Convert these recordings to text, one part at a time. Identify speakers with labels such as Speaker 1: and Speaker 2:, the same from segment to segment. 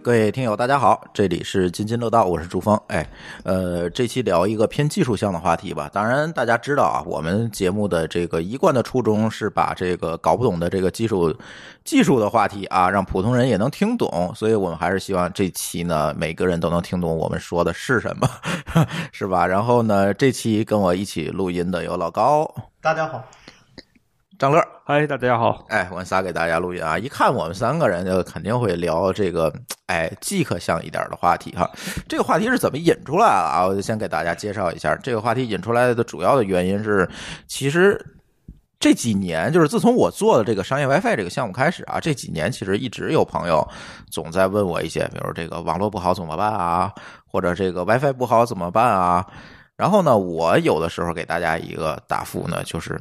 Speaker 1: 各位听友，大家好，这里是津津乐道，我是朱峰。哎，呃，这期聊一个偏技术向的话题吧。当然，大家知道啊，我们节目的这个一贯的初衷是把这个搞不懂的这个技术技术的话题啊，让普通人也能听懂。所以我们还是希望这期呢，每个人都能听懂我们说的是什么， 是吧？然后呢，这期跟我一起录音的有老高、
Speaker 2: 大家好，
Speaker 1: 张乐。
Speaker 3: 嗨，大家好。
Speaker 1: 哎，我们仨给大家录音啊！一看我们三个人就肯定会聊这个，哎，既可像一点的话题哈。这个话题是怎么引出来的啊？我就先给大家介绍一下，这个话题引出来的主要的原因是，其实这几年就是自从我做的这个商业 WiFi 这个项目开始啊，这几年其实一直有朋友总在问我一些，比如这个网络不好怎么办啊，或者这个 WiFi 不好怎么办啊。然后呢，我有的时候给大家一个答复呢，就是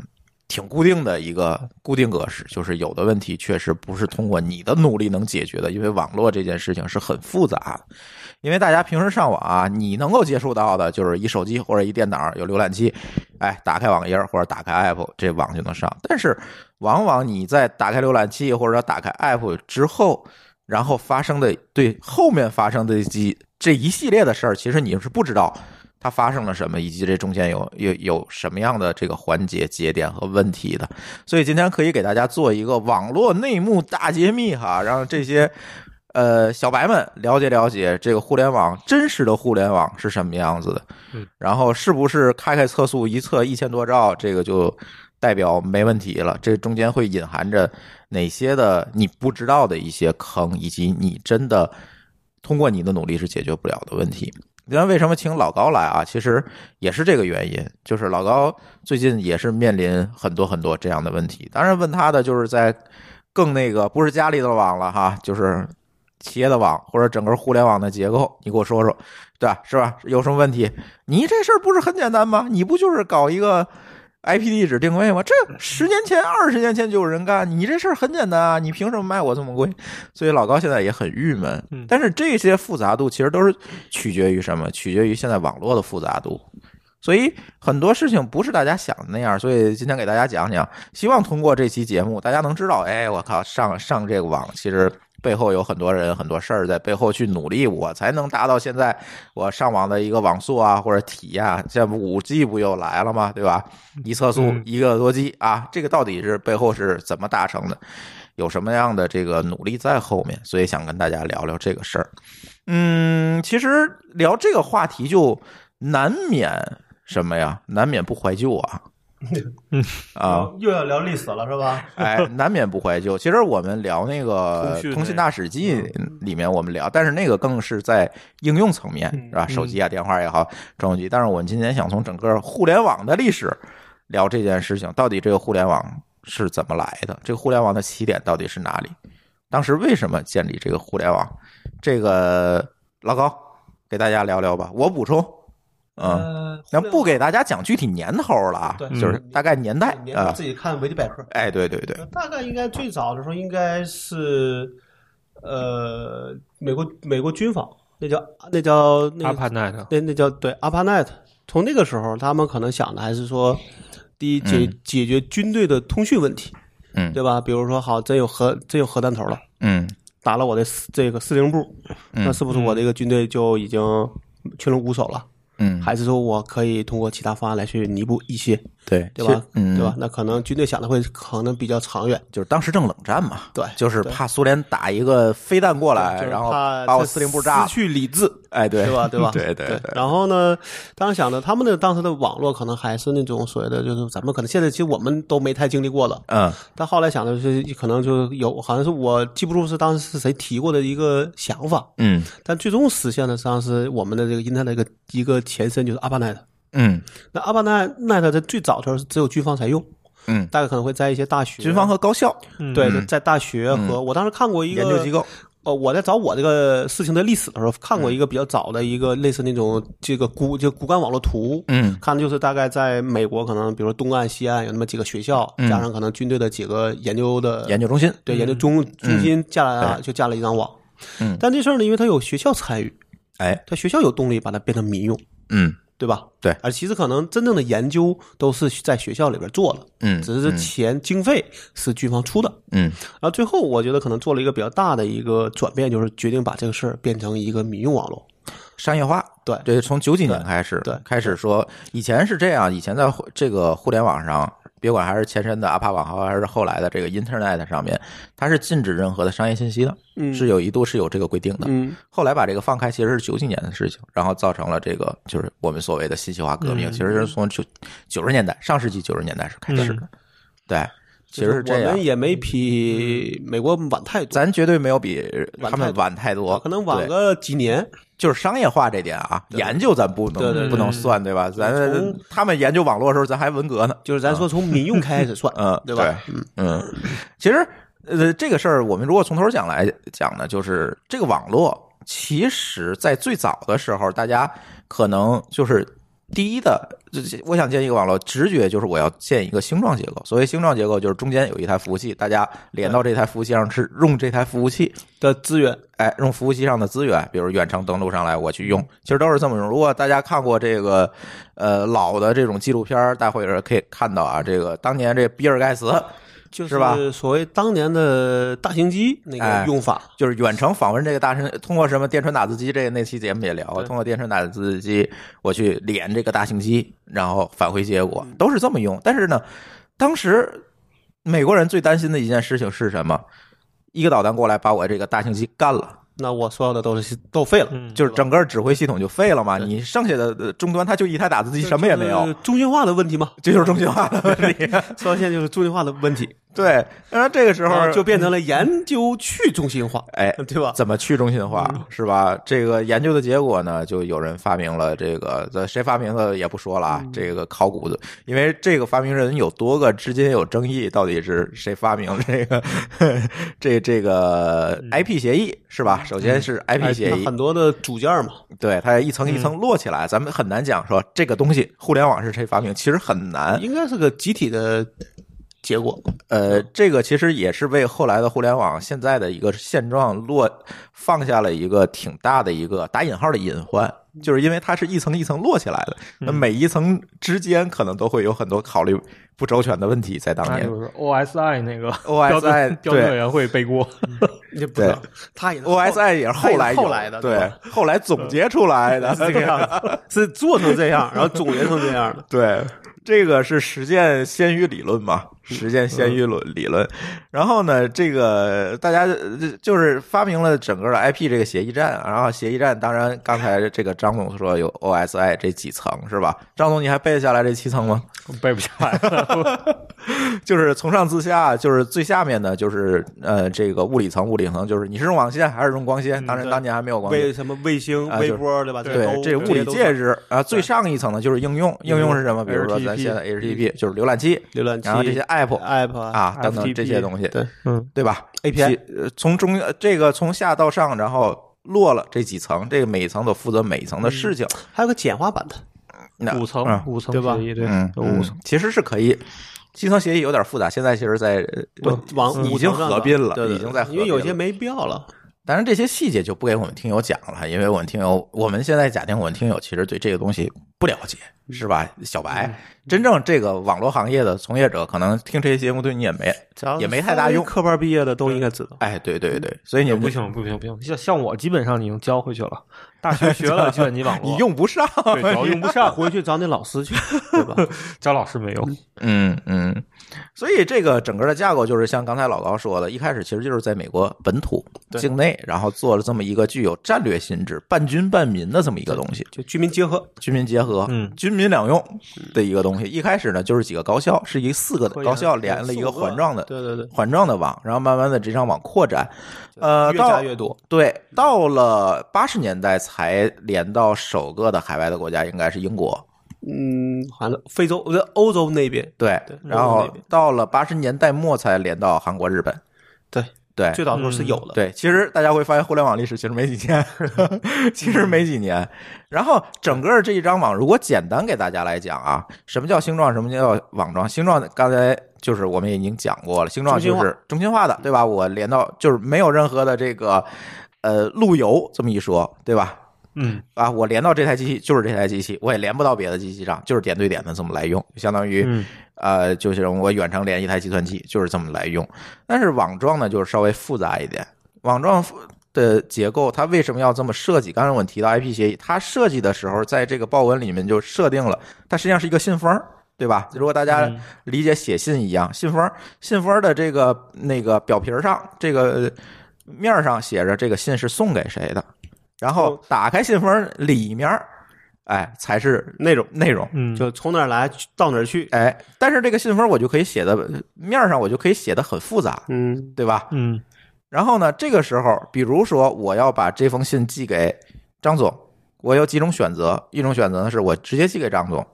Speaker 1: 挺固定的一个固定格式，就是有的问题确实不是通过你的努力能解决的，因为网络这件事情是很复杂的。因为大家平时上网啊，你能够接触到的就是一手机或者一电脑有浏览器，哎，打开网页或者打开 app，这网就能上。但是往往你在打开浏览器或者说打开 app 之后，然后发生的对后面发生的几这一系列的事儿，其实你是不知道它发生了什么，以及这中间有有有什么样的这个环节节点和问题的。所以今天可以给大家做一个网络内幕大揭秘哈，让这些呃小白们了解了解这个互联网真实的互联网是什么样子的
Speaker 3: 嗯，
Speaker 1: 然后是不是开开测速一测一千多兆，这个就代表没问题了。这中间会隐含着哪些的你不知道的一些坑，以及你真的通过你的努力是解决不了的问题。那为什么请老高来啊？其实也是这个原因，就是老高最近也是面临很多很多这样的问题。当然，问他的就是在更那个不是家里的网了哈，就是企业的网或者整个互联网的结构，你给我说说，对吧？是吧？有什么问题？你这事儿不是很简单吗？你不就是搞一个 IP 地址定位吗？这十年前、二十年前就有人干，你这事儿很简单啊，你凭什么卖我这么贵？所以老高现在也很郁闷
Speaker 3: 嗯。
Speaker 1: 但是这些复杂度其实都是取决于什么？取决于现在网络的复杂度。所以很多事情不是大家想的那样，所以今天给大家讲讲，希望通过这期节目，大家能知道，哎，我靠，上上这个网其实背后有很多人、很多事儿在背后去努力，我才能达到现在我上网的一个网速啊，或者体验啊。现在五 G 不又来了吗？对吧？一测速
Speaker 3: 嗯
Speaker 1: 一个多 G 啊，这个到底是背后是怎么达成的？有什么样的这个努力在后面？所以想跟大家聊聊这个事儿。嗯，其实聊这个话题就难免什么呀？难免不怀旧啊。
Speaker 3: 嗯
Speaker 1: 啊，，
Speaker 2: 又要聊历史了是吧？
Speaker 1: 哎，难免不怀旧。其实我们聊那个嗯《
Speaker 3: 通讯那
Speaker 1: 通信大史记》里面我们聊，但是那个更是在应用层面，
Speaker 2: 嗯
Speaker 1: 是吧？
Speaker 3: 嗯
Speaker 1: 手机啊、电话也好，专用机。但是我们今天想从整个互联网的历史聊这件事情，到底这个互联网是怎么来的？这个互联网的起点到底是哪里？当时为什么建立这个互联网？这个老高给大家聊聊吧，我补充。嗯，
Speaker 2: 呃，
Speaker 1: 那不给大家讲具体年头了啊，
Speaker 2: 对
Speaker 1: 就是大概年代
Speaker 2: 你
Speaker 1: 啊
Speaker 2: 自。己看维基百科，呃
Speaker 1: 哎，对对对，
Speaker 2: 大概应该最早的时候应该是，呃，美国美国军防，那叫啊那叫那
Speaker 3: 阿帕奈特，
Speaker 2: 那那叫对 ARPANET，从那个时候他们可能想的还是说，第一解、解决军队的通讯问题，
Speaker 1: 嗯
Speaker 2: 对吧？比如说好，真有核真有核弹头了。
Speaker 1: 嗯
Speaker 2: 打了我的司这个司令部，
Speaker 1: 嗯
Speaker 2: 那是不是我的一个军队就已经群龙无首了？
Speaker 1: 嗯，
Speaker 2: 还是说我可以通过其他方案来去弥补一些，
Speaker 1: 对
Speaker 2: 对吧？
Speaker 1: 嗯，
Speaker 2: 对吧？？那可能军队想的会可能比较长远，
Speaker 1: 就是当时正冷战嘛，
Speaker 2: 对
Speaker 1: 就是
Speaker 2: 对
Speaker 1: 怕苏联打一个飞弹过来，
Speaker 2: 就是
Speaker 1: 然后
Speaker 2: 怕
Speaker 1: 把我
Speaker 2: 他
Speaker 1: 司令部炸了
Speaker 2: 失，去理智，
Speaker 1: 哎， 对，？
Speaker 2: 对吧？对吧
Speaker 1: 对对
Speaker 2: 对
Speaker 1: 对
Speaker 2: 然后呢，当时想的，他们的当时的网络可能还是那种所谓的，就是咱们可能现在其实我们都没太经历过的，
Speaker 1: 嗯
Speaker 2: 但后来想的是，可能就有好像是我记不住是当时是谁提过的一个想法，
Speaker 1: 嗯
Speaker 2: 但最终实现的实际上是我们的这个英特尔的一个一个前身，就是阿巴奈特。
Speaker 1: 嗯
Speaker 2: 那阿巴奈奈特在最早的时候是只有军方才用，
Speaker 1: 嗯，
Speaker 2: 大概可能会在一些大学、
Speaker 1: 军方和高校
Speaker 2: 对，在大学和、
Speaker 1: 嗯
Speaker 2: 我当时看过一个
Speaker 1: 研究机构，嗯
Speaker 2: 呃，我在找我这个事情的历史的时候，看过一个比较早的一个类似那种这个骨就骨干网络图。
Speaker 1: 嗯
Speaker 2: 看的就是大概在美国，可能比如说东岸、西岸有那么几个学校，
Speaker 1: 嗯
Speaker 2: 加上可能军队的几个研究的
Speaker 1: 研究中心，
Speaker 2: 呃对研究中中心架来了，就架了一张网。
Speaker 1: 嗯
Speaker 2: 但这事儿呢，因为它有学校参与，
Speaker 1: 哎，
Speaker 2: 它学校有动力把它变成民用，
Speaker 1: 嗯
Speaker 2: 对吧？
Speaker 1: 对
Speaker 2: 而其实可能真正的研究都是在学校里边做的，
Speaker 1: 嗯，
Speaker 2: 只是钱经费是军方出的。
Speaker 1: 嗯
Speaker 2: 然后最后我觉得可能做了一个比较大的一个转变，就是决定把这个事儿变成一个民用网络。
Speaker 1: 商业化。
Speaker 2: 对
Speaker 1: 这从九几年开始，
Speaker 2: 对对
Speaker 1: 开始说以前是这样，以前在互这个互联网上，别管还是前身的阿帕网号，还是后来的这个 Internet 上面，它是禁止任何的商业信息的，
Speaker 2: 嗯
Speaker 1: 是有一度是有这个规定的。
Speaker 2: 嗯，
Speaker 1: 后来把这个放开，其实是九几年的事情，然后造成了这个就是我们所谓的信息化革命，
Speaker 2: 嗯嗯
Speaker 1: 其实是从九九十年代上世纪九十年代是开始的。对，其实是这
Speaker 2: 我
Speaker 1: 样嗯
Speaker 2: 们，也没比美国晚太多，
Speaker 1: 咱绝对没有比
Speaker 2: 晚
Speaker 1: 他
Speaker 2: 太
Speaker 1: 们
Speaker 2: 多
Speaker 1: 晚太多，
Speaker 2: 可能晚
Speaker 1: 对
Speaker 2: 个几年。
Speaker 1: 就是商业化这点啊，研究咱不能
Speaker 2: 对对对
Speaker 1: 不能算对吧？咱
Speaker 2: 从
Speaker 1: 他们研究网络的时候，咱还文革呢。
Speaker 2: 就是咱说从民用开始算，
Speaker 1: 嗯，
Speaker 2: 对吧？
Speaker 1: 嗯，其实呃，这个事儿我们如果从头讲来讲呢，就是这个网络，其实在最早的时候，大家可能就是。第一的，这这我想建一个网络，直觉就是我要建一个星状结构。所谓星状结构，就是中间有一台服务器，大家连到这台服务器上是用这台服务器，
Speaker 2: 的资源，
Speaker 1: 哎，用服务器上的资源，比如远程登录上来，我去用，其实都是这么用。如果大家看过这个，呃，老的这种纪录片儿，大伙儿可以看到啊，这个当年这比尔盖茨
Speaker 2: 就是
Speaker 1: 吧
Speaker 2: 所谓当年的大型机那
Speaker 1: 哎
Speaker 2: 个用法，
Speaker 1: 就是远程访问这个大神，通过什么电传打字机？这个那期节目也聊过，
Speaker 2: 对
Speaker 1: 通过电传打字机，我去连这个大型机，然后返回结果，都是这么用。但是呢，当时美国人最担心的一件事情是什么？一个导弹过来把我这个大型机干了。
Speaker 2: 那我所有的都是都废了，
Speaker 3: 嗯
Speaker 1: 就是
Speaker 2: 吧
Speaker 1: 整个指挥系统就废了嘛，你剩下的呃终端它就一台打字机，什么也没有，，
Speaker 2: 中心化的问题嘛。
Speaker 1: 这就是中心化的问题。
Speaker 2: 说现在就是中心化的 问题，
Speaker 1: 对，然后这个时
Speaker 2: 然
Speaker 1: 候
Speaker 2: 啊后就变成了研究去中心化，
Speaker 1: 哎，
Speaker 2: 对吧？
Speaker 1: 怎么去中心
Speaker 2: 嗯
Speaker 1: 化是吧？这个研究的结果呢，就有人发明了这个，这谁发明的也不说了啊。
Speaker 2: 嗯
Speaker 1: 这个考古的，因为这个发明人有多个，至今有争议，到底是谁发明这个 这这个
Speaker 2: 嗯
Speaker 1: IP 协议是吧？首先是 IP 协
Speaker 2: 哎那
Speaker 1: 议，
Speaker 2: 嗯很多的组件嘛，
Speaker 1: 对，它一
Speaker 3: 嗯
Speaker 1: 层一层摞起来，咱们很难讲说这个东西互联网是谁发明，其实很难。
Speaker 2: 应该是个集体的结果。
Speaker 1: 呃，
Speaker 3: 嗯
Speaker 1: 这个其实也是为后来的互联网现在的一个现状落放下了一个挺大的一个打引号的隐患，
Speaker 3: 嗯
Speaker 1: 就是因为它是一层一层摞起来的，那每一层之间可能都会有很多考虑不周全的问题，在当
Speaker 3: 那
Speaker 1: 年
Speaker 3: 就。是 OSI 那个哎标准
Speaker 1: OSI
Speaker 3: 标准委
Speaker 1: 对
Speaker 3: 员会背锅，
Speaker 2: 也不知道
Speaker 1: 对，
Speaker 2: 他也是后
Speaker 1: OSI 也是后来有
Speaker 2: 后来的对
Speaker 1: 对，后来总结出来
Speaker 3: 嗯
Speaker 1: 的
Speaker 2: 这个
Speaker 3: 啊
Speaker 2: 样子， 是做成这样，然后总结成这样 的。
Speaker 1: 对，这个是实践先于理论嘛，实践先于论理论。然后呢，这个大家呃就是发明了整个的 IP 这个协议站，啊然后协议站当然刚才这个张总说有 OSI 这几层是吧？张总你还背得下来这七层吗？
Speaker 3: 背不下来了。
Speaker 1: 就是从上至下，就是最下面呢，就是呃这个物理层，物理层就是你是用网线还是用光纤？当然
Speaker 2: 对
Speaker 1: 当年还没有光纤
Speaker 2: 卫。什么卫星、
Speaker 1: 啊
Speaker 2: 微
Speaker 1: 就是
Speaker 2: 波，对吧？
Speaker 1: 对，这
Speaker 2: 这
Speaker 1: 物理介
Speaker 2: 界
Speaker 1: 质啊，最上一层呢就是应用，应用是什么？比如说咱
Speaker 3: HTTP
Speaker 1: 现在 HTTP 就是浏览器，
Speaker 2: 浏览器
Speaker 1: 然后这些 app
Speaker 2: app 啊
Speaker 1: 啊等等这些东西，
Speaker 2: 对
Speaker 3: 嗯，
Speaker 1: 对吧
Speaker 2: API
Speaker 1: 其呃从中呃这个从下到上，然后落了这几层，这个每一层都负责每一层的事情，
Speaker 2: 还有个简化版的，
Speaker 1: 那
Speaker 3: 五层
Speaker 1: 嗯
Speaker 3: 五层
Speaker 2: 对吧
Speaker 3: 协议对，
Speaker 1: 嗯
Speaker 3: 有五
Speaker 1: 嗯
Speaker 3: 层。
Speaker 1: 其实是可以。基层协议有点复杂，现在其实在呃
Speaker 2: 我往
Speaker 1: 已
Speaker 2: 五
Speaker 1: 经
Speaker 2: 层上
Speaker 1: 合
Speaker 2: 走
Speaker 1: 并了
Speaker 2: 对对
Speaker 1: 已经在合
Speaker 2: 因为有
Speaker 1: 并
Speaker 2: 些
Speaker 1: 了
Speaker 2: 没必要了。
Speaker 1: 当然，这些细节就不给我们听友讲了，因为我们听友，我们现在假定我们听友其实对这个东西不了解，是吧？小白，真正这个网络行业的从业者，可能听这些节目对你也没
Speaker 2: 只要
Speaker 1: 也没太大用。
Speaker 2: 科班毕业的都应该知道。
Speaker 1: 哎，对对对，所以你
Speaker 3: 不，行不行不行，像像我基本上已经教回去了，大学学了计算机网络，
Speaker 1: 你用不上。
Speaker 3: 对主要用不 上，
Speaker 2: 回去找你老师去， 对吧？
Speaker 3: 教老师没用。
Speaker 1: 嗯嗯，所以这个整个的架构就是像刚才老高说的，一开始其实就是在美国本土
Speaker 2: 对
Speaker 1: 境内，然后做了这么一个具有战略性质、半军半民的这么一个东西。
Speaker 2: 就居民 结合，
Speaker 1: 军民结合，
Speaker 3: 嗯
Speaker 1: 军民两用的一个东西。一开始呢，就是几个高校，是一四个
Speaker 2: 可以
Speaker 1: 高
Speaker 2: 啊
Speaker 1: 校连了一个环状的
Speaker 2: 对对对，
Speaker 1: 环状的网，然后慢慢的这张网扩展，呃，
Speaker 2: 越加
Speaker 1: 到
Speaker 2: 越多。
Speaker 1: 对，到了八十年代才连到首个的海外的国家，应该是英国。
Speaker 2: 嗯，完了，非洲、呃欧洲那边，
Speaker 1: 对
Speaker 2: 对，
Speaker 1: 然后到了八十年代末才连到韩国、日本。
Speaker 2: 对
Speaker 1: 对，嗯
Speaker 2: 最早的时候是有的。
Speaker 1: 对，其实大家会发现，互联网历史其实没几年， 其实没几年。然后整个这一张网，如果简单给大家来讲啊，什么叫星状，什么叫网状？星状刚才就是我们已经讲过了，星状就是中心化的，对吧？我连到就是没有任何的这个呃路由这么一说，对吧？
Speaker 3: 嗯
Speaker 1: 啊，我连到这台机器就是这台机器，我也连不到别的机器上，就是点对点的这么来用，相当于
Speaker 3: 嗯
Speaker 1: 呃，就是我远程连一台计算器，就是这么来用。但是网状呢，就是稍微复杂一点。网状复的结构，它为什么要这么设计？刚才我们提到 IP 协议，它设计的时候，在这个报文里面就设定了，它实际上是一个信封儿，对吧？如果大家
Speaker 3: 嗯
Speaker 1: 理解写信一样，信封儿信封儿的这个那个表皮儿上这个面儿上写着这个信是送给谁的，然后打开信封儿里面儿，哎，才是
Speaker 2: 那种
Speaker 1: 内容。
Speaker 3: 嗯，
Speaker 2: 就从哪儿来到哪儿去。
Speaker 1: 哎，但是这个信封我就可以写的面儿上，我就可以写的很复杂，
Speaker 2: 嗯
Speaker 1: 对吧？
Speaker 3: 嗯
Speaker 1: 然后呢，这个时候，比如说我要把这封信寄给张总，我有几种选择，一种选择呢是我直接寄给张总，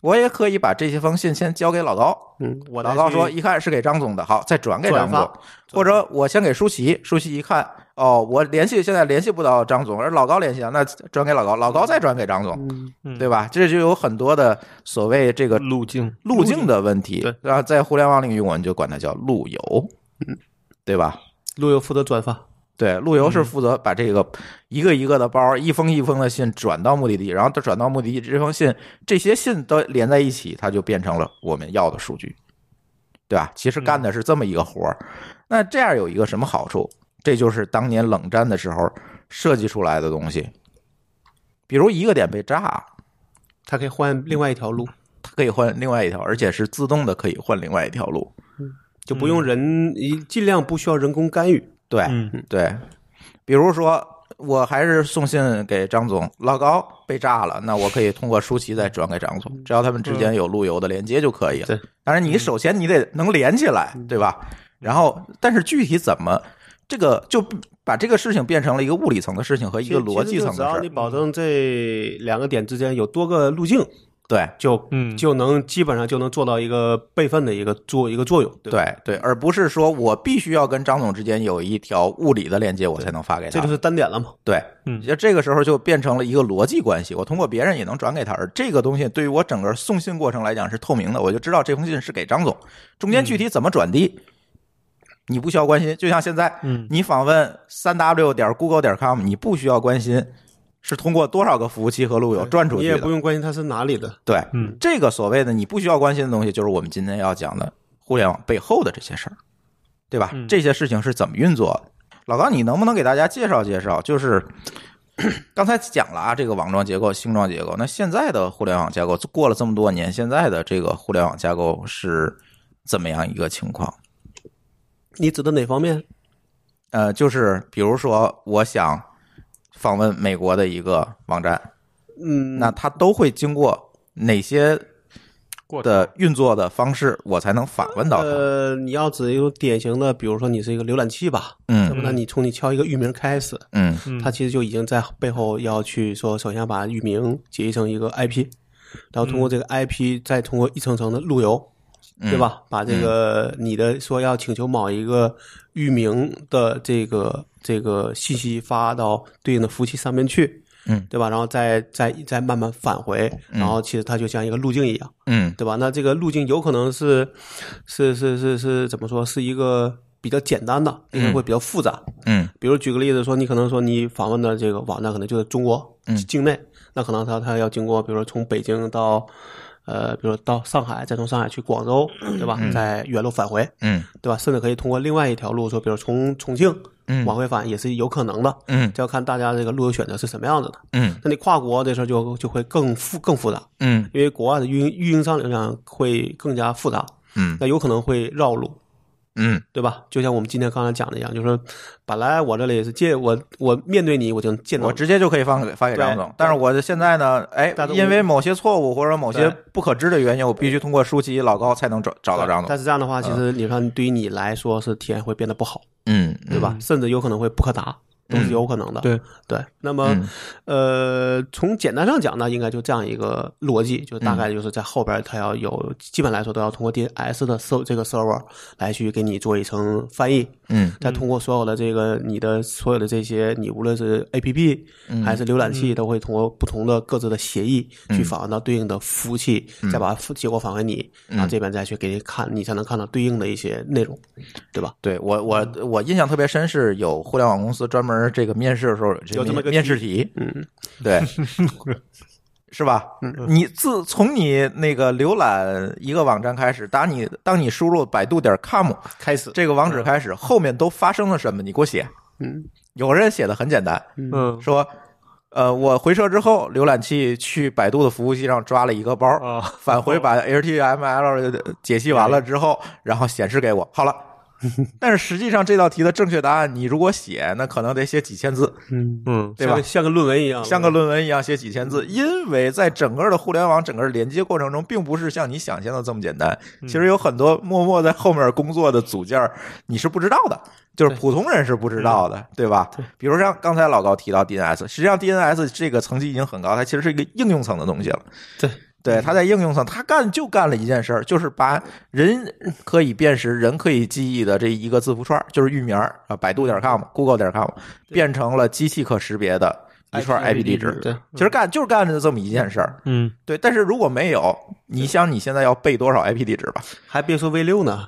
Speaker 1: 我也可以把这些封信先交给老高，
Speaker 2: 嗯，我
Speaker 1: 老高说
Speaker 2: 去
Speaker 1: 一看是给张总的，好，再转给张
Speaker 2: 转
Speaker 1: 总
Speaker 2: 发，
Speaker 1: 或者我先给舒淇，舒淇一看。哦，我联系现在联系不到张总，而老高联系啊，那转给老高，老高再转给张总，
Speaker 3: 嗯
Speaker 1: 对吧？这就有很多的所谓这个
Speaker 3: 路径，
Speaker 1: 路径的问题
Speaker 3: 对，
Speaker 1: 然后在互联网领域，我们就管它叫路由，
Speaker 3: 嗯
Speaker 1: 对吧？
Speaker 2: 陆游负责转发，
Speaker 1: 对，路由
Speaker 3: 嗯
Speaker 1: 是负责把这个一个一个的包，一封一封的信转到目的地，然后它转到目的地，这封信这些信都连在一起，它就变成了我们要的数据，对吧？其实干
Speaker 3: 嗯
Speaker 1: 的是这么一个活儿。那这样有一个什么好处？这就是当年冷战的时候设计出来的东西。比如一个点被炸，
Speaker 2: 他可以换另外一条路，
Speaker 1: 它可以换另外一条，而且是自动的可以换另外一条路。
Speaker 2: 就不用人，一尽量不需要人工干预。
Speaker 1: 对，
Speaker 3: 嗯
Speaker 1: 对，比如说我还是送信给张总，老高被炸了，那我可以通过舒淇再转给张总，只要他们之间有路由的连接就可以了。
Speaker 2: 嗯对，嗯
Speaker 1: 当然你首先你得能连起来，对吧？然后，但是具体怎么这个就把这个事情变成了一个物理层的事情和一
Speaker 2: 一
Speaker 1: 个逻辑层
Speaker 2: 只
Speaker 1: 的
Speaker 2: 要
Speaker 1: 事
Speaker 2: 你
Speaker 1: 儿，嗯
Speaker 2: 保证这两个点之间有多个路径，
Speaker 1: 对。
Speaker 2: 就
Speaker 3: 嗯
Speaker 2: 就能基本上就能做到一个备份的一个作一个作用。对吧，
Speaker 1: 对对，而不是说我必须要跟张总之间有一条物理的连接，我才能发给他。
Speaker 2: 这就是单点了嘛。
Speaker 1: 对，
Speaker 3: 嗯
Speaker 1: 就这个时候就变成了一个逻辑关系，我通过别人也能转给他，而这个东西对于我整个送信过程来讲是透明的，我就知道这封信是给张总，中间具体怎么转递，你不需要关心。就像现在，
Speaker 3: 嗯
Speaker 1: 你访问三 w 点 google 点 com，你不需要关心是通过多少个服务器和路由转出
Speaker 2: 你
Speaker 1: 去
Speaker 2: 也
Speaker 1: 的
Speaker 2: 不，用关心它是哪里的，
Speaker 1: 对，
Speaker 3: 嗯
Speaker 1: 这个所谓的你不需要关心的东西，就是我们今天要讲的互联网背后的这些事儿，对吧？
Speaker 3: 嗯
Speaker 1: 这些事情是怎么运作的？老高，你能不能给大家介绍介绍？就是 咳刚才讲了啊，这个网状结构、星状结构。那现在的互联网架构过了这么多年，现在的这个互联网架构是怎么样一个情况？
Speaker 2: 你指的哪方面？
Speaker 1: 呃，就是比如说，我想访问美国的一个网站，
Speaker 2: 嗯，
Speaker 1: 那它都会经过哪些
Speaker 3: 过程
Speaker 1: 的运作的方式，我才能访问到它？
Speaker 2: 呃，你要指一种典型的，比如说你是一个浏览器吧，
Speaker 1: 嗯
Speaker 2: 那你从你敲一个域名开始，
Speaker 1: 嗯
Speaker 3: 嗯
Speaker 2: 它其实就已经在背后要去说，首先把域名结成一个 IP，然后通过这个 IP 再通过一层层的路由，
Speaker 1: 嗯
Speaker 2: 对？吧？把这个你的说要请求某一个域名的这个这个信息发到对应的服务器上面去，
Speaker 1: 嗯，
Speaker 2: 对吧？然后再再再慢慢返回，然后其实它就像一个路径一样。
Speaker 1: 嗯
Speaker 2: 对吧？那这个路径有可能是，是是是是怎么说？是一个比较简单的，因为会比较复杂。
Speaker 1: 嗯
Speaker 2: 比如举个例子说，你可能说你访问的这个网站可能就是中国、
Speaker 1: 嗯
Speaker 2: 境内，那可能它它要经过，比如说从北京到，呃，比如说到上海，再从上海去广州，对吧？再原路返回，
Speaker 1: 嗯
Speaker 2: 对吧？甚至可以通过另外一条路，说比如从重庆
Speaker 1: 嗯
Speaker 2: 往回返也是有可能的。
Speaker 1: 嗯
Speaker 2: 这要看大家这个路由选择是什么样子的。
Speaker 1: 嗯
Speaker 2: 那你跨国这事儿就就会更复更复杂。
Speaker 1: 嗯
Speaker 2: 因为国外的运营运营商来讲会更加复杂，
Speaker 1: 嗯
Speaker 2: 那有可能会绕路，
Speaker 1: 嗯
Speaker 2: 对吧？就像我们今天刚才讲的一样，就是说本来我这里是借我我面对你，我就见到
Speaker 1: 我
Speaker 2: 你
Speaker 1: 直接就可以发给发给张总，但是我现在呢，哎
Speaker 2: 大，众
Speaker 1: 因为某些错误或者某些
Speaker 2: 对
Speaker 1: 不可知的原因，我必须通过舒淇、老高才能找找到张
Speaker 2: 但
Speaker 1: 总。
Speaker 2: 是这样的话，嗯其实你看对于你来说是体验会变得不好，
Speaker 1: 嗯，
Speaker 2: 对吧？甚至有可能会不可达，都是有可能的。
Speaker 3: 对
Speaker 2: 对，那么、
Speaker 1: 嗯
Speaker 2: 呃，从简单上讲呢，应该就这样一个逻辑，就大概就是在后边它要有，基本来说都要通过 DNS 的 ser 这个 server 来去给你做一层翻译，
Speaker 1: 嗯
Speaker 2: 它通过所有的这个你的所有的这些，你无论是 A P P
Speaker 3: 嗯
Speaker 2: 还是浏览器，都会通过不同的各自的协议去访问到对应的服务器，
Speaker 3: 嗯
Speaker 2: 再把服结果返给你，然后这边再去给你看，你才能看到对应的一些内容，对吧？
Speaker 1: 对我我
Speaker 2: 嗯
Speaker 1: 我印象特别深，是有互联网公司专门这个面试的时候
Speaker 2: 有这么
Speaker 1: 个
Speaker 2: 个
Speaker 1: 面试题，
Speaker 2: 嗯，
Speaker 1: 对，是吧？你自从你那个浏览一个网站开始，当你当你输入百度点 com
Speaker 2: 开始，
Speaker 1: 这个网址开始，后面都发生了什么？你给我写。
Speaker 2: 嗯，
Speaker 1: 有人写的很简单，
Speaker 3: 嗯
Speaker 1: 说，呃，我回车之后，浏览器去百度的服务器上抓了一个包，
Speaker 2: 哦
Speaker 3: 啊，
Speaker 1: 返回把 HTML 解析完了之后，然后显示给我，好了。但是实际上这道题的正确答案，你如果写，那可能得写几千字，
Speaker 2: 嗯，
Speaker 3: 嗯
Speaker 1: 对吧
Speaker 2: 像像个论文一 样，
Speaker 1: 像个论文一样写几千字，因为在整个的互联网整个连接过程中，并不是像你想象的这么简单。其实有很多默默在后面工作的组件儿，你是不知道的，就是普通人是不知道的，对吧？比如像刚才老高提到 DNS，实际上 DNS 这个层级已经很高，它其实是一个应用层的东西了。
Speaker 2: 对。
Speaker 1: 对，它在应用层，它干就干了一件事儿，就是把人可以辨识、人可以记忆的这一个字符串儿，就是域名儿啊，百度点 com、Google 点 com，变成了机器可识别的一串 IP 地址。
Speaker 2: 对，
Speaker 1: 其实干就是干着这么一件事儿，
Speaker 3: 嗯，
Speaker 1: 对。但是如果没有，你想你现在要背多少 IP 地址 吧？
Speaker 2: 还别说 V 六呢，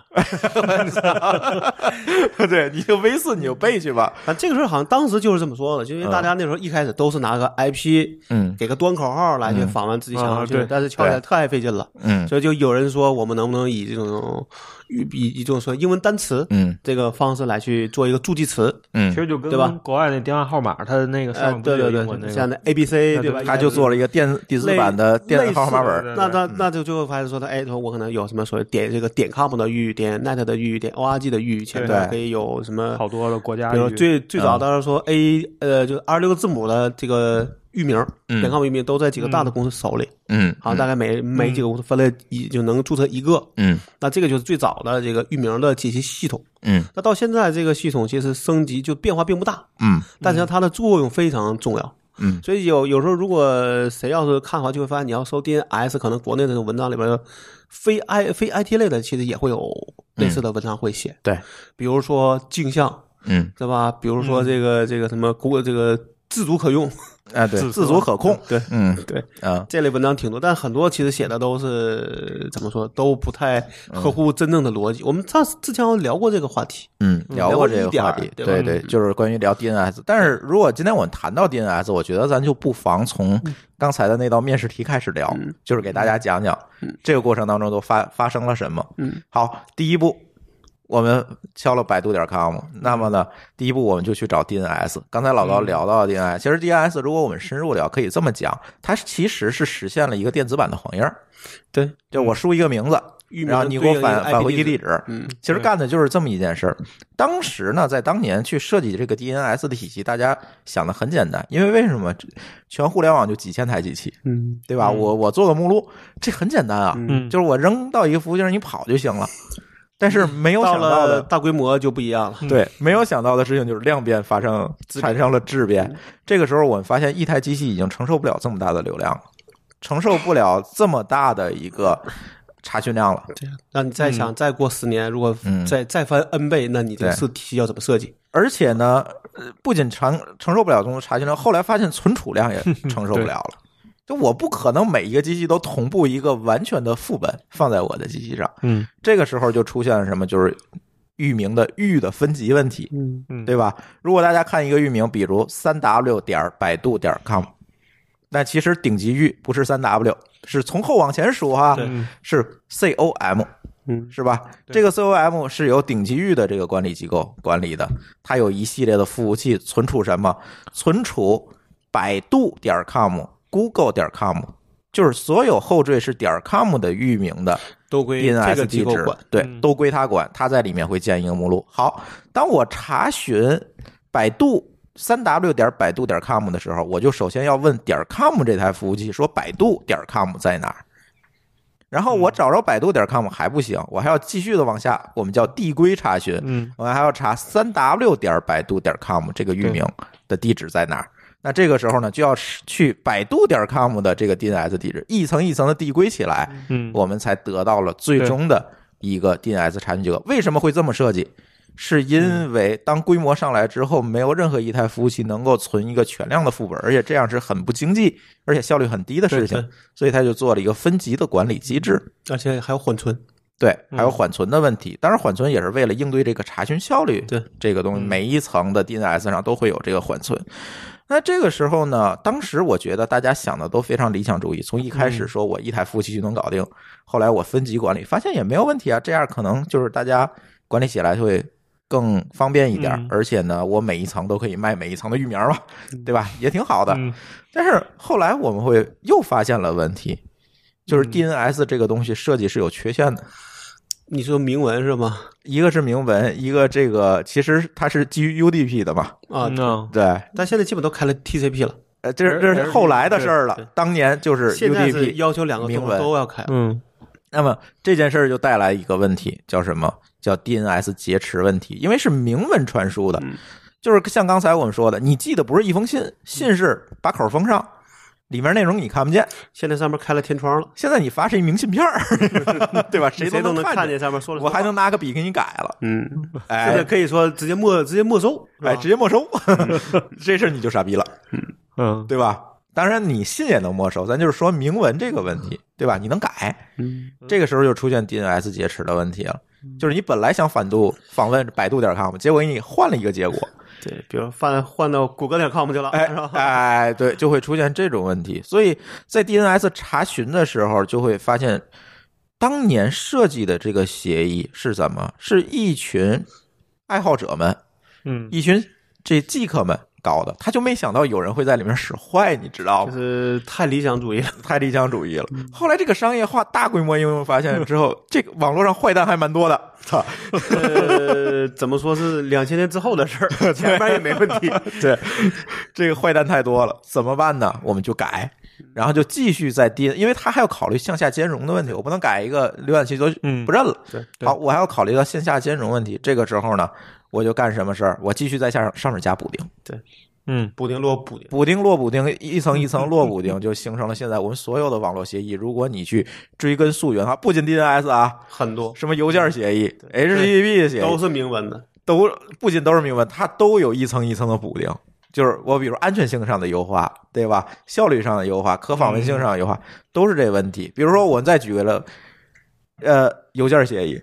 Speaker 1: 对，你就 V 四你就背去吧。
Speaker 2: 啊，这个事儿好像当时就是这么说的，就因为大
Speaker 3: 嗯
Speaker 2: 家那时候一开始都是拿个 IP
Speaker 1: 嗯
Speaker 2: 给个端口号来去访问自己想要去，
Speaker 3: 嗯啊对
Speaker 2: 但是敲起来太费劲了，
Speaker 1: 嗯
Speaker 2: 所以就有人说我们能不能以这种以以以这种说英文单词
Speaker 1: 嗯
Speaker 2: 这个方式来去做一个助记词，
Speaker 3: 其
Speaker 1: 嗯，
Speaker 3: 实就跟
Speaker 2: 对吧
Speaker 3: 国外那电话号码，它的那个上
Speaker 2: 呃，
Speaker 3: 面不
Speaker 2: 对
Speaker 3: 是有
Speaker 2: 对
Speaker 3: 英文那
Speaker 2: 对，
Speaker 3: 个
Speaker 2: 像那 A B C 对吧？
Speaker 1: 他就做了一个电第四版的电子号码本。
Speaker 3: 对
Speaker 2: 那那那就最后发现说他哎，说我可能有什么所谓点这个点 com 的域、点 net 的域、点 org 的域，前面
Speaker 1: 对
Speaker 2: 可以有什么
Speaker 3: 好多的国家
Speaker 2: 比如
Speaker 3: 语，
Speaker 2: 最最早当时说 A 呃，就二十六个字母的这个域名，
Speaker 1: 嗯
Speaker 2: 点 com 域名都在几个大的公司手里，
Speaker 1: 嗯
Speaker 2: 好像大概每每几个公司分了一就能注册一个。
Speaker 1: 嗯
Speaker 2: 那这个就是最早的这个域名的解析系统。
Speaker 1: 嗯
Speaker 2: 那到现在这个系统其实升级就变化并不大，
Speaker 1: 嗯
Speaker 2: 但是它的作用非常重要。
Speaker 1: 嗯
Speaker 2: 所以有有时候如果谁要是看的话，就会发现你要搜 DNS，可能国内的文章里边的非 I 非 IT 类的，其实也会有类似的文章会写，
Speaker 1: 对，
Speaker 2: 比如说镜像。
Speaker 1: 嗯
Speaker 2: 对吧？比如说这个、这个什么国这个自主可用，
Speaker 1: 啊，对，自主可控。
Speaker 2: 对
Speaker 1: 嗯
Speaker 2: 对
Speaker 1: 啊，
Speaker 2: 这类文章挺多，但很多其实写的都是怎么说，都不太合乎真正的逻辑。我们上次之前有聊过这个话题，
Speaker 1: 嗯，聊过这个话
Speaker 2: 聊过一
Speaker 1: 题
Speaker 2: 点，儿对吧嗯
Speaker 1: 对对，就是关于聊 DNS。但是如果今天我们谈到 DNS，我觉得咱就不妨从
Speaker 2: 嗯
Speaker 1: 刚才的那道面试题开始聊，就是给大家讲讲这个过程当中都发发生了什么。
Speaker 2: 嗯，
Speaker 1: 好，第一步。我们敲了百度点 com，那么呢，第一步我们就去找 DNS。刚才老
Speaker 2: 嗯
Speaker 1: 高聊到了 DNS，、其实 DNS 如果我们深入聊，可以这么讲，它其实是实现了一个电子版的黄页儿，
Speaker 2: 对，
Speaker 1: 就我输一个名字，
Speaker 2: 域名
Speaker 1: 然后你给我
Speaker 2: 对应一
Speaker 1: 返
Speaker 2: 个 IP
Speaker 1: 返回一个地
Speaker 2: 地
Speaker 1: 址，
Speaker 2: 嗯，
Speaker 1: 其实干的就是这么一件事儿。当时呢，在当年去设计这个 DNS 的体系，大家想的很简单，因为为什么这全互联网就几千台机器，
Speaker 2: 嗯
Speaker 1: 对吧？
Speaker 3: 嗯
Speaker 1: 我我做个目录，这很简单啊，
Speaker 2: 嗯，
Speaker 3: 嗯，
Speaker 1: 就是我扔到一个服务器上，你跑就行了。但是没有
Speaker 2: 到
Speaker 1: 想到
Speaker 2: 了
Speaker 1: 的，
Speaker 2: 大规模就不一样了。
Speaker 1: 对，没有想到的事情就是量变发生产生了质变。这个时候，我们发现一台机器已经承受不了这么大的流量了，承受不了这么大的一个查询量了。
Speaker 2: 对呀，那你再想，再过十年，如果
Speaker 1: 嗯
Speaker 2: 再再翻 N 倍，那你这个
Speaker 1: 对
Speaker 2: 设体系要怎么设计？
Speaker 1: 而且呢，呃不仅承承受不了这种查询量，后来发现存储量也承受不了了。就我不可能每一个机器都同步一个完全的副本放在我的机器上，
Speaker 3: 嗯
Speaker 1: 这个时候就出现了什么？就是域名的域的分级问题，
Speaker 2: 嗯
Speaker 3: 嗯，
Speaker 1: 对吧？如果大家看一个域名，比如三 w 点百度点 com，那其实顶级域不是三 w，是从后往前数哈、
Speaker 2: 对
Speaker 3: 嗯
Speaker 1: 是 com，
Speaker 2: 嗯
Speaker 1: 是吧？这个 com 是由顶级域的这个管理机构管理的，它有一系列的服务器存储什么？存储百度点 com、Google 点 com，就是所有后缀是点 com 的域名的
Speaker 2: 都归这
Speaker 1: DNS 地
Speaker 2: 个机构
Speaker 1: 址
Speaker 2: 管。，
Speaker 1: 对，
Speaker 3: 嗯
Speaker 1: 都归它管，它在里面会建一个目录。好，当我查询百度。三 w 点百度点 com 的时候，我就首先要问点 com 这台服务器说百度点 com 在哪儿，然后
Speaker 2: 嗯
Speaker 1: 我找着百度点 com 还不行，我还要继续的往下，我们叫递归查询，
Speaker 3: 嗯，
Speaker 1: 我还要查三 w 点百度点 com 这个域名的地址在哪儿。那这个时候呢，就要去百度点 com 的这个 DNS 地址，一层一层的递归起来，
Speaker 3: 嗯
Speaker 1: 我们才得到了最终的一个 DNS 查询结果。为什么会这么设计？是因为当规模上来之后，没有任何一台服务器能够存一个全量的副本，而且这样是很不经济，而且效率很低的事
Speaker 2: 对
Speaker 1: 情
Speaker 2: 对，
Speaker 1: 所以他就做了一个分级的管理机制。
Speaker 2: 而且还有缓存，
Speaker 1: 对，还
Speaker 3: 嗯
Speaker 1: 有缓存的问题。当然，缓存也是为了应对这个查询效率，
Speaker 2: 对
Speaker 1: 这个
Speaker 3: 嗯
Speaker 1: 东西，每一层的 DNS 上都会有这个缓存。那这个时候呢，当时我觉得大家想的都非常理想主义，从一开
Speaker 3: 嗯
Speaker 1: 始说我一台服务器就能搞定，后来我分级管理，发现也没有问题啊。这样可能就是大家管理起来会更方便一点，
Speaker 3: 嗯
Speaker 1: 而且呢，我每一层都可以卖每一层的域名嘛，对吧？也挺好的。
Speaker 3: 嗯
Speaker 1: 但是后来我们会又发现了问题，就是
Speaker 3: 嗯
Speaker 1: DNS 这个东西设计是有缺陷的。
Speaker 2: 你说明文是吗？
Speaker 1: 一个是明文，一个这个其实它是基于 UDP 的嘛，
Speaker 2: 啊，
Speaker 3: 嗯，
Speaker 1: 对，
Speaker 2: 但现在基本都开了 TCP 了，
Speaker 1: 呃，这是这是后来的事儿了，当年就是
Speaker 2: 现在是
Speaker 1: UDP。
Speaker 2: 要求两个
Speaker 1: 明
Speaker 2: 都
Speaker 1: 文
Speaker 2: 都要开，
Speaker 3: 嗯
Speaker 1: 那么这件事儿就带来一个问题，叫什么？叫 DNS 劫持问题，因为是明文传输的，
Speaker 2: 嗯
Speaker 1: 就是像刚才我们说的，你寄的不是一封信，信是把口封上，里面内容你看不见。
Speaker 2: 现在上面开了天窗了，
Speaker 1: 现在你发是一明信片儿， 对吧？谁
Speaker 2: 谁
Speaker 1: 都
Speaker 2: 能看
Speaker 1: 见，
Speaker 2: 见上面说了什么
Speaker 1: 我
Speaker 2: 话，
Speaker 1: 还能拿个笔给你改 了，
Speaker 2: 嗯，
Speaker 1: 哎
Speaker 2: 而且可以说直接没直接没收，是吧嗯
Speaker 1: 哎，直接没收， 这事儿你就傻逼了。
Speaker 3: 嗯
Speaker 1: 对吧？当然，你信也能没收，咱就是说明文这个问题，对吧？你能改，
Speaker 2: 嗯
Speaker 1: 这个时候就出现 DNS 劫持的问题了。就是你本来想反度访问百度点 com，结果给你换了一个结果，
Speaker 2: 对，比如换换到谷歌点 com 去了，
Speaker 1: 哎
Speaker 2: 是吧？
Speaker 1: 哎，对，就会出现这种问题。所以在 DNS 查询的时候，就会发现当年设计的这个协议是怎么？是一群爱好者们，
Speaker 3: 嗯，
Speaker 1: 一群这 geek 们搞的，他就没想到有人会在里面使坏，你知道吗
Speaker 2: 就？是太理想主义了，
Speaker 1: 太理想主义了。后来这个商业化大规模应用发现之后，这个网络上坏蛋还蛮多的。操，
Speaker 2: 呃，怎么说是两千年之后的事儿，前面也没问题。
Speaker 1: 对，这个坏蛋太多了，怎么办呢？我们就改，然后就继续在 D，因为他还要考虑向下兼容的问题，我不能改一个浏览器都
Speaker 3: 嗯
Speaker 1: 不认了。
Speaker 2: 对
Speaker 1: 好，我还要考虑到线下兼容问题。这个时候呢，我就干什么事儿？我继续在下上面加补丁，
Speaker 3: 嗯
Speaker 2: 补丁落补丁，
Speaker 1: 补丁落补丁，一层一层落补丁，就形成了现在我们所有的网络协议。如果你去追根溯源啊，不仅 DNS 啊，
Speaker 2: 很多
Speaker 1: 什么邮件协议、HTTP 协议
Speaker 2: 都是明文的，
Speaker 1: 嗯都不仅都是明文，它都有一层一层的补丁。就是我，比如安全性上的优化，对吧？效率上的优化，可访问性上的优化，都是这问题。比如说，我再举个了，呃，邮件协议。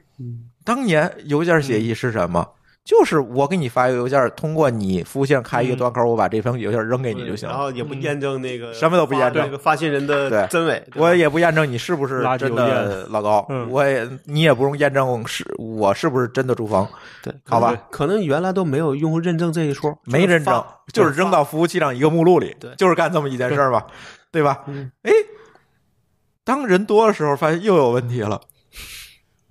Speaker 1: 当年邮件协议是什么？就是我给你发一个邮件，通过你服务器上开一个端口，我把这封邮件扔给你就行
Speaker 2: 然
Speaker 1: 了。
Speaker 2: 后也不验证那个
Speaker 1: 什么都不验证
Speaker 2: 发那个发信人
Speaker 1: 对
Speaker 2: 的真伪。对吧
Speaker 1: 我也不验证你是不是
Speaker 3: 垃圾
Speaker 1: 真
Speaker 3: 邮件
Speaker 1: 的老高，
Speaker 3: 嗯
Speaker 1: 我也你也不用验证是我是不是真的朱峰，
Speaker 2: 对，
Speaker 1: 好吧
Speaker 2: 可能，可能原来都没有用户认证这一说，
Speaker 1: 没认证，
Speaker 2: 就
Speaker 1: 就是是扔到服务器上一个目录里，
Speaker 2: 对
Speaker 1: 就是干这么一件事儿嘛，对吧？
Speaker 2: 嗯
Speaker 1: 哎，当人多的时候，发现又有问题了，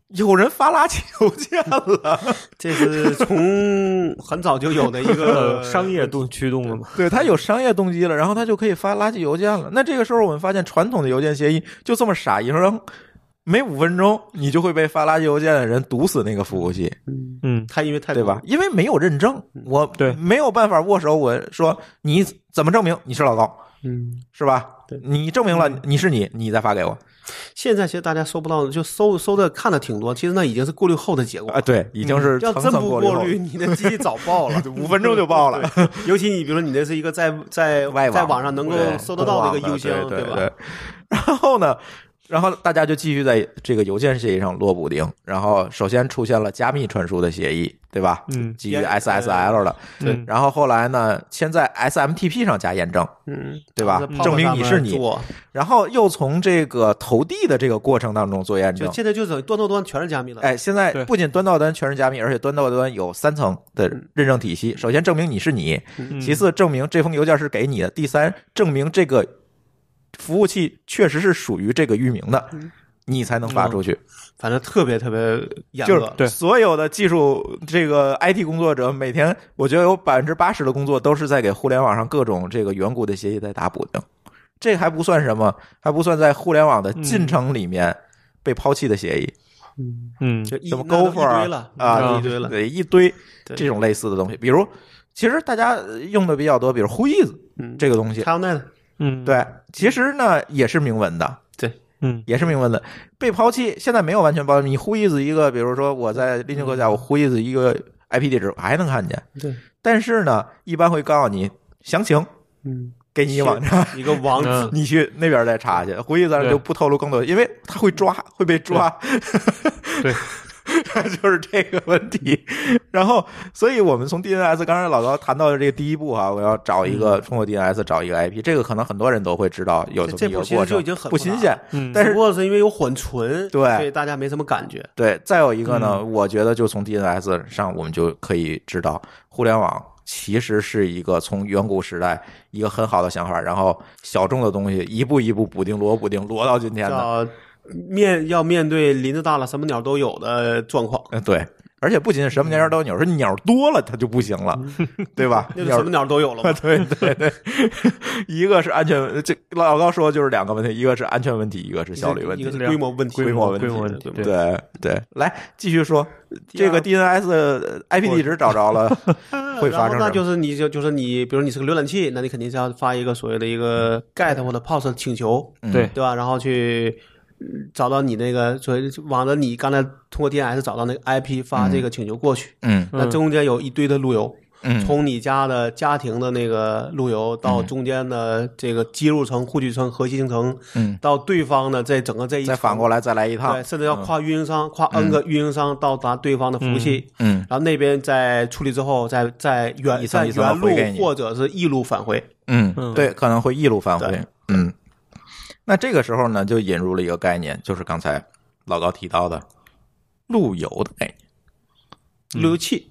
Speaker 1: 有人发垃圾邮件了，
Speaker 2: 这是从很早就有的一个
Speaker 3: 呃，商业动驱动的嘛，
Speaker 1: 对他有商业动机了，然后他就可以发垃圾邮件了。那这个时候，我们发现传统的邮件协议就这么傻一扔，每五分钟你就会被发垃圾邮件的人堵死那个服务器，
Speaker 3: 嗯
Speaker 2: 太因为太
Speaker 1: 对吧？？因为没有认证，我
Speaker 3: 对
Speaker 1: 没有办法握手，我说你怎么证明你是老高？
Speaker 2: 嗯，
Speaker 1: 是吧
Speaker 2: 对？嗯
Speaker 1: 你证明了你是你，你再发给我
Speaker 2: 现在其实大家搜不到，就搜搜的看的挺多，其实那已经是过滤后的结果
Speaker 1: 啊！。对，已经是
Speaker 2: 嗯要
Speaker 1: 层
Speaker 2: 真
Speaker 1: 层
Speaker 2: 不
Speaker 1: 滤
Speaker 2: 过
Speaker 1: 后，
Speaker 2: 滤，，你的机器早爆了
Speaker 1: 五分 钟就爆了。
Speaker 2: 对尤其你比如说你那是一 个在在
Speaker 1: 外网
Speaker 2: 在网上能够
Speaker 1: 对
Speaker 2: 搜得到那个
Speaker 1: 公网
Speaker 2: 邮
Speaker 1: 的
Speaker 2: 箱，
Speaker 1: 对
Speaker 2: 吧？
Speaker 1: 对 然后呢，然后大家就继续在这个邮件协议上落补丁。然后首先出现了加密传输的协议，对吧？
Speaker 3: 嗯
Speaker 1: 基于 SSL 的。
Speaker 3: 对
Speaker 2: 呃
Speaker 1: 然后后来呢，先在 SMTP 上加验证，
Speaker 2: 嗯，
Speaker 1: 对吧
Speaker 2: 然后？再
Speaker 1: 证明
Speaker 2: 泡泡
Speaker 1: 你
Speaker 2: 他
Speaker 1: 是
Speaker 2: 们
Speaker 1: 你，
Speaker 2: 做
Speaker 1: 然后又从这个投递的这个过程当中做验
Speaker 2: 就
Speaker 1: 证。
Speaker 2: 现在就等于端到端全是加密了。
Speaker 1: 哎，现在
Speaker 3: 对
Speaker 1: 不仅端到端全是加密，而且端到端有三层的认证体系。首先证明你是你，
Speaker 3: 嗯
Speaker 1: 其次证明这封邮件是给你的，第三证明这个服务器确实是属于这个域名的，你才能发出
Speaker 3: 嗯
Speaker 1: 去。
Speaker 2: 反正特别特别严
Speaker 1: 就
Speaker 2: 格
Speaker 1: 是，所有的技术这个 IT 工作者每天，我觉得有百分之八十的工作都是在给互联网上各种这个远古的协议在打补丁。这还不算什么，还不算在互联网的进程里面被抛弃的协议。
Speaker 3: 嗯
Speaker 2: 就一
Speaker 1: 什么
Speaker 2: 那都一
Speaker 1: Gopher 啊
Speaker 2: 堆了
Speaker 1: 啊
Speaker 2: 那一堆了。
Speaker 1: 对一堆
Speaker 2: 对
Speaker 1: 这种类似的东西，比如其实大家呃用的比较多，比如 Who is
Speaker 2: 嗯
Speaker 1: 这个东西，
Speaker 2: 还有那个
Speaker 3: 嗯，
Speaker 1: 对，其实呢也是明文的，
Speaker 3: 嗯
Speaker 1: 也是明文的，被抛弃现在没有完全抛弃。你 Who is 一个，比如说我在 Linux 下，我 Who is 一个 IP 地址，我还能看见。
Speaker 2: 嗯对，
Speaker 1: 但是呢，一般会告诉你详情，
Speaker 2: 嗯，
Speaker 1: 给你一网站，
Speaker 2: 一个网址，
Speaker 3: 嗯
Speaker 1: 你去那边再查去。胡一咱就不透露更多，因为他会抓，
Speaker 2: 嗯
Speaker 1: 会被抓。
Speaker 3: 对，
Speaker 1: 就是这个问题。然后，所以我们从 DNS，刚才老高谈到的这个第一步啊，我要找一
Speaker 2: 嗯
Speaker 1: 个通过 DNS 找一个 IP，这个可能很多人都会知道有
Speaker 2: 这
Speaker 1: 这么一
Speaker 2: 步
Speaker 1: 个
Speaker 2: 其
Speaker 1: 过
Speaker 2: 实就
Speaker 1: 程，
Speaker 2: 已经很
Speaker 1: 不新鲜。
Speaker 3: 嗯，
Speaker 1: 但是
Speaker 2: 不过是因为有缓存，
Speaker 1: 对
Speaker 2: 所以大家没什么感觉。
Speaker 1: 对，再有一个呢，
Speaker 2: 嗯
Speaker 1: 我觉得就从 DNS 上，我们就可以知道，互联网其实是一个从远古时代一个很好的想法，然后小众的东西一步一步补丁摞补丁摞到今天的。
Speaker 2: 叫面要面对林子大了什么鸟都有的状况，
Speaker 1: 嗯，对，而且不仅是什
Speaker 2: 嗯
Speaker 1: 么鸟都有鸟，是鸟多了它就不行了， 对吧？
Speaker 2: 那就
Speaker 1: 鸟。
Speaker 2: 什么鸟都有了嘛
Speaker 1: 对对对，一个是安全，这老高说就是两个问题，一个是安全问题，一个是 效率问
Speaker 2: 一
Speaker 1: 题
Speaker 2: 个。是规模问题，
Speaker 1: 规模问题
Speaker 3: 规模问题，对，
Speaker 1: 对对，来继续说这个 DNS IP 地址找着 了，会发生
Speaker 2: 然后
Speaker 1: 什
Speaker 2: 那
Speaker 1: 么？
Speaker 2: 就是你就就是你，比如你是个浏览器，那你肯定是要发一个所谓的一个 get 或者 post 请求，
Speaker 1: 嗯
Speaker 3: 对
Speaker 2: 对吧？然后去嗯找到你那个，所以往着你刚才通过 DNS 找到那个 IP 发这个请求过去。
Speaker 1: 嗯
Speaker 2: 那
Speaker 3: 嗯
Speaker 2: 中间有一堆的路由，
Speaker 1: 嗯
Speaker 2: 从你家的家庭的那个路由到中间的这个接入层、护具层、核心层，
Speaker 1: 嗯，
Speaker 2: 到对方的这整个这一
Speaker 1: 再反过
Speaker 2: 来，
Speaker 1: 来再来一趟
Speaker 2: 对，，甚至要跨运营商、跨 N 个运营商到达对方的服务器，
Speaker 1: 嗯嗯
Speaker 2: 然后那边再处理之后，再再原
Speaker 1: 一层
Speaker 2: 再
Speaker 1: 一层地
Speaker 2: 原
Speaker 1: 回给
Speaker 2: 路
Speaker 1: 你
Speaker 2: 或者是异路返回。
Speaker 1: 嗯，
Speaker 3: 嗯
Speaker 1: 对，可能会异路返回
Speaker 2: 对，
Speaker 1: 嗯。那这个时候呢，就引入了一个概念，就是刚才老高提到的路由的概念，
Speaker 2: 路由器，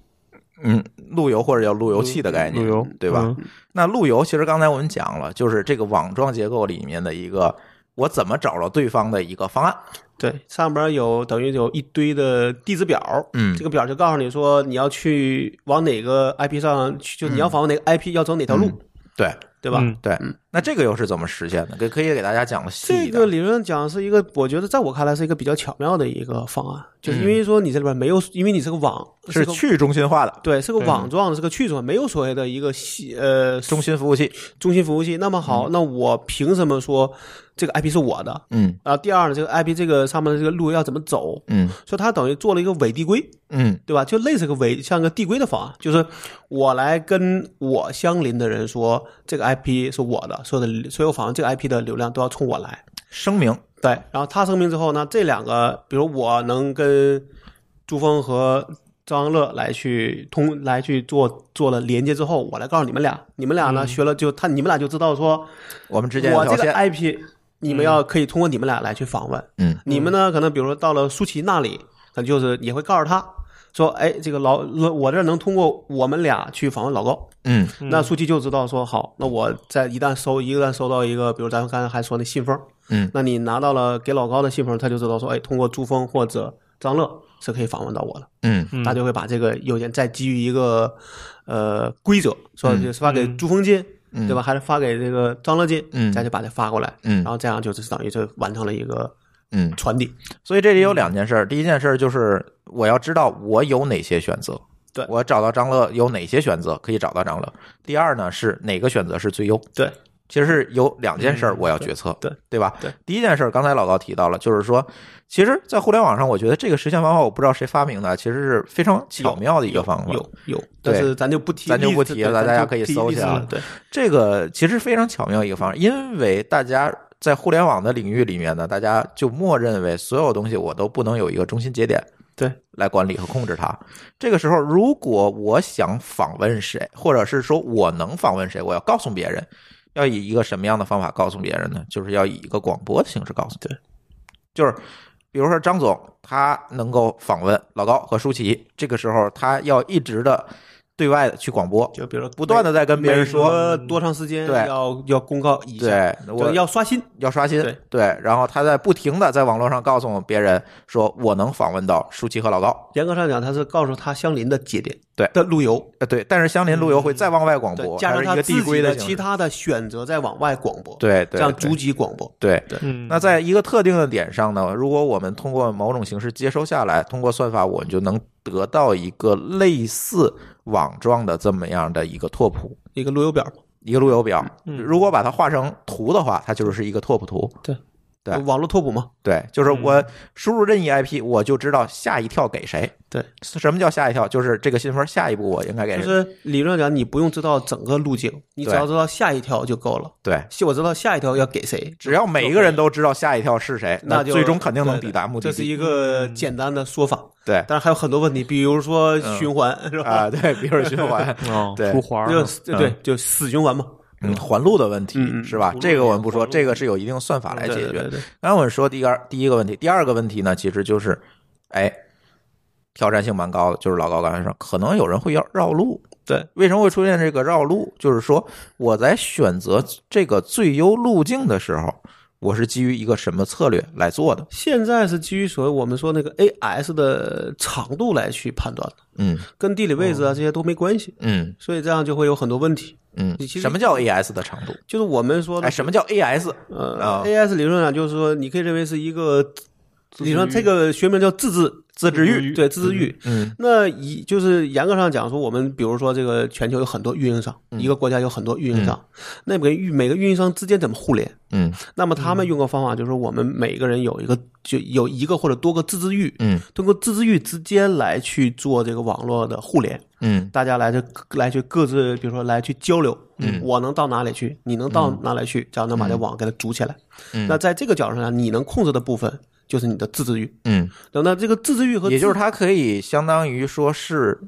Speaker 1: 嗯，路由或者叫路由器的概念，
Speaker 3: 路由
Speaker 1: 对吧？
Speaker 3: 嗯
Speaker 1: 那路由其实刚才我们讲了，就是这个网状结构里面的一个我怎么找着对方的一个方案。
Speaker 2: 对，上边有等于有一堆的地址表，
Speaker 1: 嗯
Speaker 2: 这个表就告诉你说你要去往哪个 IP 上去，就你要访问哪个 IP，要走哪条路，
Speaker 1: 嗯对
Speaker 2: 对吧？
Speaker 3: 嗯
Speaker 1: 对，那这个又是怎么实现的？可可以给大家讲个细
Speaker 2: 这
Speaker 1: 一
Speaker 2: 个
Speaker 1: 点。
Speaker 2: 理论讲是一个，我觉得在我看来是一个比较巧妙的一个方案，就是因为说你这里边没有，因为你是个网，
Speaker 1: 嗯是
Speaker 2: 个
Speaker 1: 去中心化的
Speaker 2: 对，是个
Speaker 3: 对
Speaker 2: 网状的，是个去中，没有所谓的一个系呃
Speaker 1: 中心服务器。
Speaker 2: 中心服务器。那么好，那我凭什么说这个 IP 是我的？
Speaker 1: 嗯
Speaker 2: 啊，第二呢，这个 IP 这个上面的这个路由要怎么走？
Speaker 1: 嗯
Speaker 2: 所以它等于做了一个伪递归，
Speaker 1: 嗯
Speaker 2: 对吧？就类似个伪像个递归的方案，就是我来跟我相邻的人说，这个 IP 是我的，所有的所有访问这个 IP 的流量都要冲我来。
Speaker 1: 声明。
Speaker 2: 对，然后他声明之后呢，这两个，比如我能跟朱峰和张乐来去通来去做做了连接之后，我来告诉你们俩，你们俩呢、学了就他你们俩就知道说，
Speaker 1: 我们之嗯间有
Speaker 2: 我
Speaker 1: 条
Speaker 2: 这个
Speaker 1: 线，
Speaker 2: IP 你们要可以通过你们俩来去访问，
Speaker 1: 嗯，
Speaker 2: 你们呢可能比如说到了舒淇那里，可能就是也会告诉他。说，哎，这个老我这儿能通过我们俩去访问老高，
Speaker 1: 嗯
Speaker 2: 那舒淇就知道说好，那我在一旦收一旦收到一个，比如咱们刚才还说那信封，
Speaker 1: 嗯，
Speaker 2: 那你拿到了给老高的信封，他就知道说，哎，通过朱峰或者张乐是可以访问到我的，
Speaker 1: 嗯
Speaker 3: 嗯
Speaker 2: 他就会把这个邮件再基于一个呃规则，说
Speaker 1: 嗯
Speaker 2: 就是发给朱峰进，对吧？还是发给这个张乐进，
Speaker 1: 嗯
Speaker 2: 再去把它发过来，
Speaker 1: 嗯
Speaker 2: 然后这样就是等于就完成了一个
Speaker 1: 嗯。
Speaker 2: 传递，
Speaker 1: 所以这
Speaker 2: 嗯
Speaker 1: 里有两件事儿，第一件事儿就是我要知道我有哪些选择，
Speaker 2: 对
Speaker 1: 我找到张乐有哪些选择可以找到张乐。第二呢是哪个选择是最优，
Speaker 2: 对，
Speaker 1: 其实是有两件事儿我要决策，
Speaker 2: 嗯对对
Speaker 1: 对吧？
Speaker 2: 对，
Speaker 1: 第一件事儿刚才老高提到了，就是说，其实，在互联网上，我觉得这个实现方法我不知道谁发明的，其实是非常巧妙的一个方法。
Speaker 2: 有有，
Speaker 1: 对
Speaker 2: 但是咱就不提例
Speaker 1: 咱
Speaker 2: 子，
Speaker 1: 就不提了
Speaker 2: 对
Speaker 1: 大家
Speaker 2: 咱就
Speaker 1: 可以
Speaker 2: 不提
Speaker 1: 搜啊
Speaker 2: 例子
Speaker 1: 一下
Speaker 2: 了对，
Speaker 1: 这个其实非常巧妙一个方法，因为大家在互联网的领域里面呢，大家就默认为所有东西我都不能有一个中心节点，
Speaker 2: 对，
Speaker 1: 来管理和控制它。这个时候，如果我想访问谁，或者是说我能访问谁，我要告诉别人，要以一个什么样的方法告诉别人呢？就是要以一个广播的形式告诉。
Speaker 2: 对，
Speaker 1: 就是比如说张总，他能够访问老高和舒淇，这个时候他要一直的对外的去广播，
Speaker 2: 就比如
Speaker 1: 不断的在跟别人
Speaker 2: 每
Speaker 1: 说。
Speaker 2: 隔多长时间
Speaker 1: 对
Speaker 2: 要要公告一下，
Speaker 1: 对，
Speaker 2: 就
Speaker 1: 我
Speaker 2: 要刷新，
Speaker 1: 要刷新，
Speaker 2: 对
Speaker 1: 然后他在不停的在网络上告诉别人说，我能访问到舒淇和老高，
Speaker 2: 严格上讲，他是告诉他相邻的节点
Speaker 1: 对
Speaker 2: 的路由，
Speaker 1: 呃，对，但是相邻路由会再往外广
Speaker 2: 嗯对，
Speaker 1: 播，
Speaker 2: 加上
Speaker 1: 它
Speaker 2: 他
Speaker 1: 是一个
Speaker 2: 自
Speaker 1: 递
Speaker 2: 己
Speaker 1: 归
Speaker 2: 的
Speaker 1: 形
Speaker 2: 其
Speaker 1: 式，
Speaker 2: 他的选择再往外广播，
Speaker 1: 对对，
Speaker 2: 这样
Speaker 1: 对
Speaker 2: 逐级广播，
Speaker 1: 对。
Speaker 3: 嗯，
Speaker 1: 那在一个特定的点上呢，如果我们通过某种形式接收下来，通过算法，我们就能得到一个类似网状的这么样的一个拓扑，
Speaker 2: 一个路由表嘛，
Speaker 1: 一个路由表。
Speaker 3: 嗯
Speaker 1: 如果把它画成图的话，它就是一个拓扑图。
Speaker 2: 对，
Speaker 1: 对
Speaker 2: 网络拓扑嘛，
Speaker 1: 对，就是
Speaker 2: 嗯
Speaker 1: 我输入任意 IP，我就知道下一跳给谁。
Speaker 2: 对，
Speaker 1: 什么叫下一跳？就是这个信封下一步我应该给
Speaker 2: 就
Speaker 1: 谁。
Speaker 2: 是理论上讲，你不用知道整个路径，你只
Speaker 1: 对
Speaker 2: 要知道下一条就够了。
Speaker 1: 对，
Speaker 2: 就我知道下一条要给谁，
Speaker 1: 只要每一个人都知道下一跳是谁，
Speaker 2: 那就
Speaker 1: 最终肯定能
Speaker 2: 对
Speaker 1: 抵达目的
Speaker 2: 这是
Speaker 1: 地。嗯
Speaker 2: 一个简单的说法，
Speaker 1: 对
Speaker 2: 但是还有很多问题，比如说循环、是吧？
Speaker 1: 啊，嗯对，比尔循环，
Speaker 3: 哦，
Speaker 1: 对
Speaker 3: 出环儿
Speaker 2: 就
Speaker 3: 了
Speaker 2: 对对，就死循环嘛，
Speaker 1: 嗯，环路的问题、
Speaker 2: 嗯嗯
Speaker 1: 是吧
Speaker 3: 环？路
Speaker 1: 这个我们不说，
Speaker 3: 环路
Speaker 1: 这个是有一定算法来解决的。
Speaker 2: 嗯对对对对
Speaker 1: 刚才我们说第二第一个问题，第二个问题呢，其实就是，哎，挑战性蛮高的，就是老高刚才说，可能有人会要绕路。
Speaker 2: 对，
Speaker 1: 为什么会出现这个绕路？就是说我在选择这个最优路径的时候，我是基于一个什么策略来做的？
Speaker 2: 现在是基于所谓我们说那个 AS 的长度来去判断的，
Speaker 1: 嗯
Speaker 2: 跟地理位置啊这些都没关系，
Speaker 1: 嗯
Speaker 2: 所以这样就会有很多问题。
Speaker 1: 嗯
Speaker 2: 你其，实
Speaker 1: 什么叫 AS 的长度？
Speaker 2: 就是我们说的
Speaker 1: 哎，，什么叫 AS？啊
Speaker 2: 呃，AS 理论上就是说，你可以认为是一个，
Speaker 3: 自
Speaker 2: 理论上
Speaker 3: 制
Speaker 2: 这
Speaker 3: 欲
Speaker 2: 个学名叫自治自
Speaker 3: 治欲
Speaker 2: 对自治欲。
Speaker 1: 嗯
Speaker 2: 那以就是严格上讲说，我们比如说这个全球有很多运营商，
Speaker 1: 嗯
Speaker 2: 一个国家有很多运营商，那每个运每个运营商之间怎么互联？
Speaker 1: 嗯
Speaker 2: 那么他们用个方法就是，我们每个人有一个就有一个或者多个自治域，
Speaker 1: 嗯
Speaker 2: 通过自治域之间来去做这个网络的互联，
Speaker 1: 嗯
Speaker 2: 大家来这来去各自，比如说来去交流，嗯，我能到哪里去，你能到哪里去，这样能把这网给它组起来。
Speaker 1: 嗯
Speaker 2: 那在这个角度上，你能控制的部分就是你的自治欲。
Speaker 1: 嗯，
Speaker 2: 等到这个自治欲 和
Speaker 1: 也就是
Speaker 2: 自
Speaker 1: 它可以相当于说是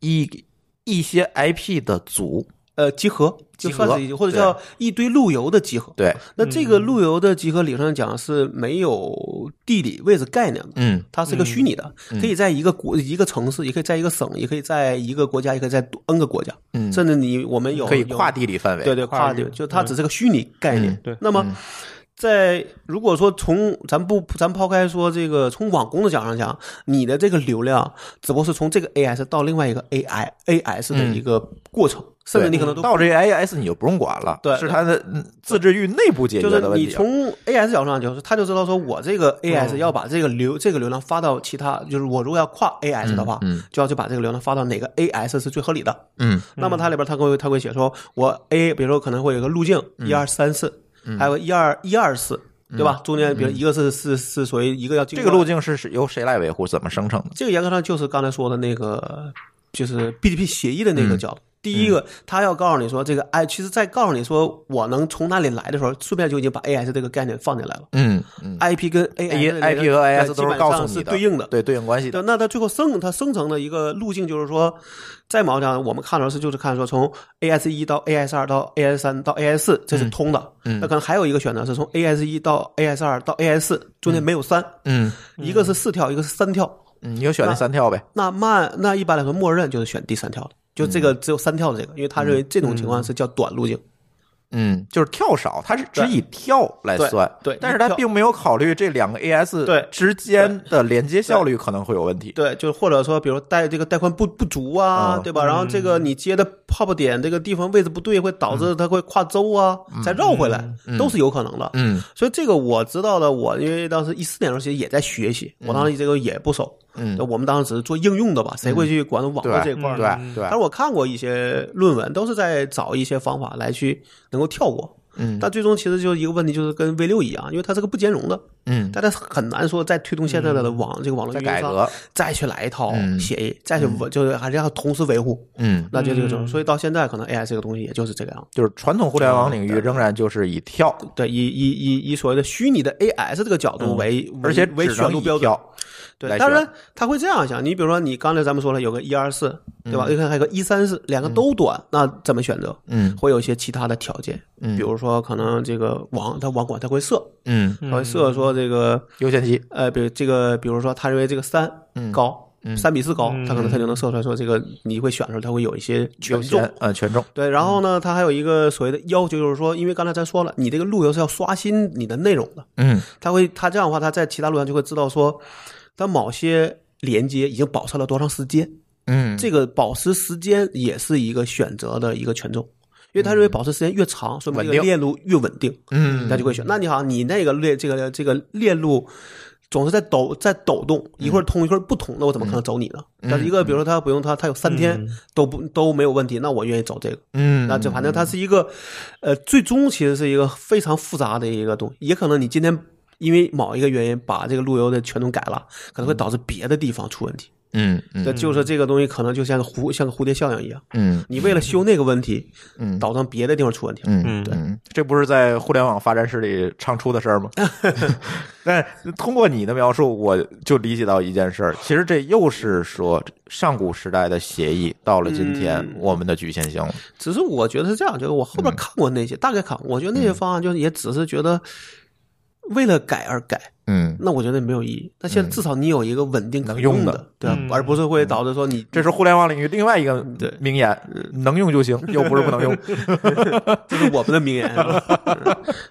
Speaker 1: 一一些 IP 的组，
Speaker 2: 呃集合，就
Speaker 1: 集合
Speaker 2: 算是一或者叫一堆路由的集合。
Speaker 1: 对，
Speaker 2: 那这个路由的集合理论上讲是没有地理位置概念的。
Speaker 1: 嗯
Speaker 2: 它是个虚拟的，可以在一个国、一个城市，也可以在一个省，也可以在一个国家，也可以在 N 个国家，
Speaker 1: 嗯，
Speaker 2: 甚至你我们有
Speaker 1: 可以
Speaker 2: 有
Speaker 1: 跨地理范围，
Speaker 2: 对对，
Speaker 3: 跨
Speaker 2: 跨
Speaker 3: 域
Speaker 2: 就它只是个虚拟概念。
Speaker 1: 嗯
Speaker 3: 对
Speaker 2: 那么在如果说从咱不咱抛开说这个从网工的角度上讲，你的这个流量只不过是从这个 AS 到另外一个 AI AS 的一个过程，甚至你可能
Speaker 1: 嗯
Speaker 2: 都
Speaker 1: 到这个 AIS 你就不用管了，
Speaker 2: 对
Speaker 1: 是它的嗯自治域内部解决
Speaker 2: 就是
Speaker 1: 的问
Speaker 2: 你
Speaker 1: 题啊嗯了。
Speaker 2: 从 AS 角度上讲，就是他就知道说我这个 AS 要把这个流、这个流量发到其他，就是我如果要跨 AS 的话，
Speaker 1: 嗯嗯
Speaker 2: 就要去把这个流量发到哪个 AS 是最合理的。
Speaker 1: 嗯
Speaker 2: 那么它里边它会它会写说，我 A 比如说可能会有个路径
Speaker 1: 嗯
Speaker 2: 一二三四，还有一二一二四，对吧？中间比如一个是是是属于一个要经
Speaker 1: 嗯这
Speaker 2: 过
Speaker 1: 个路，径是是由谁来维护，怎么生成的？
Speaker 2: 这个严格上就是刚才说的那个，就是 BGP 协议的那个
Speaker 1: 嗯
Speaker 2: 角度。第一个，他要告诉你说这个 I，其实再告诉你说我能从哪里来的时候，顺便就已经把 AS 这个概念放进来了。
Speaker 1: 嗯嗯
Speaker 2: IP 跟
Speaker 1: ，A
Speaker 2: AS
Speaker 1: I P 和 A S
Speaker 2: 基
Speaker 1: 都
Speaker 2: 本
Speaker 1: 是
Speaker 2: 上
Speaker 1: 告诉
Speaker 2: 是
Speaker 1: 你
Speaker 2: 对应的。
Speaker 1: 对对应关系的。
Speaker 2: 对，那它最后生它生成的一个路径就是说，在毛上我们看到是就是看说从 AS 一到 AS 二到 AS 三到 AS 四，这是通的。嗯，那可能还有一个选择是从 AS 一到 AS 二到 AS 四中间没有三，
Speaker 1: 嗯
Speaker 2: 一个是四跳，一个是三跳。
Speaker 1: 嗯，你就选那三跳呗。
Speaker 2: 那慢那一般来说，默认就是选第三跳的，就这个只有三跳的这个，因为他认为这种情况是叫短路径。
Speaker 1: 嗯，就是跳少，它是只以跳来算，
Speaker 2: 对对
Speaker 1: 但是它并没有考虑这两个 A S
Speaker 2: 对
Speaker 1: 之间的连接效率可能会有问题。
Speaker 2: 对，就是或者说，比如带这个带宽不不足啊，
Speaker 1: 嗯嗯
Speaker 2: 对吧？然后这个你接的 pop 点这个地方位置不对，会导致它会跨州啊，再绕回来，都是有可能的。
Speaker 1: 嗯
Speaker 2: 所以这个我知道的，我因为当时一四年的时候其实也在学习，我当时这个也不熟，
Speaker 1: 嗯
Speaker 2: 就我们当时只是做应用的吧，谁会去管网
Speaker 1: 对
Speaker 2: 络这一块儿呢？
Speaker 1: 对对
Speaker 2: 但是，我看过一些论文，都是在找一些方法来去能够跳过。
Speaker 1: 嗯
Speaker 2: 但最终其实就是一个问题，就是跟 V 六一样，因为它是个不兼容的，
Speaker 1: 嗯，
Speaker 2: 大家很难说再推动现在的网、这个网络
Speaker 1: 再
Speaker 2: 运营
Speaker 1: 改
Speaker 2: 商
Speaker 1: 革，
Speaker 2: 再去来一套
Speaker 1: 嗯
Speaker 2: 协议，再去维就是还是要同时维护，
Speaker 1: 嗯，
Speaker 2: 那就这个种。
Speaker 3: 嗯
Speaker 2: 所以到现在可能 AI 这个东西也就是这个样子。
Speaker 1: 就是传统互联网领域仍然就是以跳，
Speaker 2: 对，以以以以所谓的虚拟的 AS 这个角度为，为
Speaker 1: 嗯而且
Speaker 2: 为
Speaker 1: 只
Speaker 2: 选
Speaker 1: 能
Speaker 2: 路
Speaker 1: 以
Speaker 2: 标准。
Speaker 1: 跳。
Speaker 2: 对
Speaker 1: 来，
Speaker 2: 当
Speaker 1: 选
Speaker 2: 然他会这样想，你比如说你刚才咱们说了有个一二四，对吧？你看还有个一三四，两个都短，那怎么选择？
Speaker 1: 嗯
Speaker 2: 会有一些其他的条件，
Speaker 1: 嗯
Speaker 2: 比如说可能这个网，它网管它会设，
Speaker 1: 嗯，
Speaker 2: 它会设说这个
Speaker 1: 优先级，
Speaker 2: 呃，比如这个，比如说他认为这个三
Speaker 1: 嗯
Speaker 2: 高，三比四高，他可能他就能测出来说这个你会选的时候，他会有一些权
Speaker 1: 优
Speaker 2: 重
Speaker 1: 先。呃嗯权重，
Speaker 2: 对，然后呢，他还有一个所谓的要求，就是说，因为刚才咱说了，你这个路由是要刷新你的内容的，
Speaker 1: 嗯
Speaker 2: 他会他这样的话，他在其他路上就会知道说，他某些连接已经保持了多长时间，
Speaker 1: 嗯
Speaker 2: 这个保持时间也是一个选择的一个权重，因为他认为保持时间越长，说明这
Speaker 1: 稳
Speaker 2: 个
Speaker 1: 定
Speaker 2: 链路越稳定，
Speaker 1: 嗯
Speaker 2: 那就会选。那你好，你那个链这个这个链路总是在抖在抖动，
Speaker 1: 嗯
Speaker 2: 一会儿通一会儿不通，那我怎么可能走你呢？但是一个比如说他不用他，他有三天都不都没有问题，那我愿意走这个。
Speaker 1: 嗯
Speaker 2: 那就反正它是一个，呃，最终其实是一个非常复杂的一个东西，也可能你今天。因为某一个原因把这个路由的权重改了，可能会导致别的地方出问题。
Speaker 1: 嗯嗯
Speaker 2: 这就是这个东西可能就像个蝴像个蝴蝶效应一样，
Speaker 1: 嗯
Speaker 2: 你为了修那个问题，
Speaker 1: 嗯
Speaker 2: 导致别的地方出问题了。
Speaker 1: 嗯
Speaker 3: 嗯
Speaker 1: 嗯，这不是在互联网发展史里常出的事儿 吗？但通过你的描述，我就理解到一件事儿，其实这又是说上古时代的协议到了今天
Speaker 2: 嗯
Speaker 1: 我们的局限性了。
Speaker 2: 只是我觉得是这样，就是我
Speaker 1: 嗯
Speaker 2: 后边看过那些，大概看过，我觉得那些方案就是也只是觉得为了改而改，
Speaker 1: 嗯，
Speaker 2: 那我觉得没有意义。那现在至少你有一个稳定可
Speaker 1: 能用的
Speaker 2: 的，对吧
Speaker 3: 嗯？
Speaker 2: 而不是会导致说你
Speaker 1: 这是互联网领域另外一个
Speaker 2: 对
Speaker 1: 名言：能用就行，又不是不 能用。
Speaker 2: 这是我们的名言，是吧嗯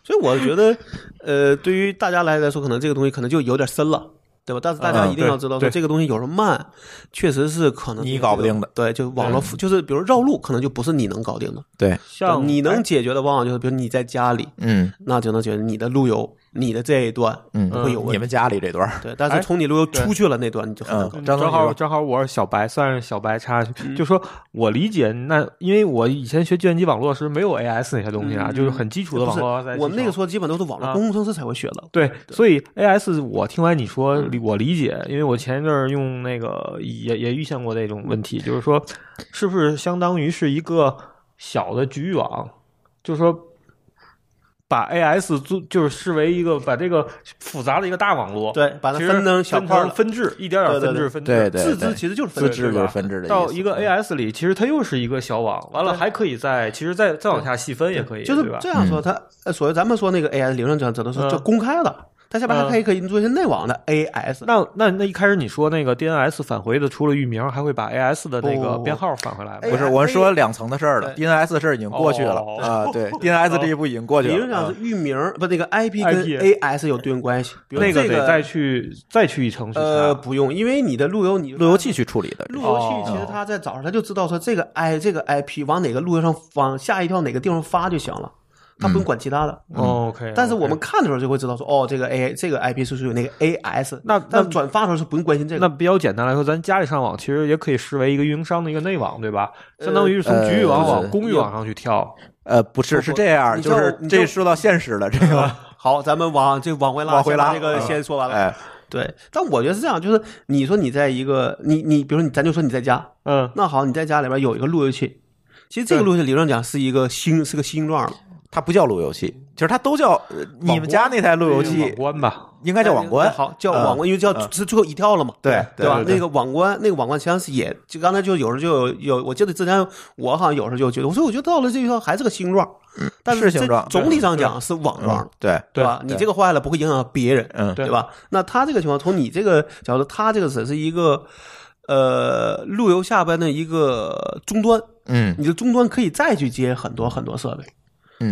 Speaker 2: 所以我觉得，呃，对于大家来来说，可能这个东西可能就有点深了，对吧？但是大家
Speaker 1: 嗯
Speaker 2: 一定要知道，说
Speaker 3: 对对
Speaker 2: 这个东西有时候慢，确实是可能
Speaker 1: 你搞不定的嗯
Speaker 2: 对，就网络就是比如绕路，可能就不是你能搞定的。
Speaker 1: 对，
Speaker 3: 像
Speaker 2: 你能解决的，往往就是比如你在家里，
Speaker 1: 嗯
Speaker 2: 那就能解决你的路由，你的这一段
Speaker 1: 嗯
Speaker 2: 不会有问
Speaker 1: 你
Speaker 2: 题。
Speaker 1: 们家里这段儿，
Speaker 2: 对，但是从你路由出去了那段，你就很难搞
Speaker 1: 嗯
Speaker 2: 定。
Speaker 1: 张总
Speaker 3: 正
Speaker 1: 你
Speaker 3: 好
Speaker 1: 说
Speaker 3: 正好我是小白，算是小白插一
Speaker 2: 嗯
Speaker 3: 句，就说我理解那，因为我以前学计算机网络时没有 AS 那些东西啊，
Speaker 2: 嗯
Speaker 3: 就是很基础的
Speaker 2: 不
Speaker 3: 网
Speaker 2: 是
Speaker 3: 络在
Speaker 2: 我们那个时
Speaker 3: 说
Speaker 2: 候基本都是网络
Speaker 3: 啊
Speaker 2: 工程师才会学的，
Speaker 3: 对，所以 AS 我听完你说，
Speaker 2: 嗯
Speaker 3: 理我理解，因为我前一阵儿用那个也也遇见过那种问题，就是说是不是相当于是一个小的局域网，就是说。把 AS 做就是视为一个把这个复杂的一个大网络，
Speaker 2: 对，把它
Speaker 3: 哦其实
Speaker 2: 分成小块
Speaker 3: 成
Speaker 2: 了。
Speaker 3: 分制，一点点
Speaker 2: 对对
Speaker 3: 分
Speaker 2: 对
Speaker 3: 制
Speaker 1: 对
Speaker 3: 分制，
Speaker 1: 对
Speaker 2: 自
Speaker 1: 对
Speaker 2: 治其实就是分
Speaker 1: 自
Speaker 2: 制
Speaker 1: 治
Speaker 3: 对
Speaker 1: 就
Speaker 3: 吧
Speaker 1: 是分支的意思嗯
Speaker 3: 到一
Speaker 2: 哎
Speaker 3: 个 AS 里，其实它又是一个小网，完了还可以再，其实再再往下细分也可以，
Speaker 2: 就是
Speaker 3: 对吧
Speaker 2: 这？样
Speaker 1: 嗯
Speaker 2: 说，它呃所谓咱们说那个 AS 理论上讲的是
Speaker 3: 嗯
Speaker 2: 这公开的，它下边还可以可以做一些内网的 AS。
Speaker 3: 那那那一开始你说那个 DNS 返回的，除了域名，还会把 AS 的那
Speaker 2: 不
Speaker 3: 个
Speaker 2: 不不
Speaker 3: 编号返回来吗？
Speaker 2: 哎
Speaker 1: 不是，
Speaker 2: 呀
Speaker 1: 我
Speaker 2: 哎
Speaker 1: 是说两层的事儿了。DNS 的事儿已经过去了
Speaker 3: 哦
Speaker 1: 啊，对，DNS 这一步已经过去了。啊
Speaker 2: 理论
Speaker 3: 嗯
Speaker 2: 上是域名不那个 IP 跟
Speaker 3: IP
Speaker 2: AS 有对应关系，比如
Speaker 3: 那
Speaker 2: 这
Speaker 3: 得再去再去一程序
Speaker 2: 呃
Speaker 3: 查。
Speaker 2: 不用，因为你的路由你
Speaker 1: 路由器去哦处理的，
Speaker 2: 路由器其实它在早上它就知道说这个 I 这个 IP 往哪个路由上往下一条哪个地方发就行了，它
Speaker 1: 嗯
Speaker 2: 不用管其他的。
Speaker 3: 哦 OK，
Speaker 2: 嗯但是我们看的时候就会知道说哦这个 A 这个 IP 是属于那个 AS，
Speaker 3: 那那
Speaker 2: 但转发的时候是不用关心这
Speaker 3: 那
Speaker 2: 个。
Speaker 3: 比较简单来说，咱家里上网其实也可以视为一个运营商的一个内网，对吧？相当于是从
Speaker 1: 呃
Speaker 3: 局域网往
Speaker 1: 呃
Speaker 3: 公域网上去跳。
Speaker 1: 呃，不是，是这样，
Speaker 2: 你
Speaker 1: 就
Speaker 2: 知道
Speaker 1: 是
Speaker 2: 你知道
Speaker 1: 这说到现实了，这个，
Speaker 2: 好，咱们往这往回拉，
Speaker 1: 往回拉
Speaker 2: 先把这个
Speaker 3: 嗯
Speaker 2: 先说完了。
Speaker 1: 哎，
Speaker 2: 对，但我觉得是这样，就是你说你在一个你你，比如说你咱就说你在家，
Speaker 3: 嗯，
Speaker 2: 那好，你在家里边有一个路由器，其实这个路由器理论上讲是一个星是个星状的，
Speaker 1: 它不叫路由器，其实它都叫呃你们家那台路由器
Speaker 3: 网关吧，
Speaker 1: 应该叫网关，
Speaker 2: 哎
Speaker 1: 嗯
Speaker 2: 好叫网关，因为叫是最后一跳了嘛，
Speaker 1: 对
Speaker 2: 对吧？
Speaker 1: 对
Speaker 2: 那个网关，那个网关实际上是也就刚才就有时候就有有，我记得之前我好像有时候就觉得，我说我觉得到了这一套还是个星状，
Speaker 1: 嗯
Speaker 2: 但
Speaker 1: 是
Speaker 2: 这
Speaker 1: 星状
Speaker 2: 总体上讲是网状的
Speaker 1: 嗯，对，
Speaker 2: 对吧？你这个坏了不会影响到别人，
Speaker 1: 嗯
Speaker 3: 对
Speaker 2: 对吧？那他这个情况，从你这个角度，他这个只是一个呃路由下边的一个终端，
Speaker 1: 嗯
Speaker 2: 你的终端可以再去接很多很多设备。
Speaker 1: 嗯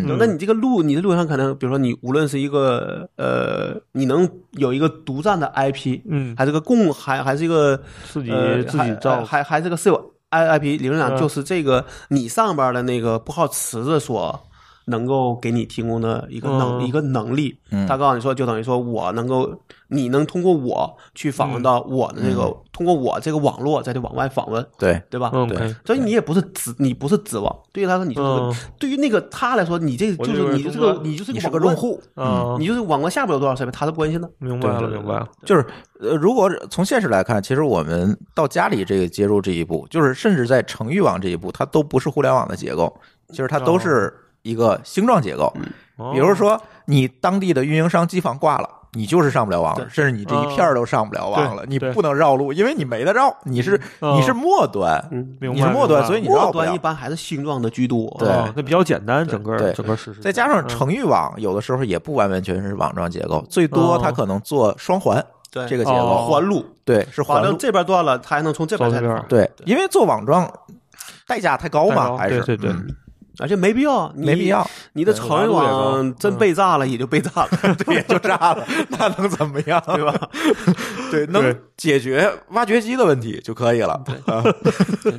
Speaker 3: 嗯
Speaker 2: 那你这个路，你的路由上可能，比如说你无论是一个呃，你能有一个独占的 IP，
Speaker 3: 嗯，
Speaker 2: 还是个共，还还是一个
Speaker 3: 自己
Speaker 2: 呃
Speaker 3: 自己
Speaker 2: 还
Speaker 3: 造
Speaker 2: 还还是个私有 I IP，理论
Speaker 3: 嗯
Speaker 2: 上就是这个你上边的那个拨号池子所能够给你提供的一个能、
Speaker 3: 嗯
Speaker 2: 一个能力
Speaker 1: 嗯。
Speaker 2: 他告诉你说，就等于说我能够，你能通过我去访问到我的这个，通过我这个网络再去往外访问，
Speaker 1: 对，
Speaker 2: 对吧？
Speaker 3: 嗯
Speaker 1: 对
Speaker 3: OK，
Speaker 2: 所以你也不是指你不是指望，对于他来说你就是个、
Speaker 3: 嗯
Speaker 2: 对于那个他来说，你这
Speaker 3: 我
Speaker 2: 就
Speaker 3: 就是是
Speaker 2: 你就是
Speaker 3: 中
Speaker 2: 个
Speaker 3: 国
Speaker 2: 你就是
Speaker 1: 你
Speaker 2: 个
Speaker 1: 是
Speaker 2: 网
Speaker 1: 个
Speaker 2: 关
Speaker 1: 用，户，
Speaker 3: 嗯，
Speaker 2: 你就是网络下边有多少设备，他是不关心的。
Speaker 3: 明白了，
Speaker 1: 对对对
Speaker 3: 明白了。
Speaker 1: 就是呃，如果从现实来看，其实我们到家里这个接入这一步，就是甚至在成域网这一步，它都不是互联网的结构，其实它都是一个星状结构。
Speaker 3: 哦
Speaker 1: 比如说，你当地的运营商机房挂了，你就是上不了网了，
Speaker 2: 对
Speaker 1: 甚至你这一片儿都上不了网了。
Speaker 3: 嗯
Speaker 1: 你
Speaker 3: 对对
Speaker 1: 不能绕路，因为你没得绕，你是
Speaker 3: 嗯
Speaker 1: 你是末端，
Speaker 2: 嗯，
Speaker 3: 明白
Speaker 1: 你是末
Speaker 3: 明
Speaker 1: 端，
Speaker 3: 白
Speaker 1: 所以你绕
Speaker 2: 末
Speaker 1: 不
Speaker 2: 端一
Speaker 1: 了。
Speaker 2: 般还是星状的居多。
Speaker 1: 对
Speaker 3: 哦那比较简单，整
Speaker 1: 对
Speaker 3: 个整个实施
Speaker 1: 再加上
Speaker 3: 嗯
Speaker 1: 城域网，有的时候也不完完全全是网状结构，最多
Speaker 3: 哦
Speaker 1: 它可能做双环
Speaker 2: 对
Speaker 1: 这个结构
Speaker 3: 哦，
Speaker 2: 环路，
Speaker 1: 对，是
Speaker 2: 反
Speaker 1: 环
Speaker 2: 正
Speaker 1: 路，
Speaker 2: 这边断了，他还能从这边
Speaker 3: 走
Speaker 2: 再
Speaker 3: 这边
Speaker 2: 放
Speaker 1: 对，因为做网状代价太高
Speaker 3: 太
Speaker 1: 嘛，
Speaker 3: 高
Speaker 1: 还是
Speaker 3: 对对对
Speaker 1: 嗯
Speaker 2: 而且没必要，你
Speaker 1: 没必要，
Speaker 2: 你的成人网真被炸了，也就被炸了，
Speaker 1: 对，也就炸了，那能怎么样？
Speaker 2: 对吧？
Speaker 1: 对，能解决挖掘机的问题就可以了。啊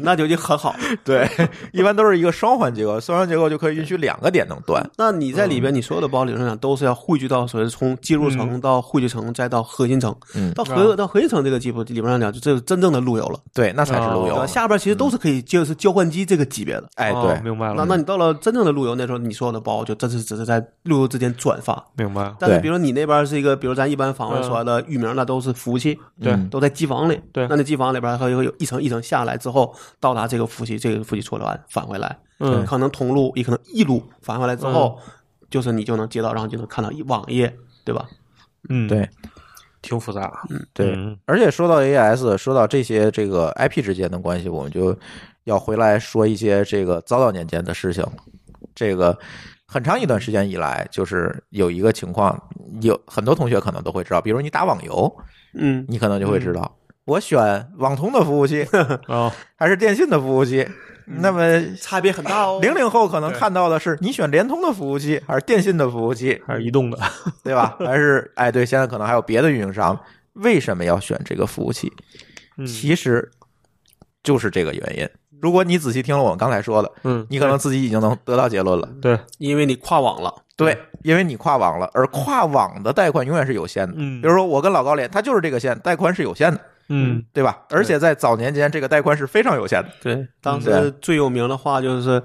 Speaker 2: 那就已经很好。
Speaker 1: 对，一般都是一个双环结构，双环结构就可以允许两个点能断。
Speaker 2: 那你在里边，
Speaker 1: 嗯
Speaker 2: 你所有的包理论上都是要汇聚到所谓从技术层到汇聚层再到核心层，
Speaker 1: 嗯
Speaker 2: 到核到核心层这个级别，理论上讲，就这是真正的路由了。
Speaker 1: 对，那才是路
Speaker 2: 对
Speaker 1: 由
Speaker 2: 吧？。哦下边其实都是可以就是交换机这个级别的。
Speaker 1: 哎，
Speaker 3: 哦
Speaker 1: 对，
Speaker 3: 明白
Speaker 2: 那
Speaker 3: 了，
Speaker 2: 那你到了真正的路由，那时候你所有的包就真是只是在路由之间转发。
Speaker 3: 明白了，
Speaker 2: 但是
Speaker 1: 对
Speaker 2: 比如你那边是一个，比如咱一般访问
Speaker 3: 嗯
Speaker 2: 说的域名，那都是服务器，
Speaker 3: 对
Speaker 1: 嗯
Speaker 2: 都在机房里。
Speaker 3: 对
Speaker 2: 那那机房里边还会有一层一层下来之后，到达这个服务器，这个服务器出来完返回来，
Speaker 3: 嗯
Speaker 2: 可能同路也可能异路返回来之后，
Speaker 1: 嗯
Speaker 2: 就是你就能接到，然后就能看到一网页，对吧？
Speaker 3: 嗯，
Speaker 1: 对，
Speaker 3: 挺复杂，
Speaker 1: 对，
Speaker 3: 嗯
Speaker 1: 而且说到 AES，说到这些这个 IP 之间的关系，我们就要回来说一些这个早早年间的事情了。这个很长一段时间以来，就是有一个情况，有很多同学可能都会知道，比如你打网游，
Speaker 2: 嗯，
Speaker 1: 你可能就会知道，我选网通的服务器
Speaker 3: 啊，
Speaker 1: 还是电信的服务器。那么
Speaker 2: 差别很大哦
Speaker 1: 零零后可能看到的是，你选联通的服务器还是电信的服务器？
Speaker 3: 还是移动的，
Speaker 1: 对吧？还是哎，对，现在可能还有别的运营商，为什么要选这个服务器？
Speaker 3: 嗯
Speaker 1: 其实就是这个原因。如果你仔细听了我们刚才说的，
Speaker 3: 嗯，
Speaker 1: 你可能自己已经能得到结论了。
Speaker 3: 对，
Speaker 2: 因为你跨网了，
Speaker 1: 对，因为你跨网了，而跨网的带宽永远是有限的。
Speaker 3: 嗯
Speaker 1: 比如说我跟老高连，他就是这个线，带宽是有限的，
Speaker 3: 嗯，
Speaker 1: 对吧？而且在早年间，这个带宽是非常有限的。
Speaker 2: 对，当
Speaker 1: 嗯对
Speaker 2: 时最有名的话就是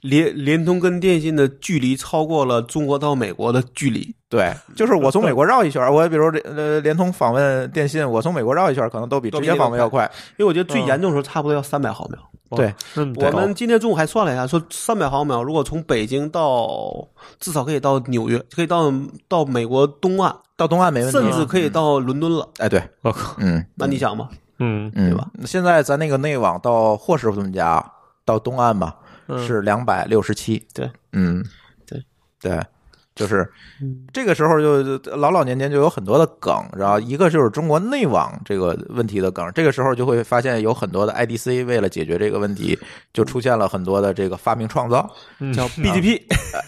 Speaker 2: 联联通跟电信的距离超过了中国到美国的距离。
Speaker 1: 对，就是我从美国绕一圈，我比如呃联通访问电信，我从美国绕一圈，可能都比直接访问要快。
Speaker 2: 因为我觉得最
Speaker 3: 嗯
Speaker 2: 严重的时候差不多要三百毫秒。
Speaker 3: 哇
Speaker 1: 对，
Speaker 3: 哦那么
Speaker 2: 我
Speaker 3: 高
Speaker 2: 们今天中午还算了一下，说三百毫秒，如果从北京到至少可以到纽约，可以到到美国东岸，
Speaker 1: 到东岸没问题，嗯
Speaker 2: 甚至可以到伦敦了。
Speaker 1: 哎，对，
Speaker 3: 我靠，
Speaker 1: 嗯，
Speaker 2: 那你想吧，
Speaker 3: 嗯
Speaker 1: 嗯，
Speaker 2: 对吧？
Speaker 1: 现在咱那个内网到霍师傅他们家到东岸吧，
Speaker 3: 嗯
Speaker 1: 是两百六十七。
Speaker 2: 对，
Speaker 1: 嗯，
Speaker 2: 对
Speaker 1: 对，就是
Speaker 3: 嗯
Speaker 1: 这个时候就老老年间就有很多的梗，然后一个就是中国内网这个问题的梗，这个时候就会发现有很多的 IDC 为了解决这个问题，就出现了很多的这个发明创造。
Speaker 3: 嗯
Speaker 2: 叫 BGP，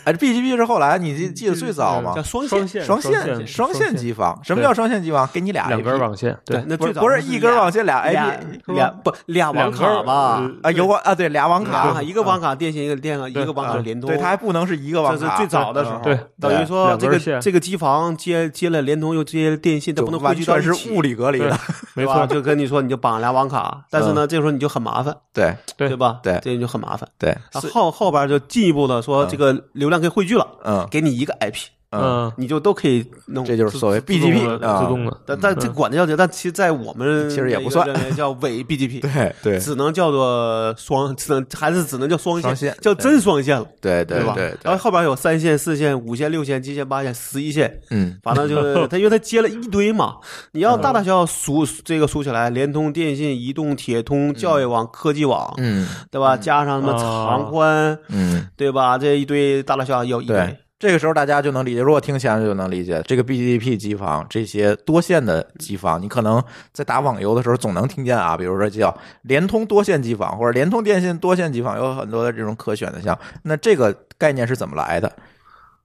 Speaker 1: 哎，BGP 是后来你记记得最早吗
Speaker 2: 叫？双
Speaker 3: 双
Speaker 2: 线。
Speaker 3: 线
Speaker 1: 双
Speaker 3: 线啊
Speaker 1: 双
Speaker 3: 线
Speaker 1: 线机房，什么叫双线机房？给你俩
Speaker 3: 两根
Speaker 1: IP
Speaker 3: 网线，
Speaker 2: 对，那
Speaker 1: 不
Speaker 2: 最
Speaker 1: 是
Speaker 2: 早
Speaker 1: 不是
Speaker 2: 是
Speaker 1: 一根网线俩
Speaker 2: 俩
Speaker 1: IP
Speaker 2: 俩不俩网卡吧？
Speaker 3: 两根儿嗯呃
Speaker 1: 啊，有网啊，对，俩网
Speaker 2: 俩
Speaker 1: 卡
Speaker 2: 网卡，，一个网卡电信，一个电一
Speaker 3: 对
Speaker 2: 个网卡
Speaker 3: 啊
Speaker 2: 联通。
Speaker 1: 对，它还不能是一个网
Speaker 2: 这
Speaker 1: 卡，嗯
Speaker 2: 是最早的时候，
Speaker 3: 对
Speaker 2: 等于说
Speaker 3: 两
Speaker 2: 这
Speaker 3: 根
Speaker 2: 个
Speaker 3: 线
Speaker 2: 这个机房接接了联通，又接了电信，这
Speaker 1: 就
Speaker 2: 不能
Speaker 1: 完
Speaker 2: 汇聚到
Speaker 1: 全
Speaker 2: 一
Speaker 1: 是
Speaker 2: 起
Speaker 1: 物理隔离的，
Speaker 3: 没
Speaker 2: 对吧
Speaker 3: 错，嗯
Speaker 2: 就跟你说你就绑俩网卡，但是呢，这时候你就很麻烦，
Speaker 1: 对
Speaker 3: 对
Speaker 2: 对吧？
Speaker 1: 对嗯
Speaker 2: 这就很麻烦。
Speaker 1: 对，
Speaker 2: 啊后后边就进一步的说，这个流量可以汇聚了，
Speaker 1: 嗯
Speaker 2: 给你一个 IP，
Speaker 1: 嗯，
Speaker 3: 嗯，
Speaker 2: 你就都可以弄。
Speaker 1: 这就是所谓
Speaker 3: 自动
Speaker 1: BGP
Speaker 3: 的
Speaker 1: 啊，
Speaker 3: 自动的，
Speaker 2: 但但这管的要紧，但其实，在我们
Speaker 1: 其实也不算
Speaker 2: 认为叫伪 BGP，
Speaker 1: 对对
Speaker 2: 只能叫做双， 只能还是只能叫双
Speaker 1: 双
Speaker 2: 线
Speaker 1: 线，
Speaker 2: 叫真双线了。
Speaker 1: 对
Speaker 2: 对吧？
Speaker 1: 对
Speaker 2: 然
Speaker 1: 对
Speaker 2: 后，后边有三线、四线、五线、六线、七线、八线、十一线，
Speaker 1: 嗯
Speaker 2: 反正就是 它，因为它接了一堆嘛。你要大大小小数这个数起来，联通、电信、移动、铁通、教育网、科技网，
Speaker 1: 嗯
Speaker 2: 对吧？加上什么
Speaker 3: 啊
Speaker 2: 长宽，
Speaker 1: 嗯，
Speaker 2: 对吧？这一堆大大小小有一
Speaker 1: 对
Speaker 2: 堆。。
Speaker 1: 这个时候大家就能理解，如果听前面就能理解，这个 BGP 机房这些多线的机房，你可能在打网游的时候总能听见啊，比如说叫联通多线机房或者联通电信多线机房，有很多的这种可选的项。那这个概念是怎么来的？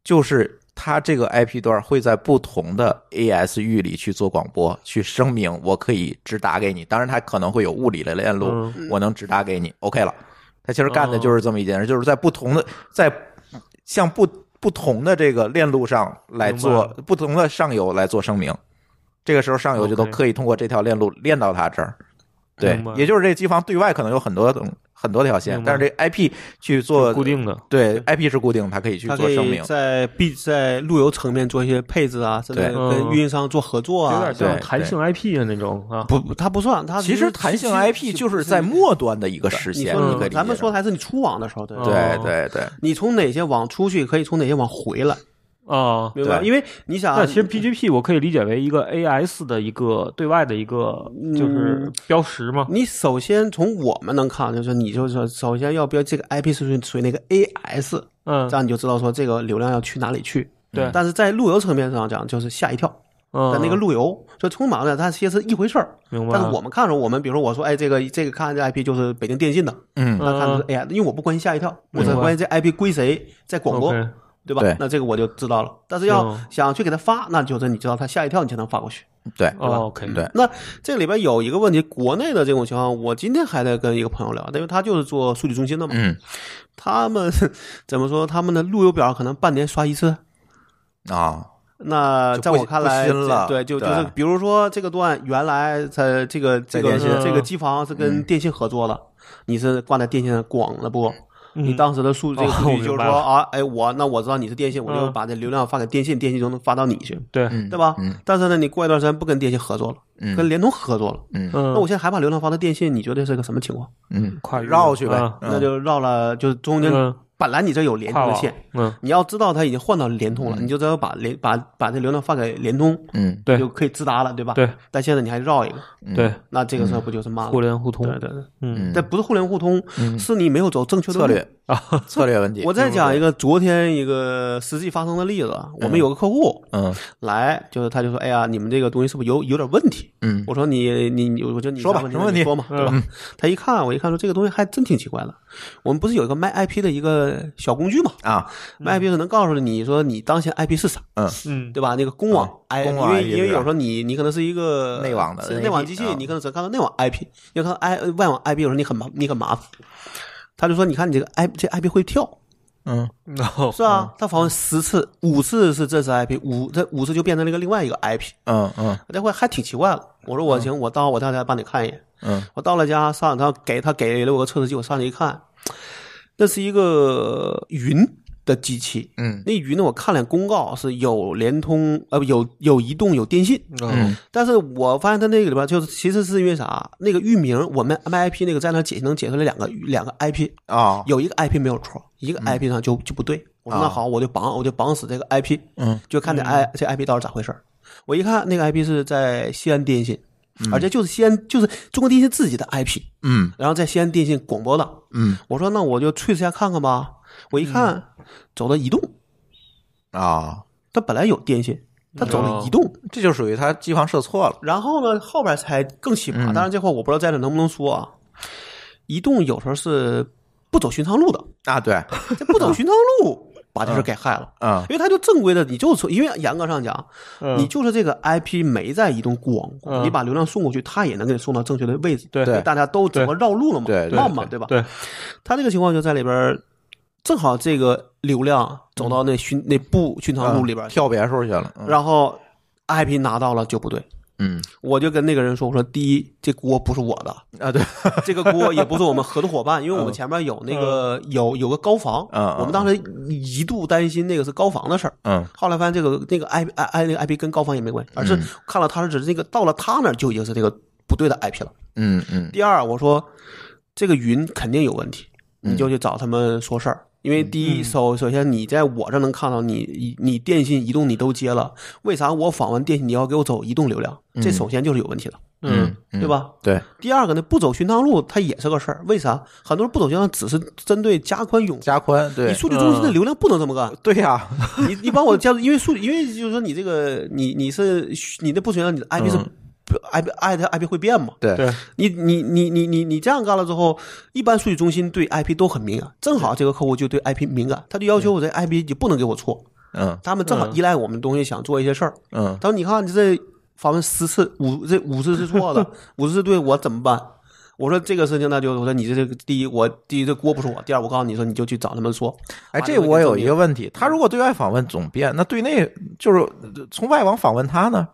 Speaker 1: 就是它这个 IP 段会在不同的 AS 域里去做广播，去声明我可以直达给你。当然，它可能会有物理的链路，
Speaker 3: 嗯
Speaker 1: 我能直达给你，OK 了。它其实干的就是这么一件事，就是在不同的在向不不同的这个链路上来做
Speaker 3: 明白
Speaker 1: 不同的上游来做声明。这个时候上游就都
Speaker 3: OK
Speaker 1: 可以通过这条链路链到它这儿。对
Speaker 3: 明白，
Speaker 1: 也就是这机房对外可能有很多种很多条线，
Speaker 3: 明白
Speaker 1: 但是这 IP 去做
Speaker 3: 固定的，
Speaker 1: 对 IP 是固定，它可以去
Speaker 2: 它
Speaker 1: 做
Speaker 2: 可
Speaker 1: 声
Speaker 2: 以
Speaker 1: 明。嗯
Speaker 2: 在 B 在路由层面做一些配置啊，甚至
Speaker 1: 对
Speaker 2: 跟运营商做合作
Speaker 3: 有
Speaker 2: 啊
Speaker 3: 点。像
Speaker 1: 对
Speaker 3: 弹性 IP 的那种啊，
Speaker 2: 不，不它不算，它
Speaker 1: 其实弹性 IP 就是在末端的一个实
Speaker 2: 你
Speaker 1: 现，
Speaker 2: 说
Speaker 1: 你可以
Speaker 2: 你
Speaker 1: 理
Speaker 2: 咱
Speaker 1: 解
Speaker 2: 们
Speaker 1: 成
Speaker 2: 说的还是你出网的时候，对吧
Speaker 3: 哦
Speaker 1: 对对对，
Speaker 2: 你从哪些网出去，可以从哪些网回来，
Speaker 3: 啊，
Speaker 2: 明白？
Speaker 1: 对
Speaker 2: 因为你想啊，
Speaker 3: 那其实 BGP 我可以理解为一个 AS 的一个对外的一个就是标识嘛，
Speaker 2: 你首先从我们能看，就是你就是说首先要标这个 IP 是属于属于那个 AS，
Speaker 3: 嗯
Speaker 2: 这，样你就知道说这个流量要去哪里去。
Speaker 3: 对，
Speaker 2: 但是在路由层面上讲，就是吓一跳，
Speaker 3: 嗯嗯
Speaker 2: 但那个路由，所以从马上讲，它其实是一回事儿。
Speaker 3: 明白
Speaker 2: 但
Speaker 3: 了，
Speaker 2: 是我们看的时候，我们比如说我说，哎，这个这个看这 IP 就是北京电信的，
Speaker 1: 嗯
Speaker 2: 那看的是哎
Speaker 3: 嗯
Speaker 2: AI，因为我不关心吓一跳，我
Speaker 3: 明白
Speaker 2: 只关心这 IP 归谁，在广播
Speaker 3: OK，哦
Speaker 2: 对吧？
Speaker 1: 对
Speaker 2: 那这个我就知道了。但是要
Speaker 3: 嗯
Speaker 2: 想去给他发，那就是你知道他吓一跳，你才能发过去。
Speaker 1: 对，嗯
Speaker 3: 哦，OK，
Speaker 1: 对
Speaker 2: 那这里边有一个问题，国内的这种情况，我今天还在跟一个朋友聊，因为他就是做数据中心的嘛，
Speaker 1: 嗯
Speaker 2: 他们怎么说，他们的路由表可能半年刷一次。
Speaker 1: 啊，
Speaker 2: 那
Speaker 1: 就
Speaker 2: 在
Speaker 1: 不
Speaker 2: 我看来，
Speaker 1: 不新了
Speaker 2: 对，就就
Speaker 1: 对
Speaker 2: 是比如说这个段原来在这个这个
Speaker 1: 在电嗯
Speaker 3: 信
Speaker 2: 这个机房是跟电信合作的，你是挂在电信上广的播。你
Speaker 3: 嗯
Speaker 2: 当时的数这个
Speaker 3: 哦我
Speaker 2: 数据
Speaker 3: 明
Speaker 2: 就是
Speaker 3: 白
Speaker 2: 说
Speaker 3: 了
Speaker 2: 啊，哎，我那我知道你是电信，我就
Speaker 3: 嗯
Speaker 2: 把这流量发给电信，电信就能发到你去，
Speaker 3: 对，
Speaker 1: 嗯
Speaker 2: 对吧？
Speaker 1: 嗯
Speaker 2: 但是呢，你过一段时间不跟电信合作了，
Speaker 1: 嗯
Speaker 2: 跟联通合作了，
Speaker 1: 嗯
Speaker 3: 嗯，
Speaker 2: 那我现在还把流量发到电信，你觉得是个什么情况？
Speaker 1: 嗯，
Speaker 3: 跨越
Speaker 1: 绕去呗
Speaker 3: 嗯，
Speaker 1: 嗯
Speaker 2: 那就绕了，就是中间
Speaker 3: 嗯
Speaker 2: 本来你这有联
Speaker 3: 跨
Speaker 2: 通的
Speaker 3: 网
Speaker 2: 线，，
Speaker 3: 嗯，
Speaker 2: 你要知道它已经换到联通了，你就只要把联把把这流量发给联通，
Speaker 1: 嗯
Speaker 3: 对
Speaker 2: 就可以直达了，对吧？
Speaker 3: 对。
Speaker 2: 但现在你还绕一个，
Speaker 3: 对，
Speaker 2: 那这个事儿不就是慢
Speaker 3: 互
Speaker 2: 了？
Speaker 3: 联互通，
Speaker 2: 对对对，
Speaker 1: 嗯
Speaker 3: 嗯
Speaker 2: 但不是互联互通，是你没有走正确的
Speaker 1: 策
Speaker 2: 路
Speaker 1: 略啊，策略问题。
Speaker 2: 我再讲一个昨天一个实际发生的例子，啊我们有个客户
Speaker 1: 嗯
Speaker 2: 来，就是他就说：“哎呀，你们这个东西是不是有有点问题？”
Speaker 1: 嗯
Speaker 2: 我说你你你，我觉得你
Speaker 1: 说吧
Speaker 2: 啥
Speaker 1: 什么问题嗯
Speaker 2: 你说嘛，对吧？他一看，我一看说这个东西还真挺奇怪的。我们不是有一个卖 IP 的一个小工具嘛？
Speaker 1: 啊
Speaker 2: 卖 IP 是能告诉你说你当前 IP 是啥，
Speaker 1: 嗯
Speaker 3: 嗯，
Speaker 2: 对吧？那个公网 I，
Speaker 1: 公
Speaker 2: 因
Speaker 1: 网
Speaker 2: 为
Speaker 1: IP
Speaker 2: 因为
Speaker 1: 是吧
Speaker 2: 有时候你你可能是一个
Speaker 1: 内网的
Speaker 2: 是
Speaker 1: NAP
Speaker 2: 内网机器
Speaker 1: 啊，
Speaker 2: 你可能只能看到内网 IP，你要看到 I 呃外网 IP，有时候你很麻你很麻烦。他就说：“你看你这个 I 这 IP 会跳，
Speaker 1: 嗯
Speaker 3: 然后
Speaker 2: 是啊，他访问十次，五次是这是 IP，五这五次就变成了一个另外一个 IP，
Speaker 1: 嗯嗯
Speaker 2: 那会还挺奇怪了。我说我行，我到我到家帮你看一眼。
Speaker 1: 嗯
Speaker 2: 我到了家，上他给他给了我个测试机，我上去一看，那是一个云的机器。
Speaker 1: 嗯
Speaker 2: 那云呢，我看了公告是有联通，呃，不有有移动，有电信。
Speaker 1: 嗯
Speaker 2: 但是我发现它那个里边就是其实是因为啥？那个域名我们 MIP 那个在那解能解出来两个两个 IP，
Speaker 1: 啊
Speaker 2: 有一个 IP 没有错，一个 IP 上就、就不对。我说
Speaker 1: 嗯啊
Speaker 2: 那好，我就绑，我就绑死这个 IP，
Speaker 1: 嗯
Speaker 2: 就看这 I、这 IP 到底咋回事儿。我一看那个 IP 是在西安电信，而且就是西安就是中国电信自己的 IP，
Speaker 1: 嗯
Speaker 2: 然后在西安电信广播的。
Speaker 1: 嗯
Speaker 2: 我说那我就 trace 一下看看吧。我一看，走的移动，
Speaker 1: 啊，
Speaker 2: 它本来有电信，它走了移动。
Speaker 1: 这就属于他机房设错了。
Speaker 2: 然后呢，后边才更奇葩。当然这块我不知道在这能不能说啊。移动有时候是不走寻常路的，
Speaker 1: 啊，对，
Speaker 2: 这不走寻常路把这事儿给害了。
Speaker 1: 嗯
Speaker 2: 因为它就正规的，你就是从因为严格上讲，
Speaker 3: 嗯
Speaker 2: 你就是这个 IP 没在移动广播，
Speaker 3: 嗯
Speaker 2: 你把流量送过去，它也能给你送到正确的位置。
Speaker 3: 对
Speaker 2: 所以大家都怎么绕路了嘛，
Speaker 1: 对对
Speaker 2: 慢嘛，对吧？
Speaker 3: 对，
Speaker 2: 它这个情况就在里边儿，正好这个流量走
Speaker 1: 嗯
Speaker 2: 到那寻那不寻常路里边儿去，
Speaker 1: 跳别墅去了。
Speaker 2: 然后 IP 拿到了就不对。
Speaker 1: 嗯
Speaker 2: 我就跟那个人说：“我说，第一，这锅不是我的，
Speaker 1: 啊，对，
Speaker 2: 这个锅也不是我们合作伙伴，因为我们前面有那个有有个高房，
Speaker 1: 嗯嗯
Speaker 2: 我们当时一度担心那个是高房的事儿，
Speaker 1: 嗯
Speaker 2: 后来发现这个那个 I I I 那个 IP 跟高方也没关系，而是看了他是指这个到了他那儿就已经是这个不对的 IP 了。
Speaker 1: 嗯嗯
Speaker 2: 第二，我说这个云肯定有问题，你就去找他们说事儿。因为第一，首首先你在我这能看到你你你电信、移动你都接了，为啥我访问电信你要给我走移动流量？这首先就是有问题了，
Speaker 3: 嗯，
Speaker 2: 对吧？
Speaker 1: 对，
Speaker 2: 第二个呢，不走寻常路它也是个事儿，为啥？很多人不走寻常，只是针对加宽永。
Speaker 1: 加宽，
Speaker 2: 你
Speaker 1: 对，
Speaker 2: 数据中心的流量不能这么干，
Speaker 1: 对呀，
Speaker 2: 你你把我加入，因为数，因为就是说你这个你你是你的不寻常，你的 IP 是。不 IP I 的 IP 会变嘛？
Speaker 1: 对
Speaker 3: 对，
Speaker 2: 你你你你你你这样干了之后，一般数据中心对 IP 都很敏感，正好这个客户就对 IP 敏感，他就要求我这 IP 就不能给我错，
Speaker 1: 嗯
Speaker 2: 他们正好依赖我们东西想做一些事儿，
Speaker 1: 嗯
Speaker 2: 他说：“你看你这访问十次，五这五次是错的，五次是对，我怎么办？”我说这个事情，那就我说你这个第一，我第一这锅不是我，第二我告诉你说你就去找他们说。
Speaker 1: 哎，
Speaker 2: 把
Speaker 1: 这
Speaker 2: 个给
Speaker 1: 我有
Speaker 2: 证
Speaker 1: 一
Speaker 2: 明
Speaker 1: 个问题，他如果对外访问总变，那对内就是呃从外网访问他呢，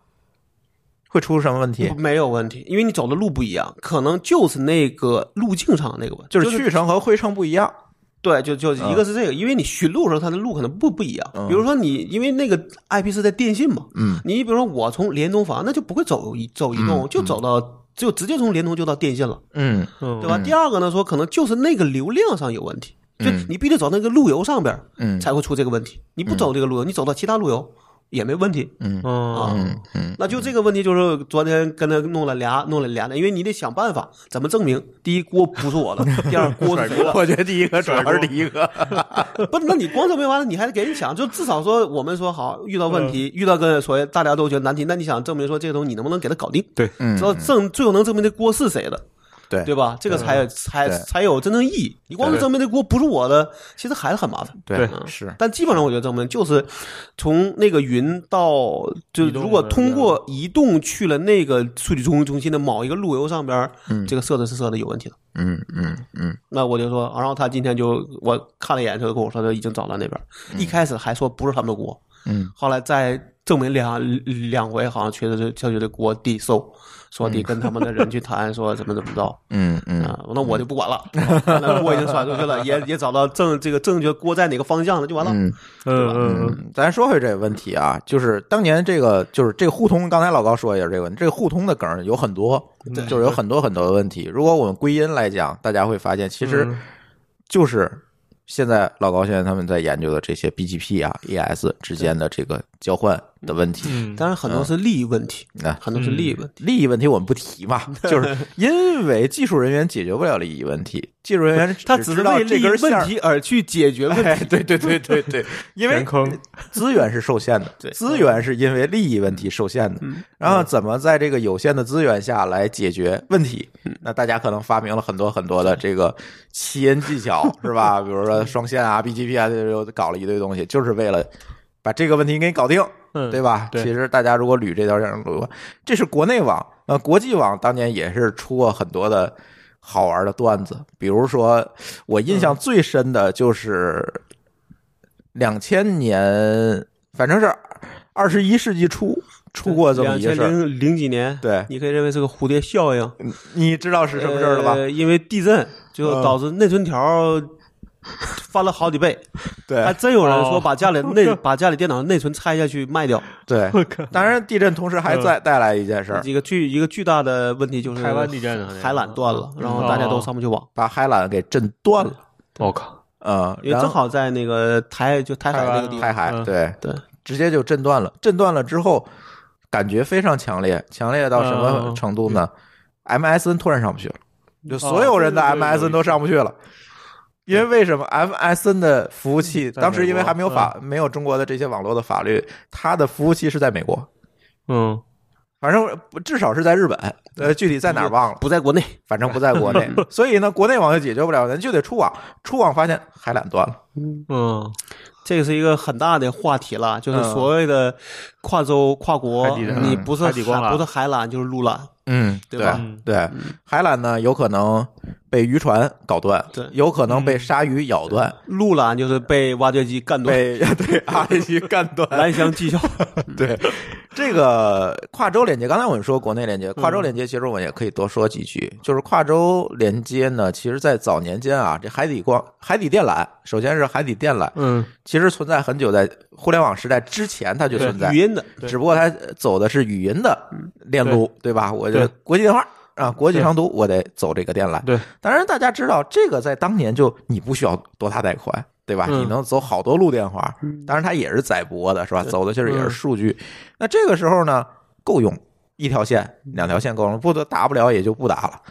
Speaker 1: 会出什么问题？
Speaker 2: 没有问题，因为你走的路不一样，可能就是那个路径上那个问题，
Speaker 1: 就是去程和回程不一样。
Speaker 2: 对，就就
Speaker 1: 嗯
Speaker 2: 一个是这个，因为你寻路的时候，它的路可能不不一样。比如说你，因为那个 IP 是在电信嘛，
Speaker 1: 嗯，
Speaker 2: 你比如说我从联通房，那就不会走一走移动，就走到就直接从联通就到电信了。
Speaker 1: 嗯
Speaker 3: 嗯，
Speaker 2: 对吧？第二个呢，说可能就是那个流量上有问题，就你必须走那个路由上边儿
Speaker 1: 嗯
Speaker 2: 才会出这个问题。你不走这个路由，你走到其他路由也没问题
Speaker 1: 嗯
Speaker 2: 啊
Speaker 3: 嗯，。
Speaker 1: 嗯
Speaker 2: 那就这个问题，就是昨天跟他弄了俩，弄了俩的，因为你得想办法怎么证明：第一，锅不是我的； 第二，锅是谁的？
Speaker 1: 我觉得第一个主要是第一个，
Speaker 2: 不是，那你光证明完了，你还得给人讲，就至少说我们说好，遇到问
Speaker 1: 嗯
Speaker 2: 题，遇到个所谓大家都觉得难题，那你想证明说这个东西你能不能给他搞定？
Speaker 3: 对
Speaker 1: 嗯
Speaker 2: 只要证最后能证明这锅是谁的，
Speaker 1: 对
Speaker 2: 对吧？这个才有才
Speaker 1: 对
Speaker 2: 才有真正意义。你光是
Speaker 1: 对嗯
Speaker 2: 证明这锅不是我的，其实还是很麻烦。
Speaker 1: 对
Speaker 3: 对
Speaker 1: 是，
Speaker 2: 但基本上我觉得证明就是从那个云到，就
Speaker 3: 移动
Speaker 2: 如果
Speaker 3: 的
Speaker 2: 通过移动去了那个数据中心中心的某一个路由上边儿，
Speaker 1: 嗯
Speaker 2: 这个设置是设的有问题的。
Speaker 1: 嗯嗯嗯
Speaker 2: 那我就说，啊然后他今天就我看了一眼，他就跟我说他已经找到那边儿，一开始还说不是他们的锅，
Speaker 1: 嗯，
Speaker 2: 后来再证明两两回，好像确实是他觉得锅地受，说得跟他们的人去谈，说怎么怎么着。
Speaker 1: 嗯嗯，
Speaker 2: 啊，那我就不管了，那锅已经甩出去了，也也找到正这个正确锅在哪个方向了，就完了。
Speaker 1: 嗯
Speaker 3: 嗯嗯嗯，
Speaker 1: 嗯，咱说回这个问题啊，就是当年这个，就是这个互通，刚才老高说也是这个问题，这个互通的梗儿有很多，
Speaker 2: 嗯
Speaker 3: 对
Speaker 1: 就是有很多很多的问题。如果我们归因来讲，大家会发现，其实
Speaker 2: 嗯
Speaker 1: 就是现在老高现在他们在研究的这些 BGP 啊、ES 之间的这个交换的问题。
Speaker 3: 嗯，
Speaker 2: 当然，很多是利益问题，
Speaker 1: 啊
Speaker 2: 很多是利益问题。
Speaker 1: 利益问题我们不提嘛， 就是因为技术人员解决不了利益问题，技术人员
Speaker 2: 他
Speaker 1: 嗯只
Speaker 2: 只
Speaker 1: 知
Speaker 2: 是
Speaker 1: 道
Speaker 2: 为
Speaker 1: 这
Speaker 2: 利益
Speaker 1: 根线
Speaker 2: 问
Speaker 1: 儿。
Speaker 2: 题而去解决问题，
Speaker 1: 哎，对对对对 对，因为
Speaker 3: 填坑，
Speaker 1: 资源是受限的，
Speaker 2: 对嗯
Speaker 1: 资源是因为利益问题受限的。然后怎么在这个有限的资源下来解决问题？
Speaker 2: 嗯
Speaker 1: 那大家可能发明了很多很多的这个吸音技巧，是吧？比如说双线啊、BGP 啊，就搞了一堆东西，就是为了把这个问题给你搞定，
Speaker 3: 嗯
Speaker 1: 对吧？
Speaker 3: 对
Speaker 1: 其实大家如果捋这条线路，这是国内网，呃，国际网当年也是出过很多的好玩的段子，比如说我印象最深的就是两千年，反正是二十一世纪初出过这么
Speaker 2: 两
Speaker 1: 一个
Speaker 2: 千
Speaker 1: 事儿。
Speaker 2: 零零几年，
Speaker 1: 对
Speaker 2: 你可以认为是个蝴蝶效应，
Speaker 1: 你知道是什么事儿了吧？嗯
Speaker 2: 呃因为地震就导致内存条翻了好几倍，还
Speaker 1: 对
Speaker 2: 真有人说
Speaker 3: 哦
Speaker 2: 把家里 内把家里电脑的内存拆下去卖掉。
Speaker 1: 对，嗯当然地震同时还再带来一件事儿，
Speaker 2: 一个巨一个巨大的问题就是
Speaker 3: 台湾地震啊
Speaker 1: 嗯
Speaker 2: 海缆断了，然后大家
Speaker 1: 哦
Speaker 2: 都上不去网，
Speaker 1: 把海缆给震断了。
Speaker 3: 我靠，
Speaker 1: 嗯，
Speaker 2: 因为
Speaker 1: 然后
Speaker 2: 正好在那个台就台海那个地方。
Speaker 1: 台海
Speaker 3: 嗯
Speaker 1: 对
Speaker 2: 对，
Speaker 1: 直接就震断了。震断了之后，感觉非常强烈，强烈到什么程度呢？MSN 突然上不去了，就所有人的
Speaker 3: 嗯哦对对对
Speaker 1: MSN 都上不去了。因为为什么 MSN 的服务器
Speaker 3: 嗯在美国
Speaker 1: 当时因为还没有法没有中国的这些网络的法律，它的服务器是在美国，
Speaker 3: 嗯，
Speaker 1: 反正至少是在日本，呃，具体在哪儿忘了，
Speaker 2: 不在国内，
Speaker 1: 反正不在国 内。所以呢，国内网就解决不了，咱就得出网，出网发现海缆断了，
Speaker 3: 嗯，
Speaker 2: 这个是一个很大的话题了，就是
Speaker 1: 嗯
Speaker 2: 所谓的跨州、跨国
Speaker 3: 海底，的
Speaker 2: 你不是
Speaker 3: 海底光缆
Speaker 2: 海不是海缆就是陆缆，
Speaker 1: 嗯，
Speaker 2: 对吧
Speaker 3: 嗯
Speaker 1: 对，海缆呢有可能被渔船搞断，
Speaker 2: 对
Speaker 1: 有可能被鲨鱼咬断，
Speaker 2: 陆缆就是被挖掘机干断，
Speaker 1: 被 对阿里西干断。
Speaker 2: 蓝翔技校。
Speaker 1: 对，这个跨州连接，刚才我们说国内连接，跨州连接，其实我们也可以多说几句。就是跨州连接呢，其实在早年间啊，这海底光、海底电缆，首先是海底电缆，
Speaker 3: 嗯，
Speaker 1: 其实存在很久，在互联网时代之前它就 存在
Speaker 2: 语，音的，
Speaker 3: 对
Speaker 1: 只不过它走的是语音的链路，对吧？我就
Speaker 3: 对
Speaker 1: 国际电话啊，国际长途，我得走这个电缆。
Speaker 3: 对，
Speaker 1: 当然，大家知道这个在当年就你不需要多大带宽，对吧？
Speaker 3: 嗯
Speaker 1: 你能走好多路电话，当然它也是载波的，是
Speaker 3: 嗯
Speaker 1: 吧？走的其实也是数据。那这个时候呢，够用一条线、
Speaker 3: 嗯
Speaker 1: 两条线够用，不得打不了也就不打了。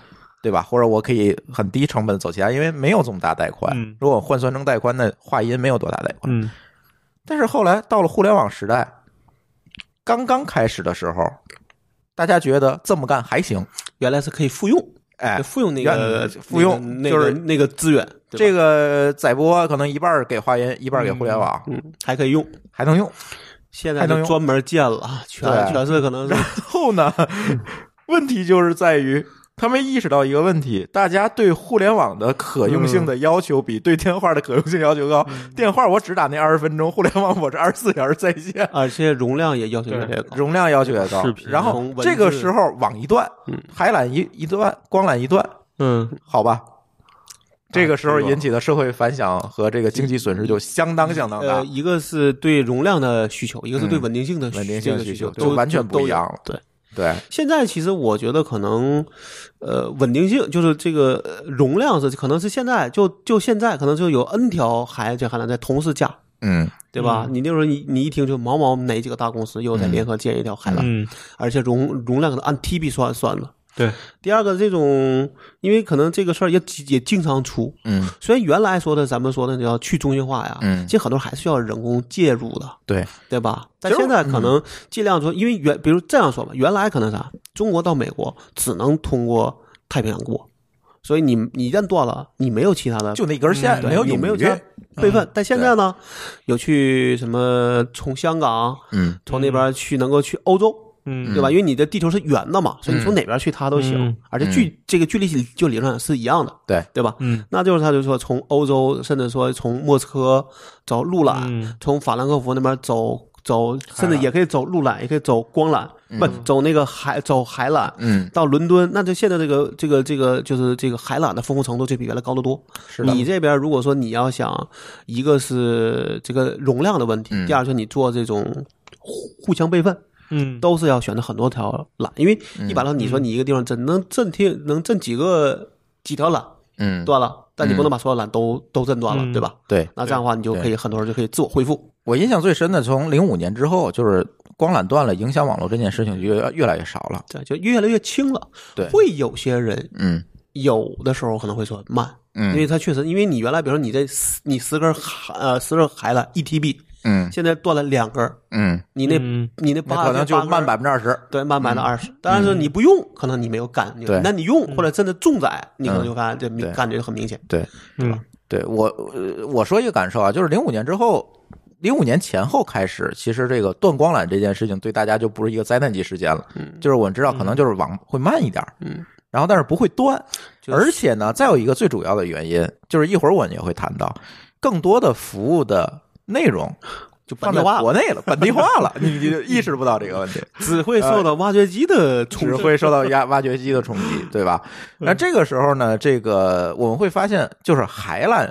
Speaker 1: 对吧？或者我可以很低成本地走其他，因为没有这么大带宽。
Speaker 3: 嗯
Speaker 1: 如果换算成带宽，那话音没有多大带宽。
Speaker 3: 嗯，
Speaker 1: 但是后来到了互联网时代，刚刚开始的时候，大家觉得这么干还行，
Speaker 2: 原来是可以复用，
Speaker 1: 哎
Speaker 2: 就，复用那个
Speaker 1: 原复用
Speaker 2: 那个
Speaker 1: 就是
Speaker 2: 那个资源，对吧
Speaker 1: 这个载波可能一半儿给花音，一半儿给互联网，
Speaker 2: 嗯还可以用。
Speaker 1: 还能用。
Speaker 2: 现在
Speaker 1: 还能
Speaker 2: 就
Speaker 1: 用
Speaker 2: 专门建了 啊，全
Speaker 1: 对
Speaker 2: 全是 可能是
Speaker 1: 然后呢，问题就是在于他们意识到一个问题：大家对互联网的可用性的要求比对电话的可用性要求高。电话我只打那二十分钟，互联网我是二十四小时在线。
Speaker 2: 而且容量也要求越来越 高。
Speaker 1: 容量要求也高
Speaker 3: 视，频
Speaker 1: 然后嗯
Speaker 2: 从文字
Speaker 1: 这个时候网一断，海缆一一断，光缆一断，
Speaker 3: 嗯，
Speaker 1: 好吧，啊这个时候
Speaker 3: 这个
Speaker 1: 引起的社会反响和这个经济损失就相当相当大
Speaker 2: 呃，，一个是对容量的需求，一个是对
Speaker 1: 嗯
Speaker 2: 稳定性的
Speaker 1: 稳定
Speaker 2: 这
Speaker 1: 性
Speaker 2: 个
Speaker 1: 需
Speaker 2: 需
Speaker 1: 求
Speaker 2: 都
Speaker 1: 就完全不一样
Speaker 2: 都有
Speaker 1: 了
Speaker 2: 对，
Speaker 1: 对，
Speaker 2: 现在其实我觉得可能，呃，稳定性就是这个呃容量是可能是现在就就现在可能就有 N 条海这海缆在同时架，
Speaker 1: 嗯
Speaker 2: 对吧？你那时候你你一听就毛毛哪几个大公司又在联合建一条海缆，
Speaker 3: 嗯，
Speaker 2: 而且容容量可能按 TB 算算的。
Speaker 3: 对，
Speaker 2: 第二个这种，因为可能这个事儿也也经常出，
Speaker 1: 嗯，
Speaker 2: 虽然原来说的咱们说的叫去中心化呀，
Speaker 1: 嗯
Speaker 2: 其实很多还是需要人工介入的，
Speaker 1: 对，
Speaker 2: 对吧？但
Speaker 1: 其实嗯
Speaker 2: 现在可能尽量说，因为原比如这样说吧，原来可能啥，中国到美国只能通过太平洋过，所以你你一旦断了，你没有其他的
Speaker 1: 就那一根线，
Speaker 2: 对
Speaker 1: 没有
Speaker 2: 你
Speaker 1: 冗
Speaker 2: 没有
Speaker 1: 余嗯
Speaker 2: 其他备份。但现在呢，有去什么从香港
Speaker 1: 嗯
Speaker 2: 从那边去能够去欧洲，
Speaker 3: 嗯
Speaker 2: 对吧？因为你的地球是圆的嘛，所以你从哪边去它都行，
Speaker 3: 嗯
Speaker 2: 而且距、这个距离就理论上是一样的，
Speaker 1: 对
Speaker 2: 对吧？
Speaker 3: 嗯
Speaker 2: 那就是他就说从欧洲，甚至说从莫斯科走陆缆，
Speaker 3: 嗯
Speaker 2: 从法兰克福那边走走，甚至也可以走陆缆，也可以走光缆，不走那个海走海缆。
Speaker 1: 嗯，
Speaker 2: 到伦敦，那就现在这个这个这个就是这个海缆的丰富程度就比原来高得多。
Speaker 1: 是的，
Speaker 2: 你这边如果说你要想，一个是这个容量的问题，
Speaker 1: 嗯
Speaker 2: 第二是你做这种互互相备份，
Speaker 3: 嗯，
Speaker 2: 都是要选择很多条缆，因为
Speaker 1: 嗯
Speaker 2: 一百条你说你一个地方真能震天能震几个几条缆
Speaker 1: 嗯，
Speaker 2: 断了，但你不能把所有缆都、都震断了，
Speaker 3: 嗯
Speaker 2: 对吧？
Speaker 1: 对
Speaker 2: 那这样的话，你就可以很多人就可以自我恢复。
Speaker 1: 我印象最深的，从零五年之后，就是光缆断了，影响网络这件事情就越越来越少了。
Speaker 2: 对，就越来越轻了。
Speaker 1: 对
Speaker 2: 会有些人
Speaker 1: 嗯
Speaker 2: 有的时候可能会说慢，因
Speaker 1: 嗯
Speaker 2: 为他确实，因为你原来比如说你这十你十根海呃十根海缆一 TB，
Speaker 1: 嗯
Speaker 2: 现在断了两根儿，
Speaker 1: 嗯，
Speaker 2: 你那、
Speaker 3: 嗯
Speaker 2: 你那
Speaker 1: 那
Speaker 2: 八
Speaker 1: 可能就
Speaker 2: 八根
Speaker 1: 慢
Speaker 2: 儿
Speaker 1: 百分之二十。
Speaker 2: 对，慢慢的二十，当然是你不用，可能你没有感觉
Speaker 1: 对；
Speaker 2: 那你用
Speaker 3: 嗯
Speaker 2: 或者真的重载，你可能
Speaker 1: 嗯
Speaker 2: 就发现这明
Speaker 1: 对
Speaker 2: 感觉就很明显。
Speaker 1: 对，
Speaker 3: 嗯
Speaker 1: 对我呃我说一个感受啊，就是零五年之后。零五年前后开始，其实这个断光缆这件事情对大家就不是一个灾难级事件了。
Speaker 2: 嗯
Speaker 1: 就是我们知道，可能就是网会慢一点，
Speaker 2: 嗯，
Speaker 1: 然后但是不会断。
Speaker 2: 就是
Speaker 1: 而且呢，再有一个最主要的原因，就是一会儿我们也会谈到，更多的服务的内容
Speaker 2: 就
Speaker 1: 放
Speaker 2: 本地
Speaker 1: 在
Speaker 2: 化
Speaker 1: 国内了，本地化了，你你就意识不到这个问题。
Speaker 2: 只会受到挖掘机的冲
Speaker 1: 呃只
Speaker 2: 击。
Speaker 1: 会受到压挖掘机的冲击，对吧？那这个时候呢，这个我们会发现，就是海缆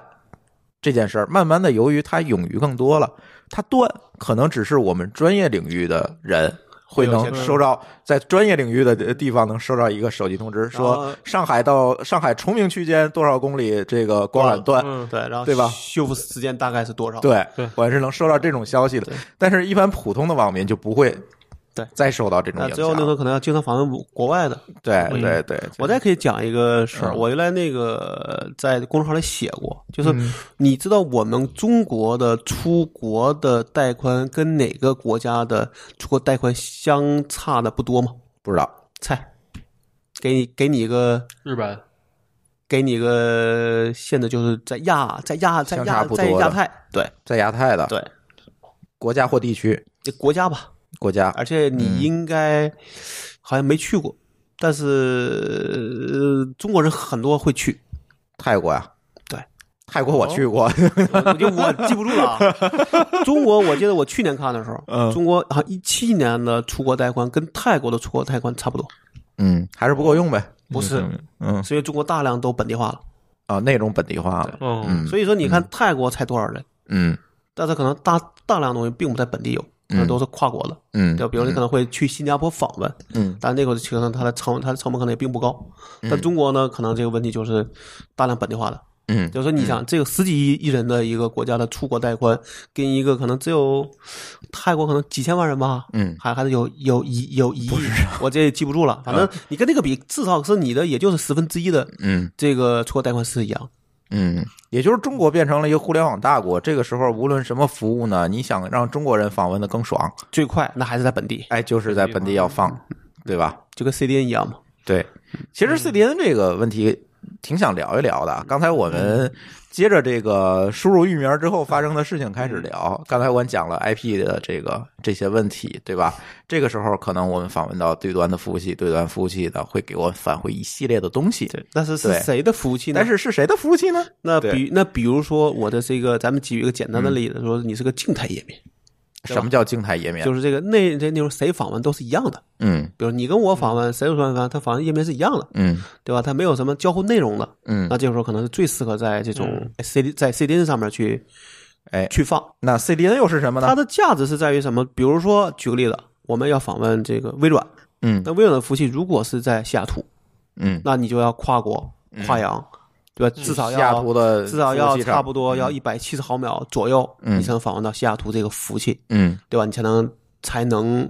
Speaker 1: 这件事儿，慢慢的由于它冗余更多了，它断可能只是我们专业领域的人。会能收到在专业领域的地方能收到一个手机通知，说上海到上海崇明区间多少公里这个光缆断，
Speaker 3: 嗯
Speaker 2: 对，然后
Speaker 1: 对吧
Speaker 2: 修复时间大概是多少？，
Speaker 1: 对
Speaker 3: 对，
Speaker 1: 我是能收到这种消息的。但是，一般普通的网民就不会
Speaker 2: 对
Speaker 1: 再受到这种
Speaker 2: 那
Speaker 1: 影
Speaker 2: 只有那
Speaker 1: 响。
Speaker 2: 个可能要经常访问国外的。
Speaker 1: 对对对，
Speaker 2: 嗯我再可以讲一个事儿，
Speaker 1: 嗯
Speaker 2: 我原来那个在公众号里写过，就是
Speaker 3: 嗯
Speaker 2: 你知道我们中国的出国的贷款跟哪个国家的出国贷款相差的不多吗？
Speaker 1: 不知道，
Speaker 2: 猜，给你给你一个
Speaker 3: 日本
Speaker 2: 给你一个限制，就是在亚在亚在
Speaker 1: 相差
Speaker 2: 亚
Speaker 1: 不
Speaker 2: 在
Speaker 1: 多的啊
Speaker 2: 亚太，对
Speaker 1: 在亚太的
Speaker 2: 对，
Speaker 1: 国家或地区，
Speaker 2: 这国家吧，
Speaker 1: 国家
Speaker 2: 而且
Speaker 1: 嗯
Speaker 2: 你应该好像没去过，但是、呃中国人很多会去，
Speaker 1: 泰国呀、
Speaker 2: 对，哦
Speaker 1: 泰国我去过，
Speaker 2: 我就我记不住了啊。 中国，我记得我去年看的时候，
Speaker 1: 嗯
Speaker 2: 中国好像一七年的出国贷款跟泰国的出国贷款差不多，
Speaker 1: 嗯，还是不够用呗，
Speaker 2: 不是，
Speaker 1: 嗯
Speaker 2: 是因为中国大量都本地化了，
Speaker 1: 啊，内容本地化了，
Speaker 3: 哦
Speaker 1: 嗯
Speaker 2: 所以说你看泰国才多少人，
Speaker 1: 嗯
Speaker 2: 但是可能大大量东西并不在本地有，可能都是跨国的。
Speaker 1: 嗯，
Speaker 2: 对，比如你可能会去新加坡访问，
Speaker 1: 嗯
Speaker 2: 但那个可能它的成它的成本可能也并不高。但中国呢，可能这个问题就是大量本地化的，
Speaker 1: 嗯
Speaker 2: 就是说你想这个十几亿亿人的一个国家的出国带宽，跟一个可能只有泰国可能几千万人吧，
Speaker 1: 嗯啊
Speaker 2: 还还是有有一有一亿，我这也记不住了，反正你跟那个比，至少是你的也就是十分之一的
Speaker 1: 嗯
Speaker 2: 这个出国带宽是一样，
Speaker 1: 嗯，也就是中国变成了一个互联网大国，这个时候无论什么服务呢，你想让中国人访问的更爽，
Speaker 2: 最快那还是在本地，
Speaker 1: 哎，就是在本地要放，
Speaker 2: 嗯
Speaker 1: 对吧？
Speaker 2: 就跟 CDN 一样嘛。
Speaker 1: 对，其实 CDN 这个问题挺想聊一聊的啊。刚才我
Speaker 2: 嗯
Speaker 1: 们接着这个输入域名之后发生的事情开始
Speaker 2: 嗯
Speaker 1: 聊。刚才我讲了 IP 的这个这些问题，对吧？这个时候可能我们访问到对端的服务器，对端服务器呢会给我返回一系列的东西。
Speaker 2: 对，但是是
Speaker 1: 对
Speaker 2: 谁的服务器呢？
Speaker 1: 但是是谁的服务器呢？
Speaker 2: 那
Speaker 1: 对嗯
Speaker 2: 比那比如说我的这个，咱们举一个简单的例子，说你是个静态页面，对吧
Speaker 1: 什么叫静态页面？
Speaker 2: 就是这个内这内容谁访问都是一样的。
Speaker 1: 嗯
Speaker 2: 比如你跟我访问，谁访问他访问页面是一样的，
Speaker 1: 嗯
Speaker 2: 对吧？他没有什么交互内容的，
Speaker 1: 嗯，
Speaker 2: 那这个时候可能是最适合在这种哎 C D 在 CDN 上面去
Speaker 1: 哎，
Speaker 2: 去放。
Speaker 1: 那 CDN 又是什么
Speaker 2: 它
Speaker 1: 呢？
Speaker 2: 的价值是在于什么？比如说举个例子，我们要访问这个微软，
Speaker 1: 嗯
Speaker 2: 那微软的服务器如果是在西雅图，
Speaker 1: 嗯，
Speaker 2: 那你就要跨国跨洋，对吧？至少
Speaker 1: 西雅
Speaker 2: 要
Speaker 1: 图的
Speaker 2: 至少要差不
Speaker 1: 多，
Speaker 2: 多要一百七十毫秒左右，
Speaker 1: 嗯
Speaker 2: 你才能访问到西雅图这个服务器，
Speaker 1: 嗯
Speaker 2: 对吧？你才能才能，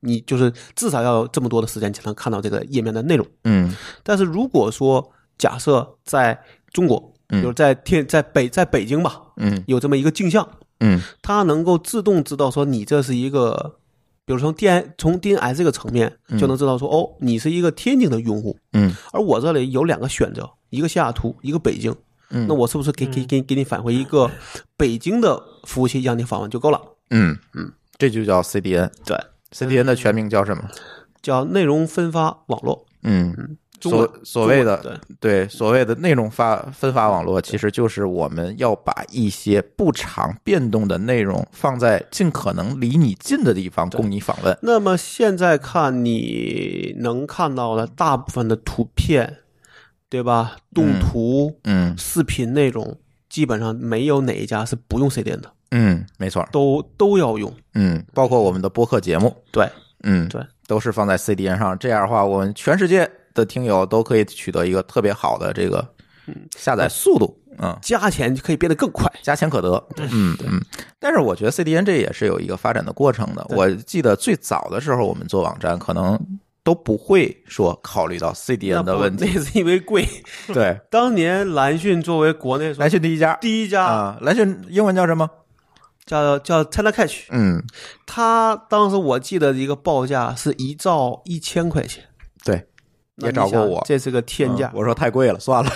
Speaker 2: 你就是至少要有这么多的时间才能看到这个页面的内容。
Speaker 1: 嗯
Speaker 2: 但是如果说假设在中国，比
Speaker 1: 嗯
Speaker 2: 如在天在北在北京吧，
Speaker 1: 嗯
Speaker 2: 有这么一个镜像，
Speaker 1: 嗯
Speaker 2: 它能够自动知道说你这是一个比如从 D I 从 D N S 这个层面就能知道说，哦，你是一个天津的用户，
Speaker 1: 嗯，
Speaker 2: 而我这里有两个选择，一个西雅图，一个北京，
Speaker 1: 嗯
Speaker 2: 那我是不是给给给给你返回一个北京的服务器让你访问就够了？
Speaker 1: 嗯
Speaker 2: 嗯，
Speaker 1: 这就叫 CDN。
Speaker 2: 对
Speaker 1: CDN 的全名叫什么？
Speaker 2: 叫内容分发网络，
Speaker 1: 嗯，
Speaker 2: 中文
Speaker 1: 所所谓的
Speaker 2: 中文
Speaker 1: 对，所谓的内容发分发网络，其实就是我们要把一些不常变动的内容放在尽可能离你近的地方供你访问。
Speaker 2: 那么现在看你能看到的大部分的图片，对吧？动图、
Speaker 1: 嗯
Speaker 2: 视频内容，基本上没有哪一家是不用 CDN 的，
Speaker 1: 嗯，没错。
Speaker 2: 都都要用。
Speaker 1: 嗯，包括我们的播客节目，
Speaker 2: 对，
Speaker 1: 嗯，
Speaker 2: 对，
Speaker 1: 都是放在 CDN 上。这样的话，我们全世界的听友都可以取得一个特别好的这个
Speaker 2: 嗯
Speaker 1: 下载速度。嗯，
Speaker 2: 加钱就可以变得更快。
Speaker 1: 加钱可得。嗯嗯，但是我觉得 CDN 这也是有一个发展的过程的。我记得最早的时候，我们做网站可能都不会说考虑到 CDN 的问题。
Speaker 2: 那是因为贵。
Speaker 1: 对，
Speaker 2: 当年蓝讯作为国内
Speaker 1: 蓝讯第一家
Speaker 2: 第一家
Speaker 1: 啊，蓝讯英文叫什么？
Speaker 2: 叫叫 China Catch，
Speaker 1: 嗯，
Speaker 2: 它当时我记得一个报价是一兆一千块钱，
Speaker 1: 对，
Speaker 2: 那
Speaker 1: 也
Speaker 2: 你
Speaker 1: 找过
Speaker 2: 想
Speaker 1: 我
Speaker 2: 这是个天价
Speaker 1: 嗯。我说太贵了，算了。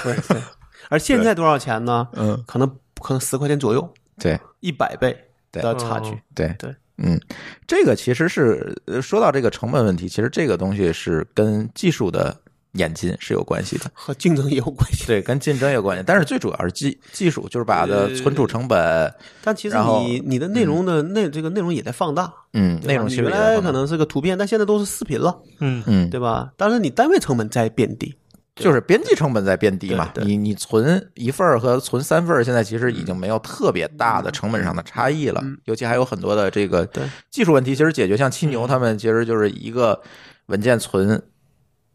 Speaker 2: 而现在多少钱呢？
Speaker 1: 嗯，
Speaker 2: 可能可能十块钱左右，
Speaker 1: 对
Speaker 2: 一百倍
Speaker 1: 对
Speaker 2: 的差距
Speaker 3: 嗯。
Speaker 1: 对
Speaker 2: 对。
Speaker 1: 嗯，这个其实是呃说到这个成本问题，其实这个东西是跟技术的演进是有关系 的，
Speaker 2: 和竞争也有关系。
Speaker 1: 对，跟竞争有关系。但是最主要是技技术，就是把的存
Speaker 2: 呃
Speaker 1: 储成本，
Speaker 2: 但其实
Speaker 1: 然后
Speaker 2: 你你的内容的内这个内容也在放大，
Speaker 1: 嗯，
Speaker 2: 对吧
Speaker 1: 内容
Speaker 2: 你
Speaker 1: 区别
Speaker 2: 原来可，能是个图片，但现在都是视频了，
Speaker 3: 嗯，
Speaker 1: 嗯，
Speaker 2: 对吧？但是你单位成本在变低，
Speaker 1: 就是编辑成本在变低嘛。
Speaker 2: 对对嗯
Speaker 1: 你你存一份儿和存三份儿，现在其实已经没有特别大的成本上的差异了。尤其还有很多的这个
Speaker 2: 对嗯
Speaker 1: 技术问题，其实解决像七牛他们其实就是一个文件存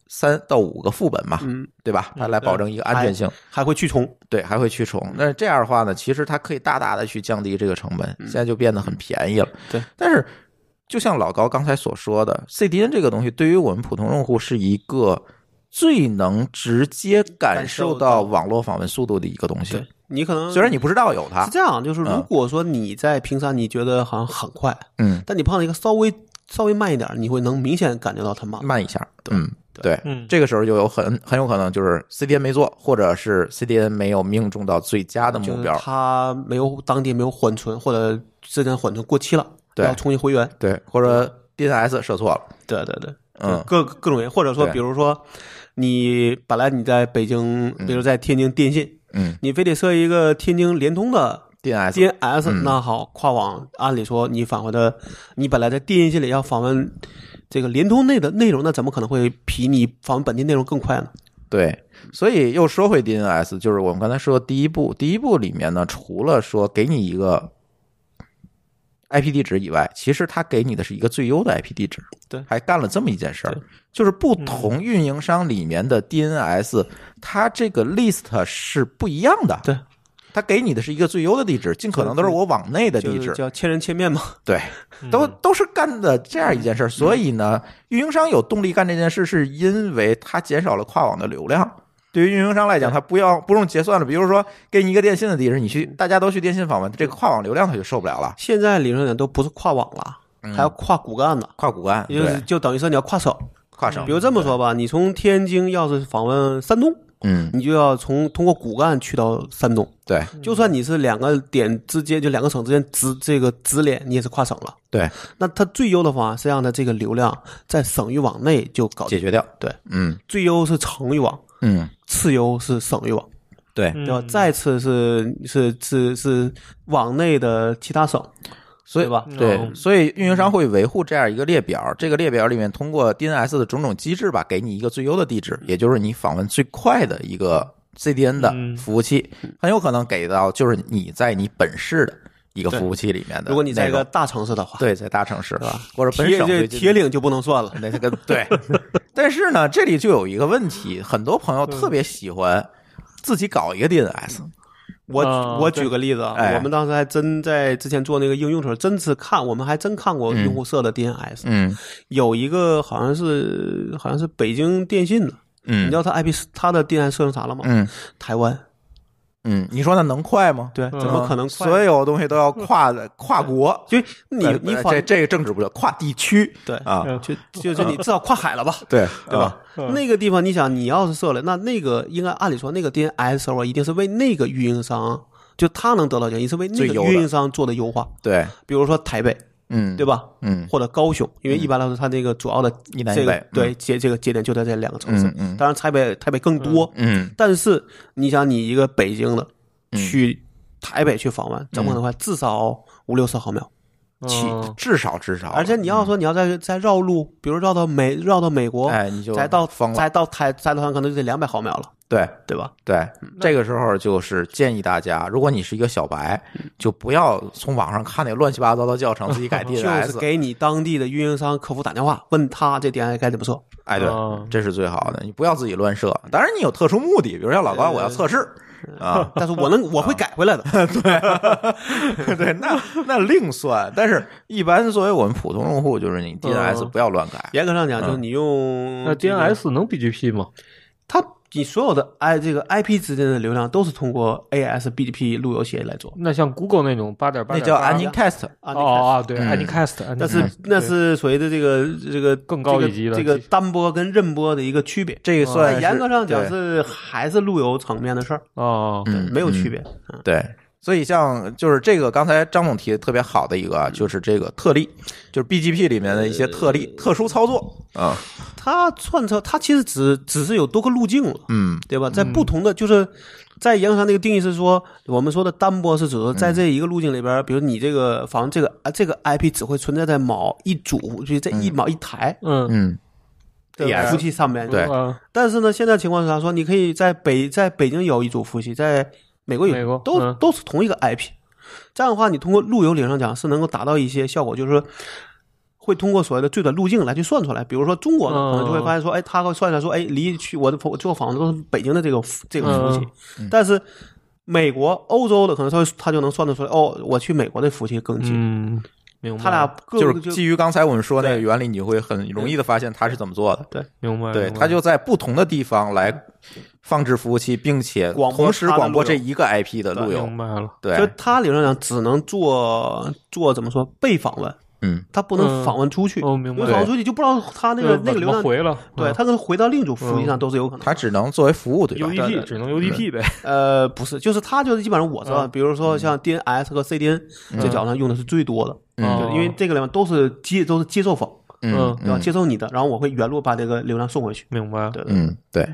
Speaker 1: 三到五个副本嘛，
Speaker 2: 嗯，
Speaker 1: 对吧？它来
Speaker 3: 对
Speaker 1: 保证一个安全性。
Speaker 2: 还会去重。
Speaker 1: 对，还会驱虫。那这样的话呢，其实它可以大大的去降低这个成本，现在就变得很便宜了。
Speaker 2: 嗯对，
Speaker 1: 但是就像老高刚才所说的，CDN 这个东西对于我们普通用户是一个最能直接感受到网络访问速度的一个东西
Speaker 2: 对。你可能
Speaker 1: 虽然你不知道有它
Speaker 2: 是，这样，就是如
Speaker 1: 嗯
Speaker 2: 果说你在平常你觉得好像很快，
Speaker 1: 嗯，
Speaker 2: 但你碰到一个稍微稍微慢一点，你会能明显感觉到它慢。
Speaker 1: 慢一下，嗯，
Speaker 2: 对
Speaker 1: 对，
Speaker 3: 嗯
Speaker 1: 这个时候就有很很有可能就是 CDN 没做，或者是 CDN 没有命中到最佳的
Speaker 2: 就
Speaker 1: 目
Speaker 2: 是
Speaker 1: 标。
Speaker 2: 它没有当地没有缓存，或者之前缓存过期了，
Speaker 1: 对
Speaker 2: 要重新回源。
Speaker 1: 对，或者 DNS 设错了，
Speaker 2: 对对对，
Speaker 1: 嗯
Speaker 2: 各各种原因，或者说
Speaker 1: 对
Speaker 2: 比如说你本来你在北京，比如在天津电信，
Speaker 1: 嗯
Speaker 2: 你非得设一个天津联通的
Speaker 1: ，DNS
Speaker 2: DNS，、那
Speaker 1: 嗯
Speaker 2: 好，跨网，按理说你访问的，你本来在电信里要访问这个联通内的内容，那怎么可能会比你访问本地内容更快呢？
Speaker 1: 对，所以又说回 DNS，就是我们刚才说的第一步，第一步里面呢，除了说给你一个 IP 地址以外，其实它给你的是一个最优的 IP 地址。
Speaker 2: 对
Speaker 1: 还干了这么一件事儿，就是不同运营商里面的 DNS，、它这个 list 是不一样的。
Speaker 2: 对，
Speaker 1: 它给你的是一个最优的地址，尽可能都是我往内的地
Speaker 2: 就是
Speaker 1: 址。
Speaker 2: 叫千人千面嘛。
Speaker 1: 对，
Speaker 3: 嗯
Speaker 1: 都都是干的这样一件事儿，所以呢，运营商有动力干这件事，是因为它减少了跨网的流量。对于运营商来讲，它不要不用结算了。嗯比如说，给你一个电信的地址，你去大家都去电信访问，这个跨网流量它就受不了了，
Speaker 2: 现在理论上都不是跨网了，
Speaker 1: 嗯
Speaker 2: 还要跨骨干呢，
Speaker 1: 跨骨干，
Speaker 2: 也就
Speaker 1: 嗯
Speaker 2: 是
Speaker 1: 对，嗯
Speaker 2: 就等于说你要跨省。
Speaker 1: 跨省
Speaker 2: 比，如这么说吧，你从天津要是访问山东，
Speaker 1: 嗯，
Speaker 2: 你就要从通过骨干去到山东。
Speaker 1: 对
Speaker 2: 就算你是两个点之间，就两个省之间直这个直连，你也是跨省了。
Speaker 1: 对，
Speaker 2: 那它最优的方案是让它这个流量在省域网内就搞
Speaker 1: 解
Speaker 2: 定。
Speaker 1: 决掉，
Speaker 2: 对，
Speaker 1: 嗯
Speaker 2: 最优是城域网，
Speaker 1: 嗯，
Speaker 2: 次优是省域网，
Speaker 1: 对，
Speaker 3: 嗯
Speaker 2: 对吧？再次是是是是网内的其他省，
Speaker 1: 所以
Speaker 2: 对吧？
Speaker 1: 对，
Speaker 3: 嗯
Speaker 1: 所以运营商会维护这样一个列表，这个列表里面通过 DNS 的种种机制吧，给你一个最优的地址，
Speaker 2: 嗯
Speaker 1: 也就是你访问最快的一个 CDN 的
Speaker 3: 嗯
Speaker 1: 服务器，很有可能给到就是你在你本市的一个服务器里面的。
Speaker 2: 如果你在
Speaker 1: 那
Speaker 2: 一个啊
Speaker 1: 种
Speaker 2: 大城市的话，
Speaker 1: 对在大城市
Speaker 2: 吧
Speaker 1: 或者本
Speaker 2: 铁
Speaker 1: 省
Speaker 2: 这
Speaker 1: 最近
Speaker 2: 铁岭就不能算了。
Speaker 1: 那这个对， 但是呢，这里就有一个问题，很多朋友
Speaker 2: 嗯
Speaker 1: 特别喜欢自己搞一个 DNS，
Speaker 2: 我
Speaker 3: 啊
Speaker 2: 我
Speaker 3: 对
Speaker 2: 举个例子啊，
Speaker 1: 嗯哎
Speaker 2: 我们当时还真在之前做那个应用的时候，真是看我们还真看过用户设的 DNS，、
Speaker 1: 嗯
Speaker 2: 有一个好像是好像是北京电信的，你
Speaker 1: 嗯
Speaker 2: 知道他 IP 他的 DNS 设成啥了吗？
Speaker 1: 嗯
Speaker 2: 台湾，
Speaker 1: 嗯，你说那能快吗？
Speaker 2: 对，
Speaker 3: 嗯
Speaker 2: 怎么可能快？
Speaker 1: 所有东西都要跨跨国，
Speaker 2: 就你
Speaker 1: 呃
Speaker 2: 你
Speaker 1: 呃
Speaker 2: 反
Speaker 1: 这这个政治不叫跨地区
Speaker 2: 对
Speaker 1: 啊，
Speaker 3: 嗯
Speaker 2: 就就 就你至少跨海了吧，
Speaker 1: 对啊
Speaker 2: 对吧？？
Speaker 3: 嗯
Speaker 2: 那个地方，你想，你要是设了，那那个应该按理说，那个 DNS server 一定是为那个运营商，就他能得到奖，也是为那
Speaker 1: 最优
Speaker 2: 个
Speaker 1: 的
Speaker 2: 运营商做的优化。
Speaker 1: 对，
Speaker 2: 比如说台北，
Speaker 1: 嗯，
Speaker 2: 对？吧？
Speaker 1: 嗯
Speaker 2: 或者高雄，因为一般来说，它那个主要的
Speaker 1: 一南一
Speaker 2: 这个
Speaker 1: 北嗯
Speaker 2: 对节这个节点就在这两个城市。
Speaker 1: 嗯嗯
Speaker 2: 当然，台北台北更多，
Speaker 1: 嗯，
Speaker 2: 但是你想，你一个北京的
Speaker 1: 嗯
Speaker 2: 去台北去访问，怎么可能快？至少五六十毫秒。
Speaker 1: 起
Speaker 3: 嗯
Speaker 1: 至少至少，嗯
Speaker 2: 而且你要说你要再再绕路，比如绕到美绕到美国，
Speaker 1: 哎，你就
Speaker 2: 才到
Speaker 1: 疯了，
Speaker 2: 才到台才到台湾可能就得两百毫秒了，
Speaker 1: 对。
Speaker 2: 对吧？
Speaker 1: 对，
Speaker 2: 嗯
Speaker 1: 这个时候就是建议大家，如果你是一个小白，
Speaker 2: 嗯
Speaker 1: 就不要从网上看那乱七八糟的教程，自己 改
Speaker 2: 就是
Speaker 1: DNS。
Speaker 2: 给你当地的运营商客服打电话，问他这 DNS 该怎么设。
Speaker 1: 哎，对
Speaker 3: 嗯，
Speaker 1: 这是最好的，你不要自己乱设。当然，你有特殊目的，比如像老高，我要测试啊，
Speaker 2: 但是 我能我会改回来的。
Speaker 1: 对，那那另算。但是，一般作为我们普通用户，就是你 DNS
Speaker 3: 嗯
Speaker 1: 不要乱改。
Speaker 2: 严格上讲，
Speaker 1: 嗯
Speaker 2: 就是你用
Speaker 3: 那
Speaker 2: 这个
Speaker 3: DNS 能 BGP 吗？
Speaker 2: 它你所有的 i 这个 IP 之间的流量都是通过 AS BGP 路由协议来做
Speaker 3: 那像 Google 那种八点八
Speaker 1: 那叫 a n i c a s t
Speaker 3: 哦
Speaker 2: 啊。那个
Speaker 3: 哦，对
Speaker 1: 嗯
Speaker 3: a n i c a s t
Speaker 2: 那是那是所谓的这个这个
Speaker 3: 更高一级的
Speaker 2: 这个这
Speaker 3: 技
Speaker 2: 个单波跟任波的一个区别。
Speaker 1: 这个算
Speaker 2: 在严格上讲
Speaker 1: 对
Speaker 2: 是还是路由层面的事儿，
Speaker 3: 哦，
Speaker 2: 对
Speaker 1: 嗯
Speaker 2: 没有
Speaker 1: 嗯
Speaker 2: 区别。嗯
Speaker 1: 对，所以像就是这个，刚才张总提的特别好的一个啊，就是这个特例，就是 BGP 里面的一些特例、特殊操作啊，
Speaker 2: 它串车，它其实只只是有多个路径了，
Speaker 1: 嗯
Speaker 2: 对吧？在不同的就是。在严格上，那个定义是说，我们说的单波是指说，
Speaker 1: 嗯
Speaker 2: 在这一个路径里边，比如你这个房这个啊这个 IP 只会存在在某一组，就是在一某一台
Speaker 3: 嗯，
Speaker 1: 嗯，
Speaker 2: 的
Speaker 1: Yes
Speaker 2: 服务器上面。
Speaker 1: 对
Speaker 3: 嗯
Speaker 2: 但是呢，现在情况是啥？说你可以在北在北京有一组服务器，在美国有
Speaker 3: 美国
Speaker 2: 都、
Speaker 3: 嗯
Speaker 2: 都是同一个 IP。这样的话，你通过路由理论上讲是能够达到一些效果，就是说会通过所谓的最短路径来去算出来。比如说中国呢，
Speaker 3: 嗯
Speaker 2: 可能就会发现说，哎，他会算出来说，哎，离去我的我做访问都是北京的这个服这个服务器，
Speaker 3: 嗯
Speaker 2: 但是美国、欧洲的可能稍微他就能算得出来，哦，我去美国的服务器更近。
Speaker 3: 嗯，明白，
Speaker 2: 他俩各
Speaker 1: 就是
Speaker 2: 就
Speaker 1: 基于刚才我们说那个原理，你会很容易的发现它是怎么做的。
Speaker 3: 明白，
Speaker 1: 对，
Speaker 3: 明白
Speaker 1: 它就在不同的地方来放置服务器，并且
Speaker 2: 广播
Speaker 1: 同时
Speaker 2: 它的
Speaker 1: 广播
Speaker 2: 路由嗯
Speaker 1: 这一个 IP 的路由
Speaker 3: 明。白了，
Speaker 1: 对
Speaker 2: 就，他理论上讲只能做做怎么说被访问，
Speaker 1: 嗯，
Speaker 2: 他不能访问出去，
Speaker 3: 哦，明
Speaker 2: 因为
Speaker 3: 白，
Speaker 2: 访问出去就不知道他那个
Speaker 3: 对
Speaker 2: 那个
Speaker 3: 怎
Speaker 2: 流
Speaker 3: 么
Speaker 2: 量，
Speaker 3: 回了，
Speaker 2: 对
Speaker 3: 嗯
Speaker 2: 他可能回到另一组服务器上都是有可能。
Speaker 1: 它只能作为服务，对吧？
Speaker 3: UDP 只能 UDP 呗，
Speaker 2: 呃，不是，就是他就是基本上我知
Speaker 1: 嗯
Speaker 2: 道，比如说像 DNS 和 CDN 这脚上用的是最多的，
Speaker 1: 嗯
Speaker 3: 哦
Speaker 2: 对因为这个里面都是接都是接受方，
Speaker 1: 嗯
Speaker 3: 嗯，
Speaker 2: 对吧？接受你的，然后我会原路把这个流量送回去。
Speaker 3: 明白，
Speaker 2: 对，对
Speaker 1: 嗯，对，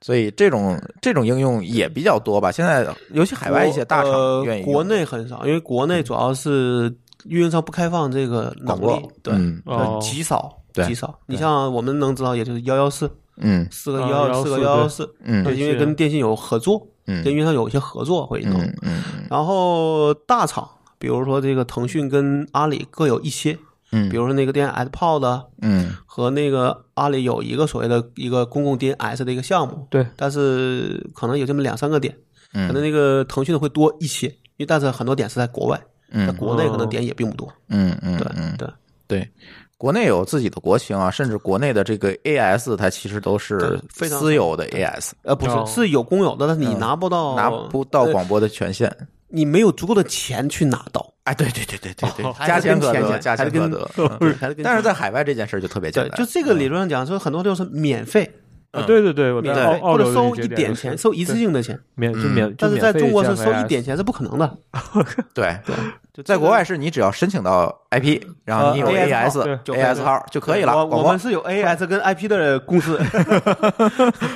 Speaker 1: 所以这种这种应用也比较多吧。现在尤其海外一些大
Speaker 2: 国
Speaker 1: 厂
Speaker 2: 呃
Speaker 1: 愿意用
Speaker 2: 国内很少，因为国内主要是运营商不开放这个能
Speaker 1: 广
Speaker 2: 力
Speaker 1: 播，，
Speaker 2: 对，
Speaker 1: 嗯
Speaker 3: 哦
Speaker 2: 对，极少，
Speaker 1: 对
Speaker 2: 极少。你像我们能知道，也就是幺幺四
Speaker 1: 嗯
Speaker 2: 四个
Speaker 3: 啊
Speaker 2: 幺四个幺幺四，
Speaker 1: 嗯
Speaker 2: 对因为跟电信有合作，
Speaker 1: 嗯
Speaker 2: 跟运营商有一些合作会弄。
Speaker 1: 嗯嗯
Speaker 2: 然后大厂，比如说这个腾讯跟阿里各有一些，
Speaker 1: 嗯
Speaker 2: 比如说那个 DNS Pod
Speaker 1: 嗯
Speaker 2: 和那个阿里有一个所谓的一个公共 DNS 的一个项目，
Speaker 3: 对，
Speaker 2: 但是可能有这么两三个点，可能
Speaker 1: 嗯
Speaker 2: 那个腾讯的会多一些，因为但是很多点是在国外，在
Speaker 1: 嗯
Speaker 2: 国内可能点也并不多。
Speaker 1: 嗯嗯，
Speaker 2: 对
Speaker 1: 嗯
Speaker 2: 对
Speaker 1: 对。国内有自己的国情啊，甚至国内的这个 AS，它其实都是
Speaker 2: 对哦非常
Speaker 1: 私有的 AS，
Speaker 2: 呃，不
Speaker 3: 哦
Speaker 2: 是，是有公有的，但是你拿不到，
Speaker 1: 嗯拿不到广播的权限。
Speaker 2: 你没有足够的钱去拿到，
Speaker 1: 哎，对对对对对对，
Speaker 3: 哦
Speaker 1: 加钱可
Speaker 2: 还是
Speaker 1: 得，
Speaker 2: 跟
Speaker 1: 加钱可得。嗯
Speaker 2: 对 还是跟
Speaker 1: 但是在海外这件事就特别简
Speaker 2: 对，
Speaker 1: 单，嗯
Speaker 2: 就这个理论上讲，说很多就是免费，
Speaker 3: 啊对对对，我
Speaker 2: 免
Speaker 3: 在
Speaker 2: 费
Speaker 3: 澳澳
Speaker 2: 或
Speaker 3: 洲
Speaker 2: 者收
Speaker 3: 这
Speaker 2: 一
Speaker 3: 点
Speaker 2: 点
Speaker 3: 就是
Speaker 2: 钱，收一次性的钱，
Speaker 3: 免就
Speaker 1: 嗯
Speaker 3: 免，
Speaker 2: 但是
Speaker 3: 就
Speaker 2: 在
Speaker 3: 免费
Speaker 2: 中国是
Speaker 3: 建
Speaker 2: 收
Speaker 3: VS
Speaker 2: 一点钱是不可能的。
Speaker 1: 对
Speaker 2: 对，就
Speaker 1: 在国外是嗯你只要申请到 IP，然后你有
Speaker 2: 呃
Speaker 1: AS
Speaker 3: AS
Speaker 2: 对
Speaker 1: AS 号就可以了。
Speaker 2: 我
Speaker 1: 广
Speaker 2: 我
Speaker 1: 播
Speaker 2: 们，是有 AS 跟 IP 的公 司，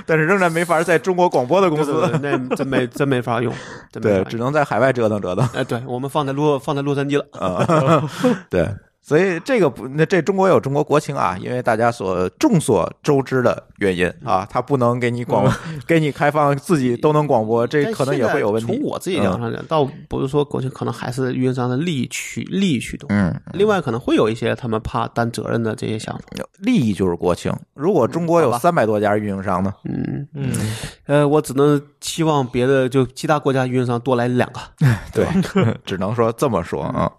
Speaker 1: 但是仍然没法在中国广播的公司，
Speaker 2: 对那真没真没法用，真 没
Speaker 1: 对，
Speaker 2: 法
Speaker 1: 只
Speaker 2: 用。
Speaker 1: 能在海外折腾折腾
Speaker 2: 哎，对我们放在洛放在洛杉矶了，
Speaker 1: 啊。 对，所以这个不，那这中国有中国国情啊，因为大家所众所周知的原因啊，它不能给你广播， 给你开放自己都能广播，这
Speaker 2: 但
Speaker 1: 可能也
Speaker 2: 现在
Speaker 1: 会有问
Speaker 2: 从
Speaker 1: 题。嗯
Speaker 2: 我自己角度上讲，倒不是说国情，可能还是运营商的利益驱利益驱动。
Speaker 1: 嗯，
Speaker 2: 另外，可能会有一些他们怕担责任的这些想法。
Speaker 1: 利益就是国情。如果中国有三百多家运营商呢？
Speaker 2: 嗯，
Speaker 3: 嗯，
Speaker 2: 呃，我只能期望别的就其他国家运营商多来两个。
Speaker 1: 对，只能说这么说啊。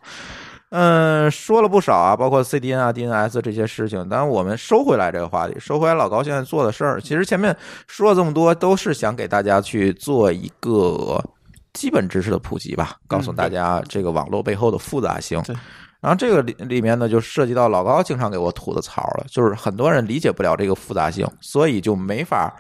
Speaker 1: 嗯，说了不少啊，包括 CDN 啊、DNS 这些事情。但我们收回来这个话题，收回来老高现在做的事儿。其实前面说了这么多，都是想给大家去做一个基本知识的普及吧，嗯告诉大家这个网络背后的复杂性。
Speaker 2: 对
Speaker 1: 然后这个里里面呢，就涉及到老高经常给我吐的槽了，就是很多人理解不了这个复杂性，所以就没法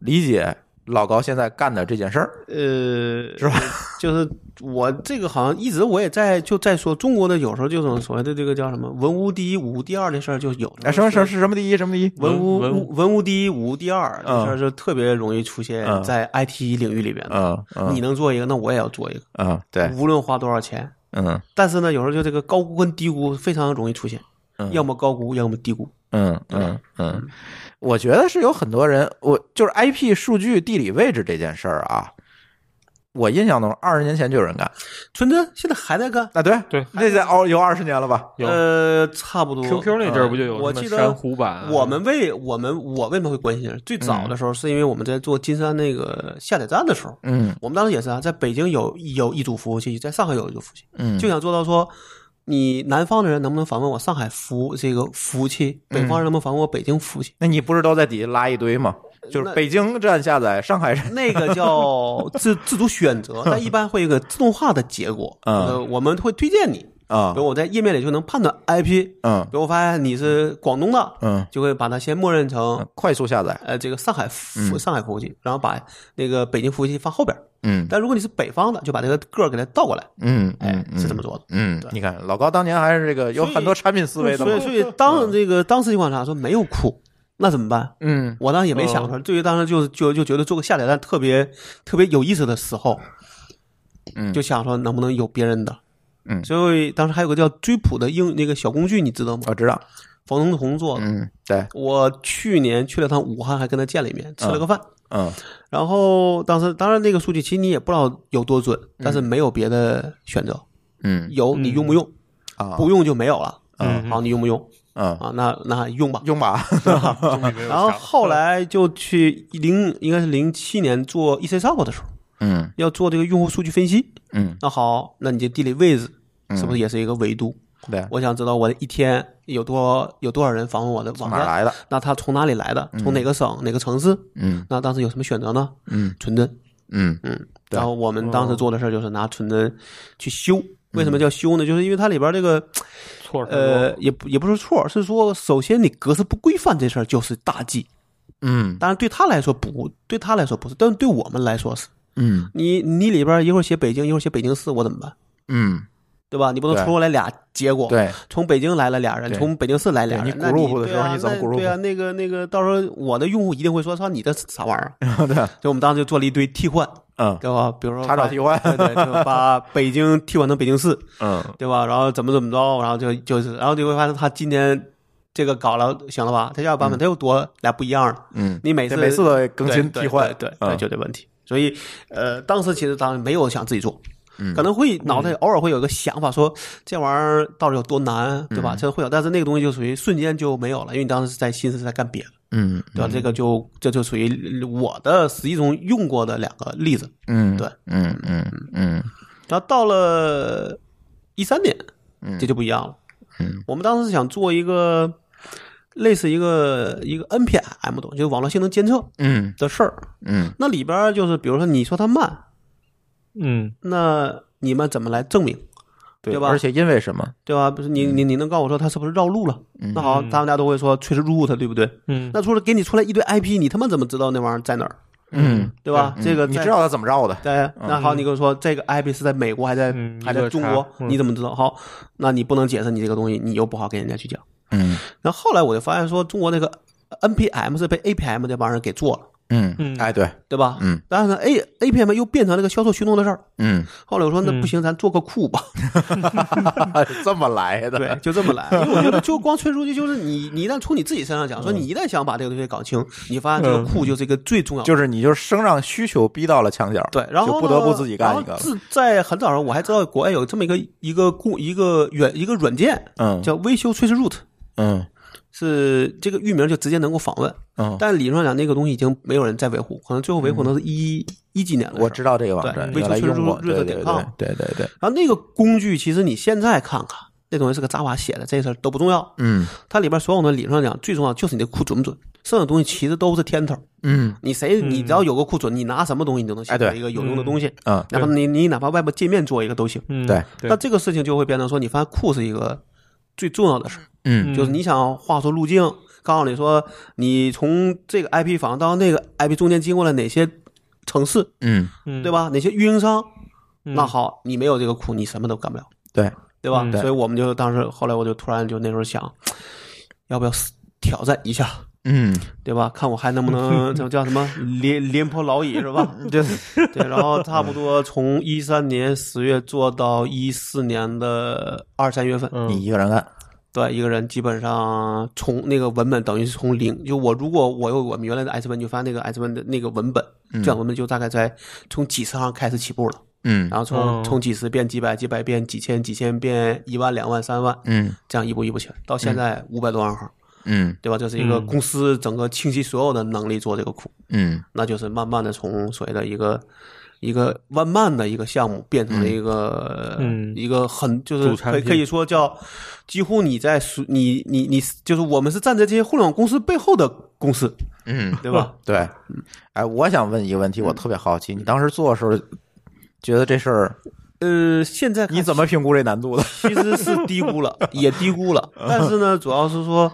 Speaker 1: 理解老高现在干的这件事儿。
Speaker 2: 呃，
Speaker 1: 是吧？
Speaker 2: 就是我这个好像一直我也在就在说，中国的有时候这种所谓的这个叫什么“文无第一，武无第二”的事儿就有。
Speaker 1: 哎，什么什么是什么第一，什么第一？
Speaker 2: 文无
Speaker 3: 文
Speaker 2: 文文无第一，武无第二，
Speaker 1: 嗯
Speaker 2: 这事儿是特别容易出现
Speaker 1: 嗯
Speaker 2: 在 IT 领域里边的。
Speaker 1: 嗯嗯
Speaker 2: 你能做一个，那我也要做一个，
Speaker 1: 嗯，
Speaker 3: 哎
Speaker 1: 对，
Speaker 2: 无论花多少钱。
Speaker 1: 嗯
Speaker 2: 但是呢，有时候就这个高估跟低估非常容易出现，
Speaker 1: 嗯
Speaker 2: 要么高估，要么低估。
Speaker 1: 嗯嗯嗯，我觉得是有很多人，我就是 IP 数据地理位置这件事儿啊，我印象中二十年前就有人干
Speaker 2: 村子现在还在干，
Speaker 1: 啊，对
Speaker 3: 对
Speaker 1: 那得熬有二十年了吧？
Speaker 3: 有
Speaker 2: 呃，差不多。
Speaker 3: QQ 那阵儿不就有
Speaker 2: 我
Speaker 3: 什么
Speaker 2: 记得
Speaker 3: 珊瑚版啊？
Speaker 2: 我们为我们我为什么会关心？最早的时候是因为我们在做金山那个下载站的时候，
Speaker 1: 嗯
Speaker 2: 我们当时也是啊，在北京有有一组服务器，在上海有一组服务器，
Speaker 1: 嗯，
Speaker 2: 就想做到说，你南方的人能不能访问我上海服务这个服务器，北方人能不能访问我北京服务器？
Speaker 1: 那你不是都在底下拉一堆吗？就是
Speaker 2: 呃那
Speaker 1: 北京站下载，上 海站，
Speaker 2: 那个叫自自主 选择，但一般会有一个自动化的结果。
Speaker 1: 嗯
Speaker 2: 呃，我们会推荐你，
Speaker 1: 啊
Speaker 2: 比如我在页面里就能判断 IP，
Speaker 1: 嗯
Speaker 2: 比如我发现你是广东的，
Speaker 1: 嗯，
Speaker 2: 就会把它先默认成
Speaker 1: 快速下载，
Speaker 2: 呃，这个上海服上海服务器，然后把那个北京服务器放后边儿。
Speaker 1: 嗯
Speaker 2: 但如果你是北方的，就把这个个儿给它倒过来，
Speaker 1: 嗯
Speaker 2: 哎
Speaker 1: 嗯，嗯
Speaker 2: 是这么做的。
Speaker 1: 嗯，你看老高当年还是这个有
Speaker 2: 所以
Speaker 1: 很多产品思维的嗯
Speaker 2: 所以，
Speaker 1: 嘛，
Speaker 2: 所以当这个当时情况下说没有库，那怎么办？
Speaker 1: 嗯
Speaker 2: 我当时也没想出来，对于当时就是就就觉得做个下载站特别特别有意思的时候，
Speaker 1: 嗯
Speaker 2: 就想说能不能有别人的。
Speaker 1: 嗯
Speaker 2: 所以当时还有个叫追谱的应那个小工具，你知道吗？
Speaker 1: 我知道，
Speaker 2: 冯同彤做的。
Speaker 1: 嗯，对，
Speaker 2: 我去年去了趟武汉，还跟他见了一面，吃了个饭。
Speaker 1: 嗯
Speaker 2: 然后当时当然那个数据其实你也不知道有多准，但是没有别的选择，
Speaker 1: 嗯
Speaker 2: 有你用不用，
Speaker 1: 啊，
Speaker 2: 不用就没有了。啊
Speaker 3: 嗯
Speaker 2: 好，你用不用
Speaker 1: 嗯，
Speaker 2: 啊？那那用吧。
Speaker 1: 用吧，
Speaker 3: 然
Speaker 2: 然后后来就去零应该是零七年做 EC s o c 的时候，
Speaker 1: 嗯
Speaker 2: 要做这个用户数据分析。
Speaker 1: 嗯，
Speaker 2: 那好，那你这地理位置是不是也是一个维度？
Speaker 1: 对，啊
Speaker 2: 我想知道我一天有多有多少人访问我的
Speaker 1: 从
Speaker 2: 网
Speaker 1: 哪儿
Speaker 2: 站，
Speaker 1: 来的？
Speaker 2: 那他从哪里来的？从哪个省、哪个城市？
Speaker 1: 嗯
Speaker 2: 那当时有什么选择呢？
Speaker 1: 嗯
Speaker 2: 纯真。
Speaker 1: 嗯
Speaker 2: 嗯，
Speaker 1: 对哦
Speaker 2: 然后我们当时做的事儿就是拿纯真去修。
Speaker 1: 嗯
Speaker 2: 为什么叫修呢？就是因为它里边这个
Speaker 3: 错是
Speaker 2: 呃，也不也不是错，是说首先你格式不规范这事儿就是大忌。
Speaker 1: 嗯
Speaker 2: 当然对他来说不，对他来说不是，但是对我们来说是。
Speaker 1: 嗯
Speaker 2: 你你里边一会儿写北京，一会儿写北京市，我怎么办？
Speaker 1: 嗯，
Speaker 2: 对吧？你不能
Speaker 1: 对
Speaker 2: 抽过来俩结果。
Speaker 1: 对，
Speaker 2: 从北京来了俩人，
Speaker 1: 对
Speaker 2: 从北京市来俩
Speaker 1: 对
Speaker 2: 人
Speaker 1: 你，
Speaker 2: 那
Speaker 1: group 的
Speaker 2: 对
Speaker 1: 时候
Speaker 2: 啊
Speaker 1: 你怎么
Speaker 2: 那
Speaker 1: group？
Speaker 2: 对啊，那个那个，到时候我的用户一定会说：“操，你的啥玩意 儿
Speaker 1: 对，？”啊
Speaker 2: 所以我们当时就做了一堆替换，
Speaker 1: 嗯，
Speaker 2: 对吧？比如说
Speaker 1: 查找
Speaker 2: 把
Speaker 1: 替换，
Speaker 2: 对对，就把北京替换成北京市，
Speaker 1: 嗯
Speaker 2: 对吧？然后怎么怎么着，然后就就是，然后你会发现他今天这个搞了行了吧？他下个版本他又多俩不一样了。
Speaker 1: 嗯，
Speaker 2: 你每次
Speaker 1: 得嗯每次都得更新
Speaker 2: 对
Speaker 1: 替换，
Speaker 2: 对对对
Speaker 1: 嗯
Speaker 2: 对就这问题。所以呃，当时其实当时没有想自己做。
Speaker 1: 嗯
Speaker 2: 可能会脑袋偶尔会有一个想法，说这玩意儿到底有多
Speaker 1: 嗯
Speaker 2: 难，对吧？这会有，但是那个东西就属于瞬间就没有了，因为你当时是在心思在干别的，
Speaker 1: 嗯
Speaker 2: 对吧？这个就这就属于我的实际中用过的两个例子。
Speaker 1: 嗯，
Speaker 2: 对，
Speaker 1: 嗯嗯嗯
Speaker 2: 然后到了一三年，这就不一样了。
Speaker 1: 嗯，
Speaker 2: 我们当时是想做一个类似一个一个 NPM 的东西，就是网络性能监测
Speaker 1: 嗯
Speaker 2: 的事儿。
Speaker 1: 嗯
Speaker 2: 那里边儿就是，比如说你说它慢，
Speaker 3: 嗯，
Speaker 2: 那你们怎么来证明，对吧
Speaker 1: 而且因为什么？
Speaker 2: 对吧？不是你你你能告诉我说它是不是绕路了？那好，大家都会说 trace route，对不对？
Speaker 3: 嗯，
Speaker 2: 那除了给你出来一堆 IP，你他妈怎么知道那玩意儿在哪儿？
Speaker 1: 嗯，
Speaker 2: 对吧？这个
Speaker 1: 你
Speaker 2: 在
Speaker 1: 知道他怎么绕的？
Speaker 2: 对，那好，你跟我说这个 IP 是在美国还在、
Speaker 3: 嗯
Speaker 2: 还
Speaker 3: 一
Speaker 2: 在
Speaker 3: 个
Speaker 2: 中
Speaker 3: 差
Speaker 2: 国，
Speaker 3: 嗯
Speaker 2: 你怎么知道？好，那你不能解释你这个东西，你又不好跟人家去讲。
Speaker 1: 嗯
Speaker 2: 然后后来我就发现说，中国那个 NPM 是被 APM 这帮人给做了，
Speaker 1: 嗯，
Speaker 3: 嗯
Speaker 1: 哎，对，
Speaker 2: 对吧？
Speaker 1: 嗯。
Speaker 2: 但是呢，A APM 又变成那个销售驱动的事儿。
Speaker 1: 嗯，
Speaker 2: 后来我说，那不行，咱做个库吧。
Speaker 1: 这么来的，
Speaker 2: 对，就这么来。因为我觉得，就光吹数据，就是你，你一旦从你自己身
Speaker 1: 嗯
Speaker 2: 上讲，说你一旦想把这个东西搞清，你发现这个库就是一个最重要的。
Speaker 1: 就是你就是生让需求逼到了墙角，
Speaker 2: 对，然后
Speaker 1: 就
Speaker 2: 呢
Speaker 1: 不得不自己干一个
Speaker 2: 然后
Speaker 1: 了。
Speaker 2: 自在很早的时候，我还知道国外有这么一个一个固一个软一个软件
Speaker 1: 嗯
Speaker 2: 叫微修 Trace Route，
Speaker 1: 嗯
Speaker 2: 是这个域名就直接能够访问。
Speaker 1: 嗯，
Speaker 2: 但理论上讲，那个东西已经没有人在维护，可能最后维护能是一一几年的。
Speaker 1: 我知。道这个网站
Speaker 2: 对
Speaker 1: 原来用过，
Speaker 2: 微
Speaker 1: 对对
Speaker 2: 信群
Speaker 1: 对
Speaker 2: 日子点
Speaker 1: 对对对，
Speaker 2: 然后那个工具，其实你现在看看，那东西是个 Java 写的，这事儿都不重要。
Speaker 1: 嗯
Speaker 2: 它里边所有的理论上讲，最重要就是你的库准不准。剩下的东西其实都是添头。
Speaker 1: 嗯
Speaker 2: 你谁
Speaker 3: 嗯
Speaker 2: 你只要有个库存，你拿什么东西你都能写
Speaker 1: 哎对
Speaker 2: 出一个有用的东西，
Speaker 1: 嗯
Speaker 2: 哪怕你你哪怕外部界面做一个都行。
Speaker 3: 嗯，
Speaker 1: 对
Speaker 3: 对
Speaker 2: 那，这个事情就会变成说，你发现库是一个最重要的事儿，
Speaker 1: 嗯
Speaker 2: 就是你想画出路径，告诉你说你从这个 IP 房到那个 IP 中间经过了哪些城市，
Speaker 1: 嗯，
Speaker 3: 嗯
Speaker 2: 对？吧？哪些运营商？
Speaker 3: 嗯
Speaker 2: 那好，你没有这个库，你什么都干不了，
Speaker 1: 对，
Speaker 2: 对吧？
Speaker 3: 嗯
Speaker 1: 对
Speaker 2: 所以我们就当时后来我就突然就那时候想，要不要挑战一下？
Speaker 1: 嗯，
Speaker 2: 对吧？看我还能不 能叫叫什么廉廉颇老矣是吧？ 对对，然后差不多从一三年十月做到一四年的二三月份，
Speaker 3: 嗯
Speaker 1: 你一个人干，
Speaker 2: 对，一个人基本上从那个文本等于是从零，就我如果我有我们原来的 S 文，就发现那个 S 文的那个文本，这样文本就大概在从几十行开始起步了，
Speaker 1: 嗯
Speaker 2: 然后
Speaker 3: 哦
Speaker 2: 从从几十变几百，几百变几千，几千变一万、两万、三万，
Speaker 1: 嗯
Speaker 2: 这样一步一步起来，到现在五百多万行，
Speaker 1: 嗯
Speaker 2: 对吧？这是一个
Speaker 3: 嗯
Speaker 2: 公司整个清晰所有的能力做这个库。
Speaker 1: 嗯
Speaker 2: 那就是慢慢的从所谓的一个一个慢慢的一个项目变成了一个、呃
Speaker 3: 嗯
Speaker 2: 一个很就
Speaker 3: 主
Speaker 2: 是
Speaker 3: 产
Speaker 2: 可以
Speaker 3: 品
Speaker 2: 可以说叫几乎你在属你你你就是我们是站在这些互联网公司背后的公司，
Speaker 1: 嗯，
Speaker 2: 对吧？
Speaker 1: 对，哎，我想问一个问题，
Speaker 2: 嗯
Speaker 1: 我特别好奇，你当时做的时候，觉得这事儿
Speaker 2: 呃，现在看
Speaker 1: 你怎么评估这难度的？
Speaker 2: 其实是低估 了，也低估了，但是呢，主要是说。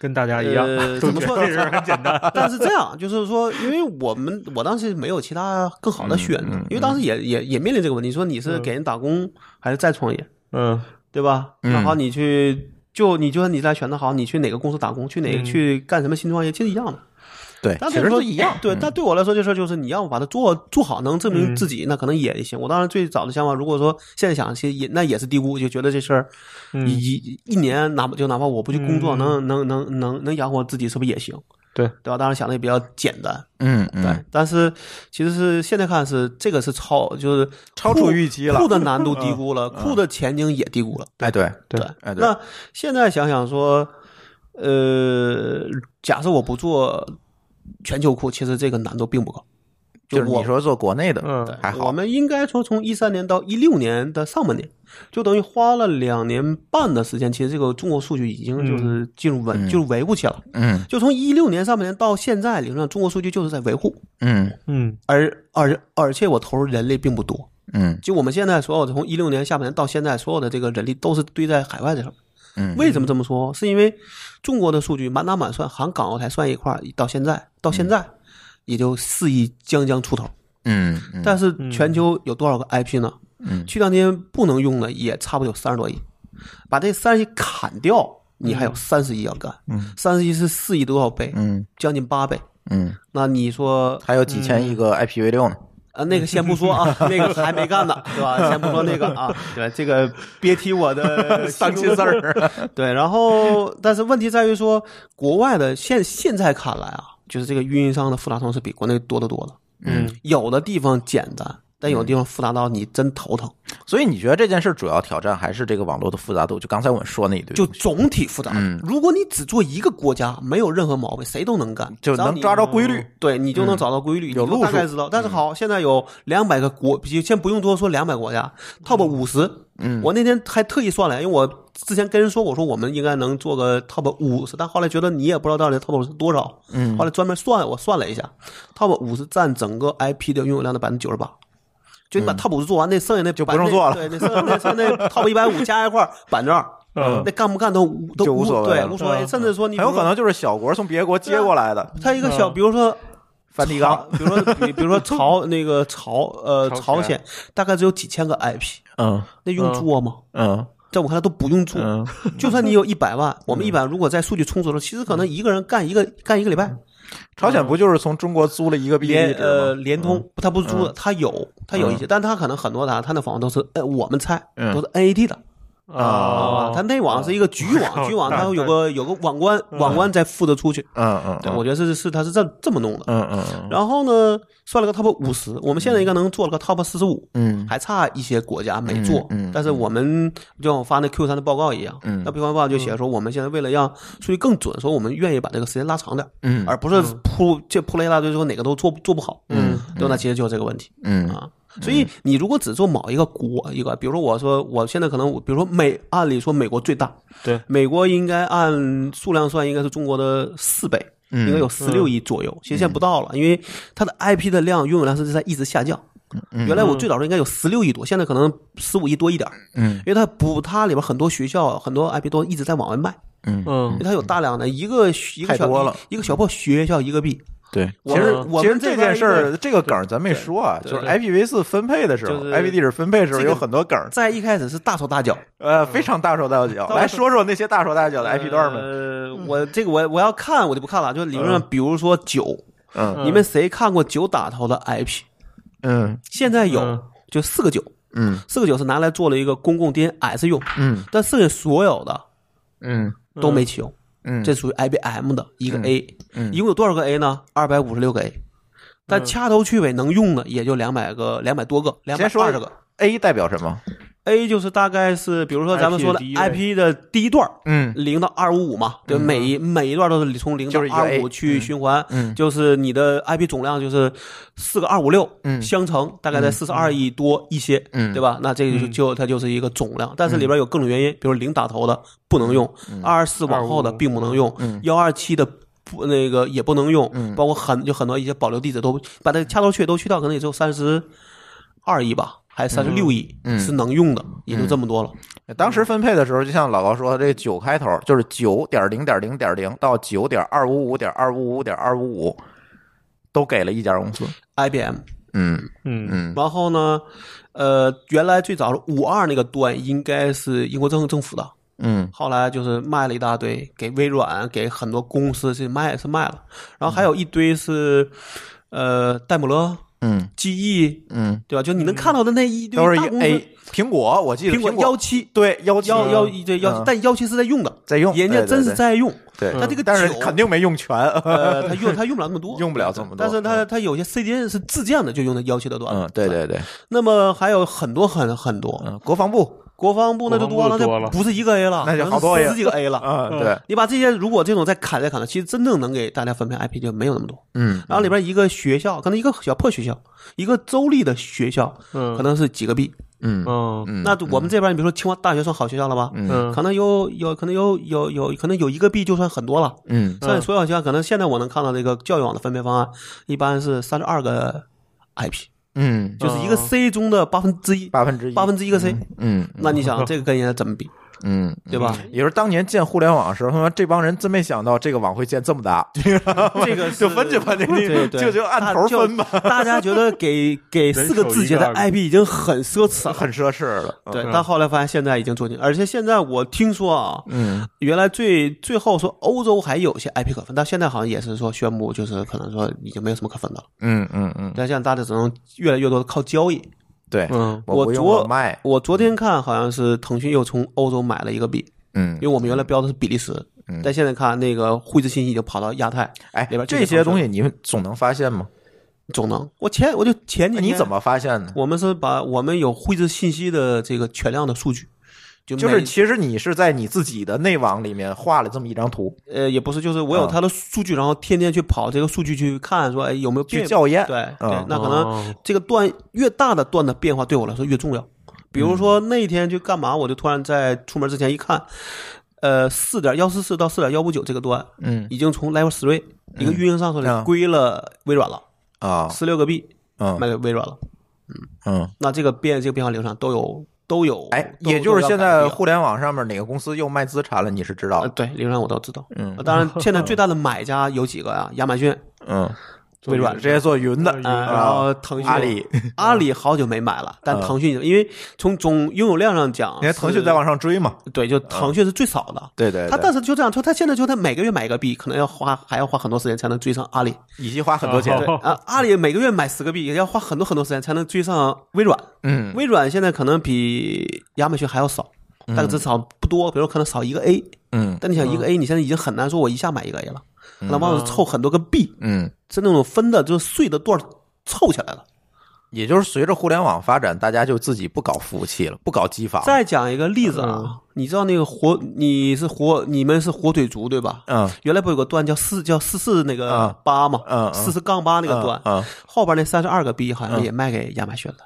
Speaker 3: 跟大啊家一样
Speaker 2: 呃，
Speaker 3: 都
Speaker 2: 怎么
Speaker 3: 觉
Speaker 2: 说
Speaker 3: 得
Speaker 2: 呢
Speaker 3: 这事儿很简单。
Speaker 2: 但是这样，就是说，因为我们我当时没有其他更好的
Speaker 3: 嗯
Speaker 2: 选择，因为当时也也也面临这个问题，说你是给人打工还是再创业？
Speaker 3: 嗯
Speaker 2: 对吧？
Speaker 1: 嗯
Speaker 2: 然后你去就你就算你在选择好，你去哪个公司打工，去哪个、
Speaker 3: 嗯哎
Speaker 2: 去干什么新创业，其实一样的。
Speaker 1: 对，
Speaker 2: 但
Speaker 1: 其
Speaker 2: 对
Speaker 1: 实
Speaker 2: 我
Speaker 1: 都一样，
Speaker 2: 对，但对我来说，这事儿就是你要把它做做好，能证明
Speaker 3: 嗯
Speaker 2: 自己，那可能也行。我当时最早的想法，如果说现在想，其实也那也是低估，就觉得这事儿一
Speaker 3: 嗯，
Speaker 2: 一一年哪怕就哪怕我不去工作，
Speaker 3: 嗯
Speaker 2: 能能能能能养活自己，是不是也行？
Speaker 3: 对
Speaker 2: 对吧？当时想的也比较简单，
Speaker 1: 嗯
Speaker 2: 对。
Speaker 1: 嗯，
Speaker 2: 但是其实是现在看是这个是超就是
Speaker 1: 超出预期了
Speaker 2: 库的难度低估了，库的前景也低估了。
Speaker 1: 哎，对，
Speaker 3: 对
Speaker 1: 嗯哎对
Speaker 2: 那现在想想说，呃，假设我不做全球库，其实这个难度并不高。
Speaker 1: 就是
Speaker 2: 我
Speaker 1: 你说做国内的
Speaker 3: 嗯
Speaker 1: 还好
Speaker 2: 我，们应该说从一三年到一六年的上半年，就等于花了两年半的时间，其实这个中国数据已经就是进入稳，
Speaker 1: 嗯
Speaker 2: 就是维护起来了。
Speaker 1: 嗯
Speaker 2: 就从一六年上半年到现在，理论上中国数据就是在维护，
Speaker 1: 嗯
Speaker 3: 嗯
Speaker 2: 而而而且我投入人力并不多。
Speaker 1: 嗯
Speaker 2: 就我们现在所有的从一六年下半年到现在，所有的这个人力都是堆在海外的上面。
Speaker 1: 嗯，
Speaker 2: 为什么这么说？是因为中国的数据满打满算，含港澳台算一块儿，到现在到现在也就四亿将将出头。
Speaker 1: 嗯嗯
Speaker 2: 但是全球有多少个 IP 呢？
Speaker 1: 嗯
Speaker 2: 去当天不能用的也差不多有三十多亿，把这三十亿砍掉，你还有三十亿要干。
Speaker 1: 嗯，
Speaker 2: 三十亿是四亿多少倍？
Speaker 1: 嗯
Speaker 2: 将近八倍。
Speaker 1: 嗯，
Speaker 2: 那你说
Speaker 1: 还有几千
Speaker 2: 嗯
Speaker 1: 亿个 IPv 六呢，
Speaker 2: 啊，那个先不说啊，那个还没 干呢，对吧？先不说那个啊，对，这个别提 我的
Speaker 1: 伤心事儿，
Speaker 2: 对，然后但是问题在于说，国外的现现在看来啊，就是这个运营商的复杂程是比国内多得多的，
Speaker 3: 嗯
Speaker 2: 有的地方简单，但有的地方复杂到你真头疼，
Speaker 1: 所以你觉得这件事主要挑战还是这个网络的复杂度？就刚才我们说那一堆，
Speaker 2: 就总体复杂。
Speaker 1: 嗯
Speaker 2: 如果你只做一个国家，没有任何毛病，谁都能干，
Speaker 1: 就
Speaker 2: 只要
Speaker 1: 能
Speaker 2: 你
Speaker 1: 抓着规律。
Speaker 2: 对你就能找到规律，
Speaker 1: 有
Speaker 2: 你就
Speaker 1: 路
Speaker 2: 大概
Speaker 1: 数嗯
Speaker 2: 知道。但是好，现在有两百个国，就先不用多说两百国家，top 五十。嗯，我那天还特意算了，因为我之前跟人说，我说我们应该能做个 top 五十，但后来觉得你也不知道到底 top 是多少。嗯，后来专门算我算了一下，top 五十占整个 IP 的拥有量的百分之九十八。就你把 top 五十做完，那剩下那就
Speaker 1: 嗯不用做了
Speaker 2: 对，那剩下那剩下那 top 一百五加一块百分之二，
Speaker 3: 嗯
Speaker 2: 那干不干都无都
Speaker 1: 就无所谓
Speaker 2: 对
Speaker 1: 了
Speaker 2: 无所谓，
Speaker 3: 嗯
Speaker 2: 甚至说你
Speaker 1: 很有
Speaker 2: 比如
Speaker 1: 可
Speaker 2: 说
Speaker 1: 能就是小国从别国接过来的
Speaker 2: 他一个小，
Speaker 3: 嗯
Speaker 2: 比如说
Speaker 1: 梵蒂冈
Speaker 2: 朝，比 如说比比如说朝那个朝呃
Speaker 3: 朝
Speaker 2: 朝
Speaker 3: 鲜
Speaker 2: 鲜，大概只有几千个 IP，
Speaker 1: 嗯
Speaker 2: 那用做吗？
Speaker 1: 嗯
Speaker 2: 在我看来都不用做，
Speaker 1: 嗯
Speaker 2: 就算你有一百万，我们一百如果在数据充足的时候，其实可能一个人干一个干一个礼拜，
Speaker 1: 朝鲜不就是从中国租了嗯嗯一个币
Speaker 2: 联
Speaker 1: 地址
Speaker 2: 呃
Speaker 1: 吗？
Speaker 2: 联通他不是租的，他有他有一些，但他可能很多的他那访问都是呃我们猜
Speaker 1: 嗯哦
Speaker 2: 都是 NAT 的
Speaker 3: 啊
Speaker 2: 啊，，他内网是一个局
Speaker 3: 哦
Speaker 2: 网，局网它会有个有个网关，网关再负责出去，
Speaker 1: 嗯嗯
Speaker 2: 呃对我觉得是是他是这这么弄的，
Speaker 1: 嗯嗯
Speaker 2: 然后呢，算了个 top 五十，我们现在应该能做了个 top 四十五，
Speaker 1: 嗯
Speaker 2: 还差一些国家没做。
Speaker 1: 嗯嗯
Speaker 2: 但是我们就像我发那 Q 三的报告一样，
Speaker 1: 嗯
Speaker 2: 那 Q 三报告就写说，我们现在为了让数据更准，说我们愿意把这个时间拉长点儿，
Speaker 1: 嗯
Speaker 2: 而不是铺这铺了一大堆，最后哪个都做不做不好。
Speaker 1: 嗯，
Speaker 2: 对，那其实就是这个问题
Speaker 1: 嗯
Speaker 2: 啊。所以你如果只做某一个国一个，比如说我说我现在可能我，比如说美，按理说美国最大，
Speaker 3: 对，
Speaker 2: 美国应该按数量算应该是中国的四倍，
Speaker 1: 嗯
Speaker 2: 应该有十六亿左右，其实现在不到了，因为它的 IP 的量拥有量是在一直下降。啊原来我最早时候应该有十六亿多，现在可能十五亿多一点儿，
Speaker 1: 嗯
Speaker 2: 因为它补它里边很多学校很多 IP 都一直在往外卖，
Speaker 1: 嗯，
Speaker 3: 嗯
Speaker 2: 因为，它有大量的一个一个
Speaker 1: 太
Speaker 2: 小
Speaker 1: 多了嗯
Speaker 2: 一个小破学校一个币，
Speaker 1: 对。
Speaker 2: 我
Speaker 1: 其实
Speaker 2: 们我
Speaker 1: 其实
Speaker 2: 们
Speaker 1: 这
Speaker 2: 边
Speaker 1: 件事
Speaker 2: 一个
Speaker 1: 儿，这个梗儿咱没说啊，就是 IPv 四分配的时候
Speaker 2: 就是
Speaker 1: ，IP 地址分配的时候
Speaker 2: 这个嗯
Speaker 1: 有很多梗儿，
Speaker 2: 在一开始是大手大脚，
Speaker 1: 呃，非常大手大 脚。来说说那些大手大脚的 IP 段们，
Speaker 2: 呃，
Speaker 1: 嗯
Speaker 2: 我这个我我要看我就不看了，就理论上，比如说九，
Speaker 1: 嗯
Speaker 2: 你们谁看过九打头的 IP？
Speaker 1: 嗯
Speaker 2: 现在有
Speaker 3: 嗯
Speaker 2: 就四个九，
Speaker 1: 嗯
Speaker 2: 四个九是拿来做了一个公共 DNS 用，
Speaker 1: 嗯
Speaker 2: 但剩下所有的
Speaker 1: 嗯
Speaker 2: 都没启用，
Speaker 1: 嗯，
Speaker 2: 这属于 IBM 的一个 A，
Speaker 1: 嗯
Speaker 2: 一共有多少个 A 呢？二百五十六个 A，但掐头去尾能用的也就两百个，两百多个，两百
Speaker 1: 先说
Speaker 2: 二十个。
Speaker 1: A 代表什么？
Speaker 2: A 就是大概是，比如说咱们说的
Speaker 3: IP 的第
Speaker 2: IP 的第一段，
Speaker 1: 嗯
Speaker 2: 零到二五五嘛，对，每一每一段都是从零到
Speaker 1: 就是一个
Speaker 2: 二
Speaker 1: A，
Speaker 2: 五去循环，
Speaker 1: 嗯
Speaker 2: 就是你的 IP 总量就是四个二五六
Speaker 1: 嗯
Speaker 2: 相乘，大概在四十二亿多一些，
Speaker 1: 嗯
Speaker 2: 对吧？那这个就就它就是一个总量，但是里边有各种原因，比如零打头的不能用，
Speaker 1: 嗯
Speaker 2: 二二四往后的并不能用，幺二七的。不，那个也不能用，
Speaker 1: 嗯
Speaker 2: 包括很就很多一些保留地址都把它掐头去尾都去掉，可能也就三十二亿吧，还三十六亿
Speaker 1: 嗯
Speaker 2: 是能用的，也就这么多了。
Speaker 1: 当时分配的时候，就像老高说，的，这九开头就是九点零点零点零到九点二五五点二五五点二五五，都给了一家公司。
Speaker 2: IBM，
Speaker 1: 嗯
Speaker 3: 嗯
Speaker 1: 嗯
Speaker 2: 然后呢，呃，原来最早五二那个段应该是英国政政府的，
Speaker 1: 嗯
Speaker 2: 后来就是卖了一大堆给微软，给很多公司是卖是卖了，然后还有一堆是，呃，戴姆勒、
Speaker 1: 嗯
Speaker 2: GE，
Speaker 1: 嗯，
Speaker 2: 对吧？就你能看到的那一堆
Speaker 1: 都是
Speaker 2: 大
Speaker 1: 一
Speaker 2: 公司
Speaker 1: A 哎苹果，我记得
Speaker 2: 苹果幺七
Speaker 1: 对幺七
Speaker 2: 幺幺一对幺
Speaker 1: 嗯
Speaker 2: 七，但幺七是在用的，
Speaker 1: 在用，
Speaker 2: 人家真是
Speaker 1: 在
Speaker 2: 在用，
Speaker 1: 对，嗯
Speaker 2: 但这个
Speaker 1: 但是
Speaker 2: 九
Speaker 1: 肯定没用全，
Speaker 2: 呃，他用他用不了那么 多，
Speaker 1: 用不了这么多
Speaker 2: 但是他他有些 CDN 是自建的，就用的幺七的 段，
Speaker 1: 嗯，对。对对，
Speaker 2: 那么还有很多很很多，
Speaker 1: 嗯，国防部，
Speaker 2: 国防部那就多
Speaker 3: 国防
Speaker 2: 了，
Speaker 3: 部多
Speaker 2: 那
Speaker 3: 了
Speaker 2: 不是一个 A 了，
Speaker 1: 那就好多 A
Speaker 2: 十几个 A 了。
Speaker 1: 嗯，对，
Speaker 2: 你把这些如果这种再砍再砍的，其实真正能给大家分配 IP 就没有那么多。
Speaker 1: 嗯
Speaker 2: 然后里边一个学校，可能一个小破学校，一个州立的学校，
Speaker 3: 嗯
Speaker 2: 可能是几个币。
Speaker 1: 嗯
Speaker 3: 嗯
Speaker 1: 嗯，
Speaker 2: 呃那我们这边，你比如说清华大学算好学校了吧？
Speaker 3: 嗯
Speaker 2: 可能有有可能有有有可能有一个币就算很多了。
Speaker 1: 嗯
Speaker 2: 像所有学校，可能现在我能看到这个教育网的分配方案，一般是三十二个 IP，
Speaker 1: 嗯，
Speaker 2: 就是一个 C 中的八分之一，
Speaker 1: 八分之一，
Speaker 2: 呃八分之一个 C。
Speaker 1: 嗯
Speaker 2: 那你想这个跟人家怎么比，
Speaker 1: 嗯，
Speaker 2: 对吧？
Speaker 1: 也就是当年建互联网的时候，他妈这帮人真没想到这个网会建这么大，
Speaker 2: 这个
Speaker 1: 就分去吧就
Speaker 2: 是对对
Speaker 1: 就就按头分吧
Speaker 2: 大就大家觉得给给四个字节的
Speaker 3: 人手一
Speaker 2: IP 已经很奢 侈了。
Speaker 1: 很奢侈了。
Speaker 2: 对，但后来发现现在已经做进，而且现在我听说啊，
Speaker 1: 嗯，
Speaker 2: 原来最最后说欧洲还有些 IP 可分，但现在好像也是说宣布，就是可能说已经没有什么可分的了。
Speaker 1: 嗯嗯嗯，
Speaker 2: 但现在大家只能越来越多的靠交易。
Speaker 1: 对，
Speaker 3: 嗯
Speaker 1: 我不用
Speaker 2: 昨
Speaker 1: 我卖，
Speaker 2: 我昨天看好像是腾讯又从欧洲买了一个币，
Speaker 1: 嗯
Speaker 2: 因为，我们原来标的是比利时，但现在看那个汇智信息已经跑到亚太，
Speaker 1: 哎
Speaker 2: 里边，
Speaker 1: 这些东西你们总能发现吗？
Speaker 2: 总能。我前我就前几
Speaker 1: 啊你
Speaker 2: 天
Speaker 1: 怎么发现呢？
Speaker 2: 我们是把我们有绘制信息的这个全量的数据，就每
Speaker 1: 就是其实你是在你自己的内网里面画了这么一张图
Speaker 2: 呃也不是，就是我
Speaker 1: 嗯
Speaker 2: 有它的数据，然后天天去跑这个数据去看，说哎有没有
Speaker 1: 去
Speaker 2: 变化。
Speaker 1: 校验，
Speaker 2: 对对
Speaker 1: 嗯，
Speaker 2: 那可能
Speaker 3: 哦
Speaker 2: 这个段越大的段的变化对我来说越重要。
Speaker 1: 嗯
Speaker 2: 比如说那一天就干嘛，我就突然在出门之前一看，呃，四点幺四四到四点幺五九这个段
Speaker 1: 嗯
Speaker 2: 已经从 Level Three 一个运营商手
Speaker 1: 嗯
Speaker 2: 里归了微软了，
Speaker 1: 啊，
Speaker 2: 十六个币卖
Speaker 1: 嗯
Speaker 2: 给微软了。
Speaker 1: 嗯，
Speaker 2: 那这个变这个变化流程都有都有，
Speaker 1: 哎，
Speaker 2: 都
Speaker 1: 也就是现
Speaker 2: 都要改
Speaker 1: 在
Speaker 2: 变
Speaker 1: 互联网上面哪个公司又卖资产了，你是知道
Speaker 2: 呃，
Speaker 1: 的，
Speaker 2: 对，流量我都知道。
Speaker 1: 嗯
Speaker 2: 呃，当然 现在最大的买家有几个啊？亚马逊、
Speaker 1: 嗯，
Speaker 2: 微软
Speaker 1: 直，接做云的，
Speaker 3: 嗯
Speaker 2: 呃，
Speaker 1: 啊
Speaker 2: 然后腾讯、哦
Speaker 1: 阿里，
Speaker 2: 阿里好久没买了，但腾讯因为从总拥有量上讲，
Speaker 1: 嗯你看腾讯在往上追嘛，
Speaker 2: 是，对，就腾讯是最少的。
Speaker 1: 对对，
Speaker 2: 他
Speaker 1: 对
Speaker 2: 但是就这样说，他现在就他每个月买一个币，可能要花还要花很多时间才能追上阿里
Speaker 1: 以及花很多钱，
Speaker 3: 哦
Speaker 2: 啊！阿里每个月买十个币，也要花很多很多时间才能追上微软。
Speaker 1: 嗯
Speaker 2: 微软现在可能比亚马逊还要少，但至少不多，比如可能少一个 A。
Speaker 1: 嗯
Speaker 2: 但你想一个 A，你现在已经很难说我一下买一个 A 了，那往往是凑很多个 B，
Speaker 1: 嗯，
Speaker 2: 是那种分的，就是碎的段儿凑起来了。
Speaker 1: 也就是随着互联网发展，大家就自己不搞服务器了，不搞机房，
Speaker 2: 再讲一个例子
Speaker 1: 嗯
Speaker 2: 啊，你知道那个火，你是火，你们是火腿族对吧？
Speaker 1: 嗯
Speaker 2: 原来不有个段叫四叫四四那
Speaker 1: 嗯
Speaker 2: 个八嘛
Speaker 1: 嗯嗯，
Speaker 2: 四四杠八那
Speaker 1: 嗯
Speaker 2: 个段，
Speaker 1: 嗯
Speaker 2: 后边那三十二个 B 好像也卖给亚马逊了。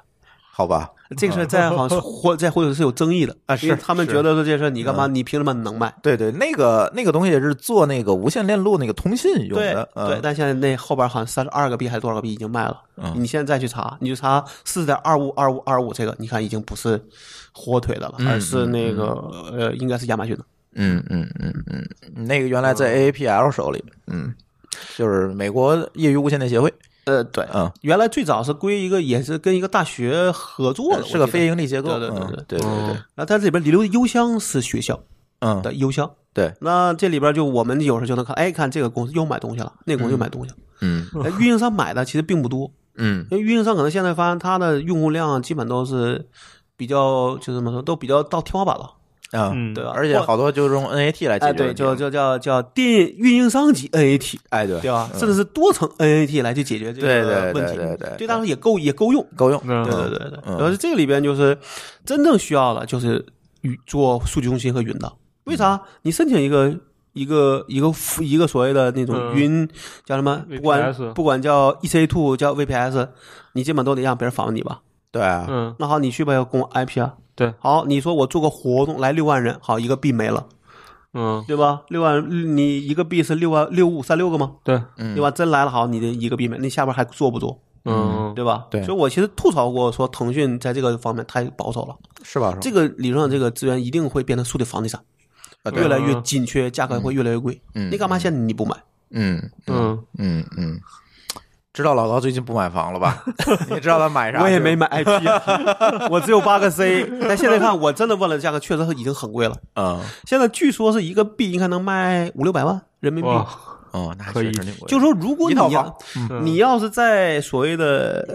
Speaker 1: 好吧？
Speaker 2: 这个事儿在好像是 或在或者是有争议的
Speaker 1: 嗯啊是
Speaker 2: 因为他们
Speaker 1: 是嗯
Speaker 2: 觉得说这事儿你干嘛？你凭什么能卖？
Speaker 1: 对对，那个那个东西是做那个无线链路那个通信用
Speaker 2: 对
Speaker 1: 的，
Speaker 2: 对，
Speaker 1: 嗯
Speaker 2: 但现在那后边好像三十二个币还是多少个币已经卖了。
Speaker 1: 嗯
Speaker 2: 你现在再去查，你就查四点二五二五二五这个，你看已经不是火腿的了，
Speaker 1: 嗯
Speaker 2: 而是那个呃，应该是亚马逊的。
Speaker 1: 嗯嗯嗯嗯嗯，那个原来在 AAPL 手里，嗯，就是美国业余无线电协会，
Speaker 2: 呃，对，
Speaker 1: 嗯，
Speaker 2: 原来最早是归一个也是跟一个大学合作的，
Speaker 1: 呃是个
Speaker 2: 我记得
Speaker 1: 非。盈利机构，
Speaker 2: 对对对哦
Speaker 1: 嗯对对对，
Speaker 2: 然后它这里边留的邮箱是学校
Speaker 1: 嗯
Speaker 2: 的邮箱，
Speaker 1: 对，
Speaker 2: 那这里边就我们有时候就能看，哎，看这个公司又买东西了，那个公司又买东西了。
Speaker 1: 嗯
Speaker 2: 呃运营商买的其实并不多，
Speaker 1: 嗯
Speaker 2: 因为运营商可能现在发现它的用户量基本都是比较，就怎么说，都比较到天花板了，
Speaker 1: 啊，
Speaker 3: 嗯
Speaker 2: 对吧？
Speaker 1: 而且
Speaker 2: 或
Speaker 1: 好多就是用 NAT 来解
Speaker 2: 哎，
Speaker 1: 决
Speaker 2: 对，
Speaker 1: 问题，啊
Speaker 2: 就就叫叫电运营商级 NAT，
Speaker 1: 哎对
Speaker 2: 对吧？甚至是多层 NAT 来去解决这
Speaker 1: 对
Speaker 2: 个
Speaker 1: 对对
Speaker 2: 问题，
Speaker 1: 对对对
Speaker 2: 对当然也够也够用，
Speaker 1: 够用，
Speaker 3: 嗯
Speaker 2: 对对对对。
Speaker 1: 嗯
Speaker 2: 然后这个里边就是真正需要的就是与做数据中心和云的，为
Speaker 1: 嗯
Speaker 2: 啥？你申请一个。一个一个服一个所谓的那种
Speaker 3: 嗯
Speaker 2: 云叫什么？不管
Speaker 3: VPS
Speaker 2: 不管叫 EC two 叫 VPS，你基本都得让别人访问你吧？
Speaker 1: 对啊，
Speaker 3: 嗯，
Speaker 2: 那好，你去吧，要供 IP 啊。
Speaker 3: 对，
Speaker 2: 好，你说我做个活动来六万人，好，一个币没了，
Speaker 3: 嗯，
Speaker 2: 对吧？六万，你一个币是六万六五三六个吗？
Speaker 3: 对，
Speaker 1: 嗯
Speaker 2: 对吧？真来了，好，你的一个币没，那下边还做不做？
Speaker 3: 嗯，
Speaker 2: 对吧？
Speaker 1: 对
Speaker 2: 所以我其实吐槽过说，腾讯在这个方面太保守了。
Speaker 1: 是吧？
Speaker 2: 这个理论上，这个资源一定会变成数字房地产，呃
Speaker 1: 啊对
Speaker 2: 越来越紧缺，价格会越来越贵。
Speaker 1: 嗯
Speaker 2: 你干嘛现在你不买？
Speaker 1: 嗯
Speaker 3: 嗯，
Speaker 1: 嗯嗯，知道老高最近不买房了 吧？你知道他买啥？
Speaker 2: 我也没， 买 IP，我只有八个 C。但现在看，我真的问了价格，确实已经很贵了。
Speaker 1: 嗯
Speaker 2: 现在据说是一个币应该能卖五六百万人民币。
Speaker 3: 哇，
Speaker 1: 哦，那还
Speaker 3: 可以
Speaker 1: 确实挺贵的，
Speaker 2: 就说如果
Speaker 1: 一
Speaker 2: 你
Speaker 1: 套
Speaker 2: 要
Speaker 1: 房
Speaker 3: 嗯
Speaker 2: 你要是在所谓 的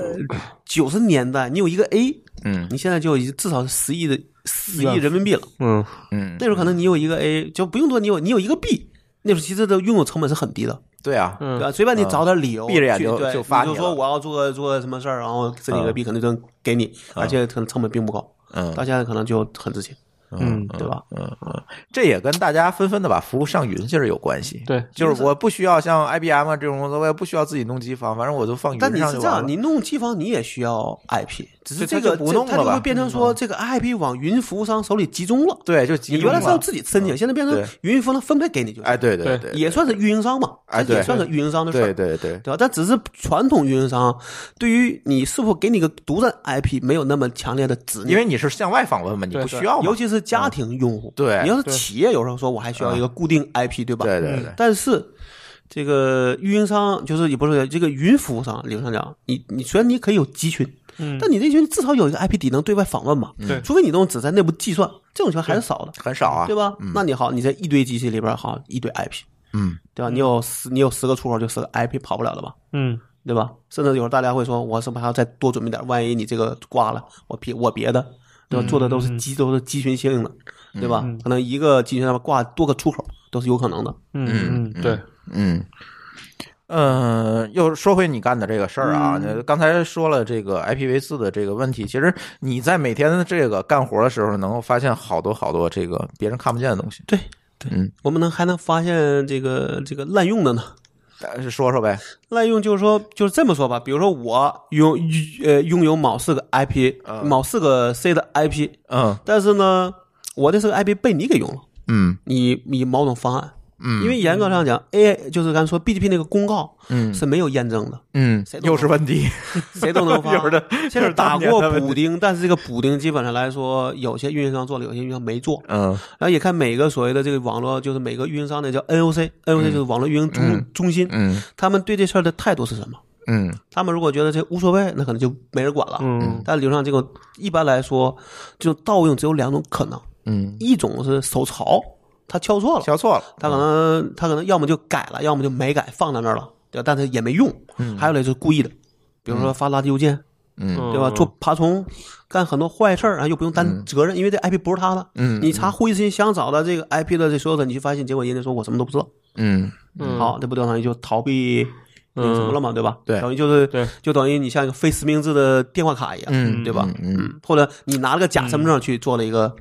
Speaker 2: 九十年代，你有一个 A，
Speaker 1: 嗯
Speaker 2: 你现在就已经至少是十亿的十亿人民币了。
Speaker 3: 嗯
Speaker 1: 嗯
Speaker 2: 那，时候可能你有一个 A，就不用多，你有你有一个 B，那时候其实的拥有成本是很低的，
Speaker 1: 对啊，
Speaker 2: 对
Speaker 3: 嗯
Speaker 2: 吧？随便你找点理由，
Speaker 1: 闭着眼就
Speaker 2: 去对
Speaker 1: 就发
Speaker 2: 你
Speaker 1: 你
Speaker 2: 就说
Speaker 1: 了
Speaker 2: 我要做个做个什么事儿，然后这几个 B 可能就能给你，而且可能成本并不高，
Speaker 1: 嗯
Speaker 2: 到现在可能就很值钱，
Speaker 3: 嗯，
Speaker 2: 对吧？
Speaker 1: 嗯嗯，这也跟大家纷纷的把服务上云其实有关系。
Speaker 3: 对
Speaker 1: 就是我不需要像 IBM 啊这种公司，我也不需要自己弄机房，反正我就放云
Speaker 2: 但你
Speaker 1: 上
Speaker 2: 是
Speaker 1: 就
Speaker 2: 这
Speaker 1: 完
Speaker 2: 样，
Speaker 1: 了。
Speaker 2: 你弄机房你也需要 IP，只是
Speaker 1: 对
Speaker 2: 这
Speaker 1: 它就
Speaker 2: 个
Speaker 1: 不
Speaker 2: 这
Speaker 1: 弄
Speaker 2: 它
Speaker 1: 了
Speaker 2: 就会
Speaker 1: 吧嗯
Speaker 2: 变成说这个 IP 往云服务商手里集中了。
Speaker 1: 对，就集
Speaker 2: 你
Speaker 1: 中
Speaker 2: 原来是要
Speaker 1: 了嗯
Speaker 2: 自己申请，现在变成
Speaker 1: 对
Speaker 2: 云服务商分配给你就行
Speaker 1: 哎，对对
Speaker 3: 对
Speaker 1: 对，
Speaker 2: 也算是运营商嘛，
Speaker 1: 哎
Speaker 2: 这
Speaker 1: 对
Speaker 2: 也算是运营商的事儿
Speaker 1: 对对对，
Speaker 2: 对吧？但只是传统运营商对于你是否给你个独占 IP 没有那么强烈的执念，
Speaker 1: 因为你是向外访问嘛，你
Speaker 3: 对
Speaker 1: 不需要嘛
Speaker 2: 尤。其是家庭用户。
Speaker 1: 哦嗯对嗯
Speaker 2: 你要是企业，有时候说我还需要一个固定 IP，对吧？嗯
Speaker 1: 对对对，
Speaker 2: 但是这个运营商就是也不是这个云服务商，理论上讲，你你虽然你可以有集群，
Speaker 3: 嗯
Speaker 2: 但你这群至少有一个 IP 底能对外访问嘛。
Speaker 1: 嗯
Speaker 3: 对
Speaker 2: 除非你都只在内部计算，这种情况还是少的，
Speaker 1: 很少啊。
Speaker 2: 对吧？那你好，你在一堆机器里边好一堆 IP，
Speaker 1: 嗯，
Speaker 2: 对吧？你有十你有十个出口，就十个 IP 跑不了了吧？
Speaker 3: 嗯
Speaker 2: 对吧？甚至有时候大家会说，我是不是还要再多准备点？万一你这个挂了，我别我别的，对吧？做的都是集都是集群性的，对吧？可能一个集群上面挂多个出口都是有可能的。
Speaker 3: 嗯嗯，对，
Speaker 1: 嗯。嗯，又说回你干的这个事儿
Speaker 2: 嗯
Speaker 1: 啊，那刚才说了这个 IPv 四的这个问题，其实你在每天的这个干活的时候，能够发现好多好多这个别人看不见的东西。
Speaker 2: 对对，
Speaker 1: 嗯
Speaker 2: 我们能还能发现这个这个滥用的呢？
Speaker 1: 但是呃说说呗，
Speaker 2: 滥用就是说就是这么说吧，比如说我拥呃拥有某四个 IP，、某四个 C 的 IP，
Speaker 1: 嗯
Speaker 2: 但是呢，我的这个 IP 被你给用了。
Speaker 1: 嗯
Speaker 2: 你你某种方案。嗯，因为严格上讲，AI 就是刚才说 BGP 那个公告，嗯，是没有验证的，
Speaker 1: 嗯
Speaker 2: 谁，都啊
Speaker 1: 又是问题。。
Speaker 2: 谁都能 发
Speaker 1: 有的
Speaker 2: 现
Speaker 1: 有
Speaker 2: 在
Speaker 1: 的当
Speaker 2: 打
Speaker 1: 年
Speaker 2: 过
Speaker 1: 的问
Speaker 2: 补丁，但是这个补丁基本上来说，有些运营商做了，有些运营商没做。
Speaker 1: 嗯
Speaker 2: 然后也看每个所谓的这个网络，就是每个运营商的叫 NOC，NOC 就是网络运营中、中心，
Speaker 1: 嗯
Speaker 2: 他们对这事儿的态度是什么？
Speaker 1: 嗯
Speaker 2: 他们如果觉得这无所谓，那可能就没人管了。
Speaker 3: 嗯
Speaker 2: 但理论上，这个一般来说，这种盗用只有两种可能，
Speaker 1: 嗯，
Speaker 2: 一种是手潮，他敲错了，
Speaker 1: 敲嗯错了。
Speaker 2: 他可能他可能要么就改了，要么就没改，放在那儿了，对吧？但他也没用。
Speaker 1: 嗯
Speaker 2: 还有嘞就是故意的，比如说发垃圾邮件，
Speaker 3: 嗯，
Speaker 2: 对吧？做爬虫，干很多坏事儿，然啊后又不用担责任，因为这 IP 不是他的。
Speaker 1: 嗯
Speaker 2: 你查灰心想找的这个 IP 的这所有的，你就发现结果人家说我什么都不知道，
Speaker 1: 嗯
Speaker 3: 嗯
Speaker 2: 好，这不等于就逃避那个什么了嘛，对吧？
Speaker 1: 对
Speaker 2: 等于就是
Speaker 3: 对
Speaker 2: 就等于你像一个非实名制的电话卡一样，
Speaker 1: 嗯
Speaker 2: 对吧？
Speaker 1: 嗯
Speaker 2: 或者你拿了个假身份证去做了一个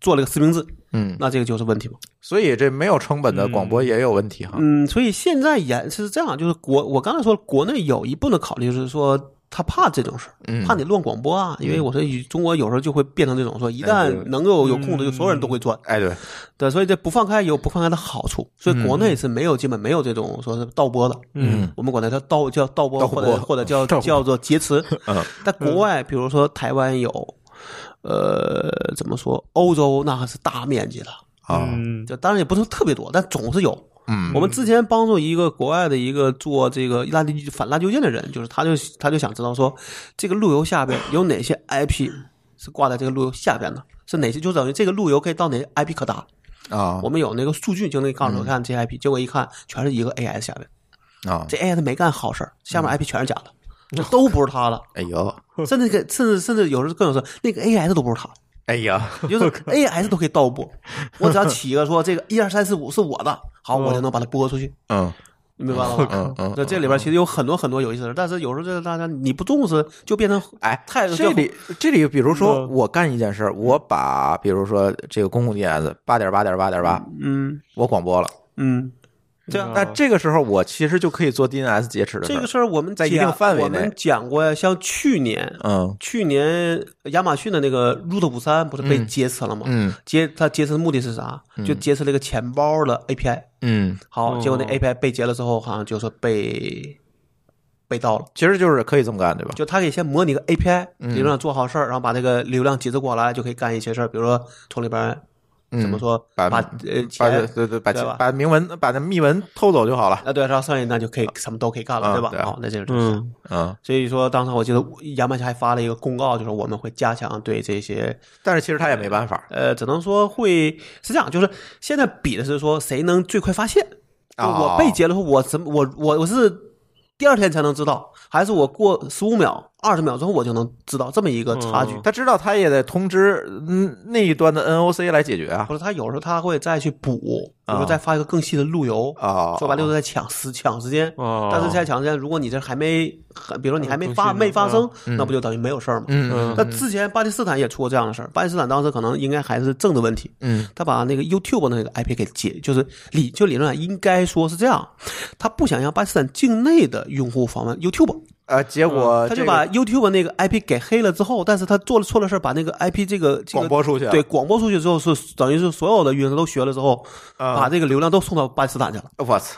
Speaker 2: 做了个实名制，
Speaker 1: 嗯，
Speaker 2: 那这个就是问题嘛。
Speaker 1: 所以这没有成本
Speaker 2: 嗯
Speaker 1: 的广播也有问题哈。
Speaker 2: 嗯，所以现在也是这样，就是国我刚才说了，国内有一部分的考虑就是说，他怕这种事儿，
Speaker 1: 嗯
Speaker 2: 怕你乱广播啊，因为我说与中国有时候就会变成这种说，一旦
Speaker 1: 哎对
Speaker 2: 能够有空的，就所有人都会钻，
Speaker 1: 哎，对，
Speaker 2: 对，所以这不放开有不放开的好处，所
Speaker 1: 嗯
Speaker 2: 以国内是没有基本没有这种说是倒播的，
Speaker 3: 嗯，
Speaker 2: 我们管它叫倒叫倒播
Speaker 1: 倒
Speaker 2: 或
Speaker 1: 播
Speaker 2: 者或者 叫叫做劫持，
Speaker 1: 嗯，
Speaker 2: 但国外比如说台湾有，呃，怎么说，欧洲那还是大面积的，
Speaker 1: 啊，
Speaker 3: 嗯
Speaker 2: 就当然也不是特别多，但总是有。
Speaker 1: 嗯
Speaker 2: 我们之前帮助一个国外的一个做这个拉低反拉丢件的人，就是他就他就想知道说，这个路由下边有哪些 IP 是挂在这个路由下边的，是哪些就等于这个路由可以到哪些 IP 可达。
Speaker 1: 啊
Speaker 2: 我们有那个数据就能告诉我看这些 IP，结果一看全是一个 AI 下边，
Speaker 1: 啊，
Speaker 2: 这 AI 他没干好事儿，下面 IP 全是假的，都不是他的，
Speaker 1: 哎呦，
Speaker 2: 甚至给甚至甚至有时候更有说那个 AI 都不是他的。
Speaker 1: 哎呀，
Speaker 2: 就是 AS 都可以倒播，我只要起一个说这个一二三四五是我的，好，我就能把它播出去，
Speaker 1: 嗯
Speaker 2: 你明白了吗？
Speaker 1: 嗯嗯，
Speaker 2: 那这里边其实有很多很多有意思的事，但是有时候这大家你不重视，就变成
Speaker 1: 哎，
Speaker 2: 太
Speaker 1: 这里这里，比如说
Speaker 3: 嗯
Speaker 1: 我干一件事儿，我把比如说这个公共电子八点八点八点八，
Speaker 2: 嗯
Speaker 1: 我广播了，
Speaker 2: 嗯，
Speaker 3: 这样
Speaker 1: 那这个时候我其实就可以做 DNS 劫持的
Speaker 2: 这个
Speaker 1: 事嗯
Speaker 2: 事儿我们
Speaker 1: 在一定
Speaker 2: 讲
Speaker 1: 范围
Speaker 2: 我们
Speaker 1: 内
Speaker 2: 讲过呀，像去年
Speaker 1: 儿，嗯
Speaker 2: 去年亚马逊的那个 Root 五三不是被劫持了吗？
Speaker 1: 嗯
Speaker 2: 劫他劫持的目的是啥？就劫持了一个钱包的 API，
Speaker 1: 嗯，
Speaker 2: 好，结果那
Speaker 3: 哦
Speaker 2: API 被劫了之后，好像就说被被盗了。
Speaker 1: 其实就是可以这么干，对吧？
Speaker 2: 就它可以先模拟个 API，理
Speaker 1: 嗯
Speaker 2: 论上做好事儿，然后把这个流量集资过来，就可以干一些事儿，比如说从里边儿怎么说，
Speaker 1: 嗯把
Speaker 2: 把呃
Speaker 1: 把
Speaker 2: 钱
Speaker 1: 对对把
Speaker 2: 对吧
Speaker 1: 把明文把那密文偷走就好了，
Speaker 2: 啊对，然后剩下那就可以什么都可以干了，
Speaker 1: 啊
Speaker 2: 对吧？哦
Speaker 1: 对啊
Speaker 2: 好，那这就是。
Speaker 3: 嗯
Speaker 1: 嗯，
Speaker 2: 所以说，当时我记得亚马逊还发了一个公告，就是我们会加强对这些，
Speaker 1: 但是其实他也没办法
Speaker 2: 呃，只能说会是这样，就是现在比的是说谁能最快发现。就
Speaker 1: 哦
Speaker 2: 我被截了后，我怎么我我我是第二天才能知道，还是我过十五秒、二十秒之后我就能知道这么一个差距？
Speaker 3: 嗯
Speaker 1: 他知道他也得通知嗯那一端的 NOC 来解决啊
Speaker 2: 不，是，他有时候他会再去补，比
Speaker 1: 啊
Speaker 2: 如说再发一个更细的路由。
Speaker 1: 啊，
Speaker 2: 说白了就是在抢时抢时间。
Speaker 3: 哦
Speaker 2: 但是在抢时间，如果你这还没，比如说你还没发
Speaker 3: 嗯
Speaker 2: 没发生，
Speaker 1: 嗯
Speaker 2: 那不就等于没有事儿吗？
Speaker 1: 嗯嗯
Speaker 3: 嗯
Speaker 2: 那之前巴基斯坦也出过这样的事儿，巴基斯坦当时可能应该还是政治问题，
Speaker 1: 嗯
Speaker 2: 他把那个 YouTube 那个 IP 给解，就是理就理论上应该说是这样，他不想让巴基斯坦境内的用户访问 YouTube，
Speaker 1: 啊，结果
Speaker 2: 嗯他
Speaker 1: 这
Speaker 2: 就
Speaker 1: 个
Speaker 2: 把 YouTube 那个 IP 给黑了之后，但是他做了错了事儿，把那个 IP 这个这
Speaker 1: 广
Speaker 2: 个
Speaker 1: 播出去了，啊
Speaker 2: 对，广播出去之后是等于是所有的运营都学了之后，
Speaker 1: 啊
Speaker 2: 把这个流量都送到巴基斯坦去了。
Speaker 1: 我操，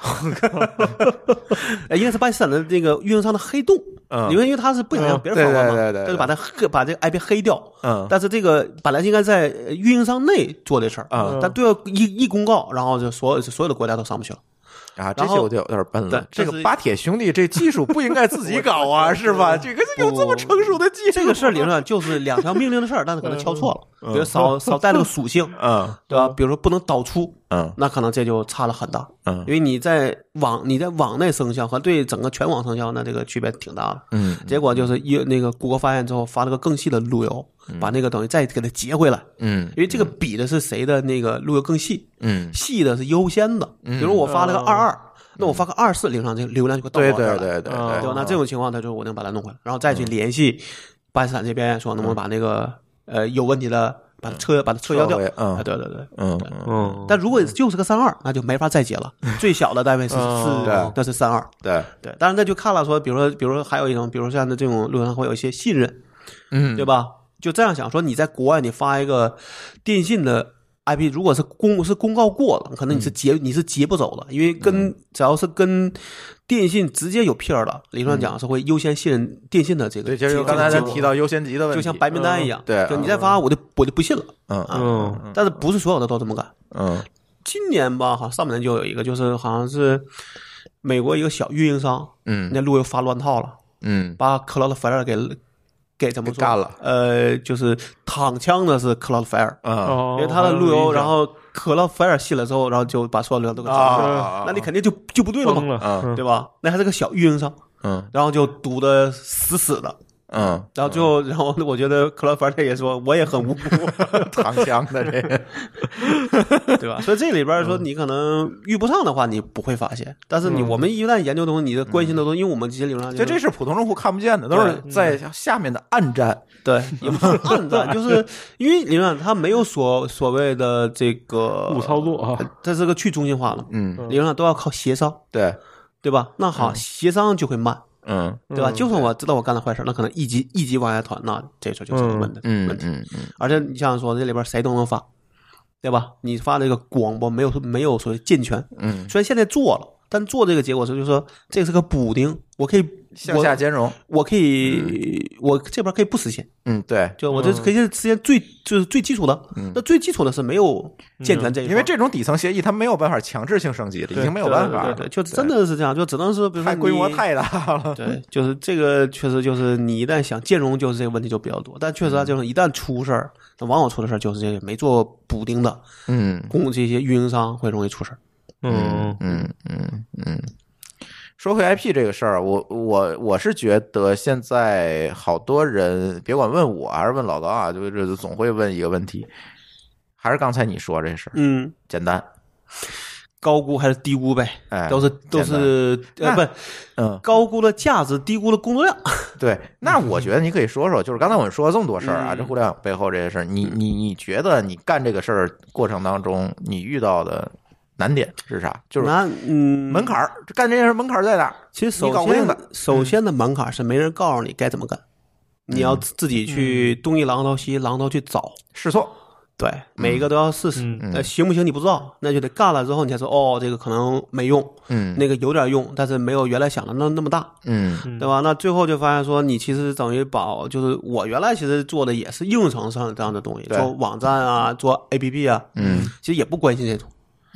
Speaker 2: 哎，应该是巴基斯坦的这个运营商的黑洞，
Speaker 1: 嗯
Speaker 2: 因为因为他是不想让别人访问嘛，
Speaker 1: 对对对对对
Speaker 2: 他就把它黑把这个 IP 黑掉。
Speaker 1: 嗯
Speaker 2: 但是这个本来应该在呃运营商内做这事儿，
Speaker 1: 嗯
Speaker 2: 但对外一一公告，然后就所有所有的国家都上不 去了。
Speaker 1: 啊，这
Speaker 2: 然后
Speaker 1: 就有点笨了
Speaker 2: 对。
Speaker 1: 这
Speaker 2: 但
Speaker 1: 个
Speaker 2: 是
Speaker 1: 巴铁兄弟这技术不应该自己搞 啊，是吧？这个有这么成熟的技术，
Speaker 2: 这个事儿理论上就是两条命令的事儿，但是可能敲错了，比如少少带了个属性，
Speaker 1: 嗯
Speaker 2: 对吧？比如说不能导出，
Speaker 1: 嗯
Speaker 2: 那可能这就差了很大。
Speaker 1: 嗯
Speaker 2: 因为你在网你在网内生效和对整个全网生效，那这个区别挺大的。
Speaker 1: 嗯
Speaker 2: 结果就是一那个谷歌发现之后发了个更细的路由，把那个等于再给它截回来，
Speaker 1: 嗯
Speaker 2: 因为这个比的是谁的那个路由更细，
Speaker 1: 嗯，
Speaker 2: 细的是优先的。比如我发了个
Speaker 3: 嗯
Speaker 2: 二二，那我发个二四，流量这个流量就会到我
Speaker 1: 对
Speaker 2: 这儿
Speaker 1: 对嗯
Speaker 2: 来
Speaker 1: 对对
Speaker 3: 嗯
Speaker 2: 对
Speaker 1: 对
Speaker 2: 吧？那这种情况，他就我能把它弄回来，然后再去联系巴基斯坦这边说能
Speaker 1: 嗯
Speaker 2: 不能把那个呃有问题的把它撤把它撤销掉
Speaker 1: 撤回。嗯
Speaker 2: 啊，对对对。
Speaker 1: 嗯嗯
Speaker 3: 嗯，
Speaker 2: 但如果就是个三二，那就没法再 解了。最小的单位是是
Speaker 3: 哦
Speaker 1: 对，
Speaker 2: 那是三二。
Speaker 1: 对，
Speaker 2: 对，当然那就看了说，比如说，比如说还有一种，比如像这种路上会有一些信任，
Speaker 1: 嗯
Speaker 2: 对吧？就这样想说，你在国外你发一个电信的 IP，如果是公是公告过了，可能你
Speaker 1: 嗯
Speaker 2: 是截、你是截不走的，因为跟、只要是跟电信直接有片儿的，理论上讲是会优先信任电信的这个。
Speaker 1: 嗯对，其实
Speaker 2: 这个
Speaker 1: 刚才
Speaker 2: 这
Speaker 1: 咱
Speaker 2: 个
Speaker 1: 提到优先级的问题，嗯
Speaker 2: 就像白名单一样，
Speaker 1: 对
Speaker 2: 就你再发我就我就不信了。
Speaker 1: 嗯
Speaker 3: 嗯
Speaker 2: 但是不是所有的都这么干？
Speaker 1: 嗯
Speaker 2: 今年吧，好像上半年就有一个，就是好像是美国一个小运营商，人
Speaker 1: 嗯
Speaker 2: 家路由发乱套了。
Speaker 1: 嗯
Speaker 2: 把 Cloudflare 给给怎么
Speaker 1: 给
Speaker 2: 说
Speaker 1: 干了？
Speaker 2: 呃，就是躺枪的是 Cloudflare，、
Speaker 1: 嗯
Speaker 3: 哦
Speaker 2: 啊因为他的路
Speaker 3: 我有
Speaker 2: 由，
Speaker 3: 印象
Speaker 2: 然后 Cloudflare 信了之后，然后就把所有流量都给整了。
Speaker 1: 啊，
Speaker 2: 那你肯定就就不对了
Speaker 3: 崩
Speaker 2: 嘛，
Speaker 3: 了，嗯
Speaker 2: 啊对吧？那还是个小运营商，
Speaker 1: 嗯
Speaker 2: 然后就堵得死死的。
Speaker 1: 嗯，
Speaker 2: 然后最后，然后我觉得 Cloudflare 也说我也 很无辜，
Speaker 1: 糖香的这个，
Speaker 2: 对吧？所以这里边
Speaker 1: 嗯
Speaker 2: 说你可能遇不上的话，你不会发现。但是你我们一旦研究东西，你的关心的东西，因为我们这些流量
Speaker 1: 就嗯这是普通用户看不见的，都是在下面的暗战。
Speaker 2: 对，也不是 暗战，就是因为你看，它没有所所谓的这个
Speaker 3: 误操，作啊，
Speaker 2: 它是个去中心化了，
Speaker 1: 嗯，
Speaker 2: 理论上都要靠协商，
Speaker 1: 对，
Speaker 2: 对吧？那好，协商就会慢，
Speaker 1: 嗯
Speaker 2: 对吧？
Speaker 3: 嗯
Speaker 2: 就算我知道我干了坏事，那可能一级一级往下传，那这事儿就是
Speaker 3: 嗯
Speaker 2: 问的
Speaker 1: 嗯
Speaker 2: 问题。
Speaker 1: 嗯嗯
Speaker 2: 而且你像说这里边谁都能发，对吧？你发这个广播没有没有所谓健全，
Speaker 1: 嗯，
Speaker 2: 虽然现在做了，但做这个结果是就是说这是个补丁，我可以
Speaker 1: 向下兼容，
Speaker 2: 我我可以、我这边可以不实现，
Speaker 1: 嗯对，
Speaker 2: 就我这
Speaker 3: 嗯
Speaker 2: 可以实现最就是最基础的，那最基础的是没有健全这一
Speaker 1: 嗯
Speaker 2: 块、
Speaker 1: 因为这种底层协议它没有办法强制性升级了，已经没有办法
Speaker 2: 对
Speaker 1: 了，
Speaker 2: 对对，就真的是这样，就只能是比如说
Speaker 1: 它规模
Speaker 2: 你
Speaker 1: 太大 了，
Speaker 2: 对，就是这个，确实就是你一旦想兼容，就是这个问题就比较多。但确实啊，
Speaker 1: 嗯
Speaker 2: 就是一旦出事儿，那往往出的事儿就是这些没做补丁的
Speaker 1: 嗯
Speaker 2: 供这些运营商会容易出事儿。
Speaker 3: 嗯
Speaker 1: 嗯嗯嗯。说回 IP 这个事儿，我我我是觉得现在好多人，别管问我还是问老高啊，就是总会问一个问题，还是刚才你说这事儿，
Speaker 2: 嗯，
Speaker 1: 简单，
Speaker 2: 高估还是低估呗，
Speaker 1: 哎，
Speaker 2: 都是都是
Speaker 1: 那
Speaker 2: 呃不
Speaker 1: 嗯，
Speaker 2: 高估了价值，低估了工作量。
Speaker 1: 对。那我觉得你可以说说，就是刚才我们说了这么多事儿啊，这
Speaker 2: 嗯
Speaker 1: 互联网背后这些事儿，你你你觉得你干这个事儿过程当中，你遇到的难点是啥？就是
Speaker 2: 那嗯，
Speaker 1: 门槛儿，干这件事门槛儿在哪儿？
Speaker 2: 其实
Speaker 1: 你搞
Speaker 2: 首
Speaker 1: 不定
Speaker 2: 先
Speaker 1: 的嗯
Speaker 2: 首先的门槛是没人告诉你该怎么干，你要自自己
Speaker 1: 嗯
Speaker 2: 去东一榔头西一榔头去找。
Speaker 1: 试错，
Speaker 2: 对，每一
Speaker 1: 嗯
Speaker 2: 个都要试试，呃，行不行你不知道，那就得干了之后你才说，哦，这个可能没用，
Speaker 1: 嗯
Speaker 2: 那个有点用，但是没有原来想的那那么大，
Speaker 1: 嗯
Speaker 2: 对吧？那最后就发现说，你其实等于把就是我原来其实做的也是应用层上这样的东西，
Speaker 1: 对
Speaker 2: 做网站啊，做 APP 啊，
Speaker 1: 嗯，
Speaker 2: 其实也不关心这种。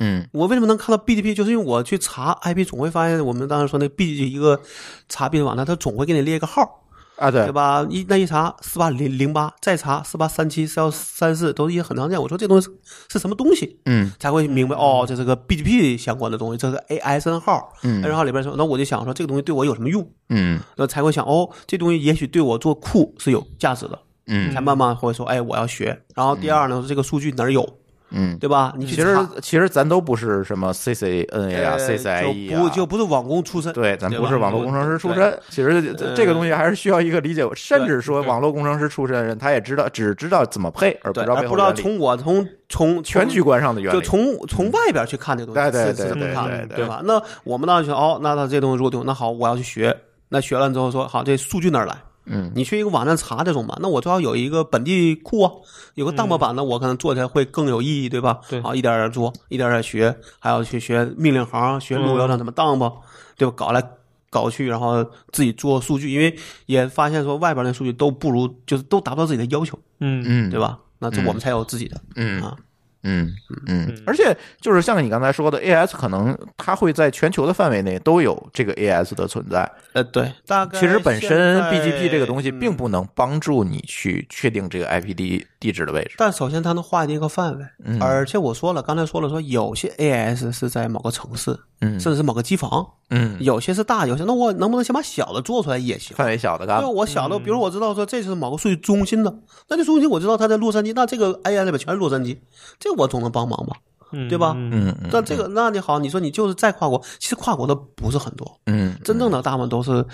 Speaker 1: 嗯
Speaker 2: 我为什么能看到 BDP？就是因为我去查 IP，总会发现我们当时说那 B 一个查 B 的网站，它总会给你列一个号，
Speaker 1: 啊，对
Speaker 2: 对吧？一那一查四八零零八，再查四八三七四幺三四，都是一些很常见。我说这东西是什么东西？
Speaker 1: 嗯
Speaker 2: 才会明白哦，这是个 BGP 相关的东西，这是 ASN 号、
Speaker 1: 嗯
Speaker 2: n 号里边说，那我就想说这个东西对我有什么用，
Speaker 1: 嗯
Speaker 2: 那才会想哦，这东西也许对我做库是有价值的，
Speaker 1: 嗯
Speaker 2: 才慢慢会说，哎，我要学。然后第二呢，这个数据哪儿有，
Speaker 1: 嗯，
Speaker 2: 对吧？你
Speaker 1: 其
Speaker 2: 去
Speaker 1: 实
Speaker 2: 查
Speaker 1: 其实咱都不是什么 CCNA 啊、
Speaker 2: 呃
Speaker 1: CCIE
Speaker 2: 就不
Speaker 1: 啊，
Speaker 2: 就不是网工出身，
Speaker 1: 对，咱不
Speaker 2: 吧呃
Speaker 1: 是网络工程师出身。其实这这个东西还是需要一个理解，甚至说网络工程师出身的人，他也知道只知道怎么配，而不
Speaker 2: 对，
Speaker 1: 知道
Speaker 2: 而
Speaker 1: 背
Speaker 2: 哎不
Speaker 1: 后
Speaker 2: 知道
Speaker 1: 原理。
Speaker 2: 从我从从
Speaker 1: 全局。观上的原
Speaker 2: 就
Speaker 1: 理，
Speaker 2: 从从外边去看这个东
Speaker 1: 对
Speaker 2: 西，
Speaker 1: 对
Speaker 2: 是
Speaker 1: 对
Speaker 2: 是这么
Speaker 1: 对
Speaker 2: 看
Speaker 1: 对
Speaker 2: 的
Speaker 1: 对
Speaker 2: 对吧？那我们当时说，哦，那他这东西如果对我，那好，我要去学。那学完之后说，好，这数据哪儿来？
Speaker 1: 嗯
Speaker 2: 你去一个网站查这种吧，那我最好有一个本地库啊，有个
Speaker 1: 嗯
Speaker 2: dump 版的，我可能做起来会更有意义，对吧？啊
Speaker 3: 对
Speaker 2: 好，一点点做，一点点学，还要去学命令行，学路
Speaker 1: 嗯
Speaker 2: 由上怎么 dump，、对吧？搞来搞去，然后自己做数据，因为也发现说外边的数据都不如，就是都达不到自己的要求，
Speaker 3: 嗯
Speaker 1: 嗯
Speaker 2: 对吧？那这我们才有自己的、
Speaker 1: 嗯
Speaker 2: 啊，
Speaker 1: 嗯嗯，而且就是像你刚才说的，AS 可能它会在全球的范围内都有这个 AS 的存在。
Speaker 2: 呃，对，大概嗯
Speaker 1: 其实本身 BGP 这个东
Speaker 2: 西，
Speaker 1: 西并不能帮助你去确定这个 IP 地地址的位置。
Speaker 2: 但首先它能划定一个范围，
Speaker 1: 嗯
Speaker 2: 而且我说了，刚才说了说有些 AIS 是在某个城市，
Speaker 1: 嗯
Speaker 2: 甚至是某个机房，
Speaker 1: 嗯，
Speaker 2: 有些是大，有些那我能不能先把小的做出来也行？
Speaker 1: 范围小的干
Speaker 2: 对，我小的，
Speaker 1: 嗯
Speaker 2: 比如我知道说这是某个数据中心的，那这数据我知道它在洛杉矶，那这个 AI 里面全是洛杉矶，这我总能帮忙吧，
Speaker 3: 嗯，
Speaker 2: 对吧？
Speaker 3: 嗯
Speaker 1: 嗯嗯
Speaker 2: 但这个，那你好，你说你就是再跨国，其实跨国的不是很多，
Speaker 1: 嗯，
Speaker 2: 真正的大部分都是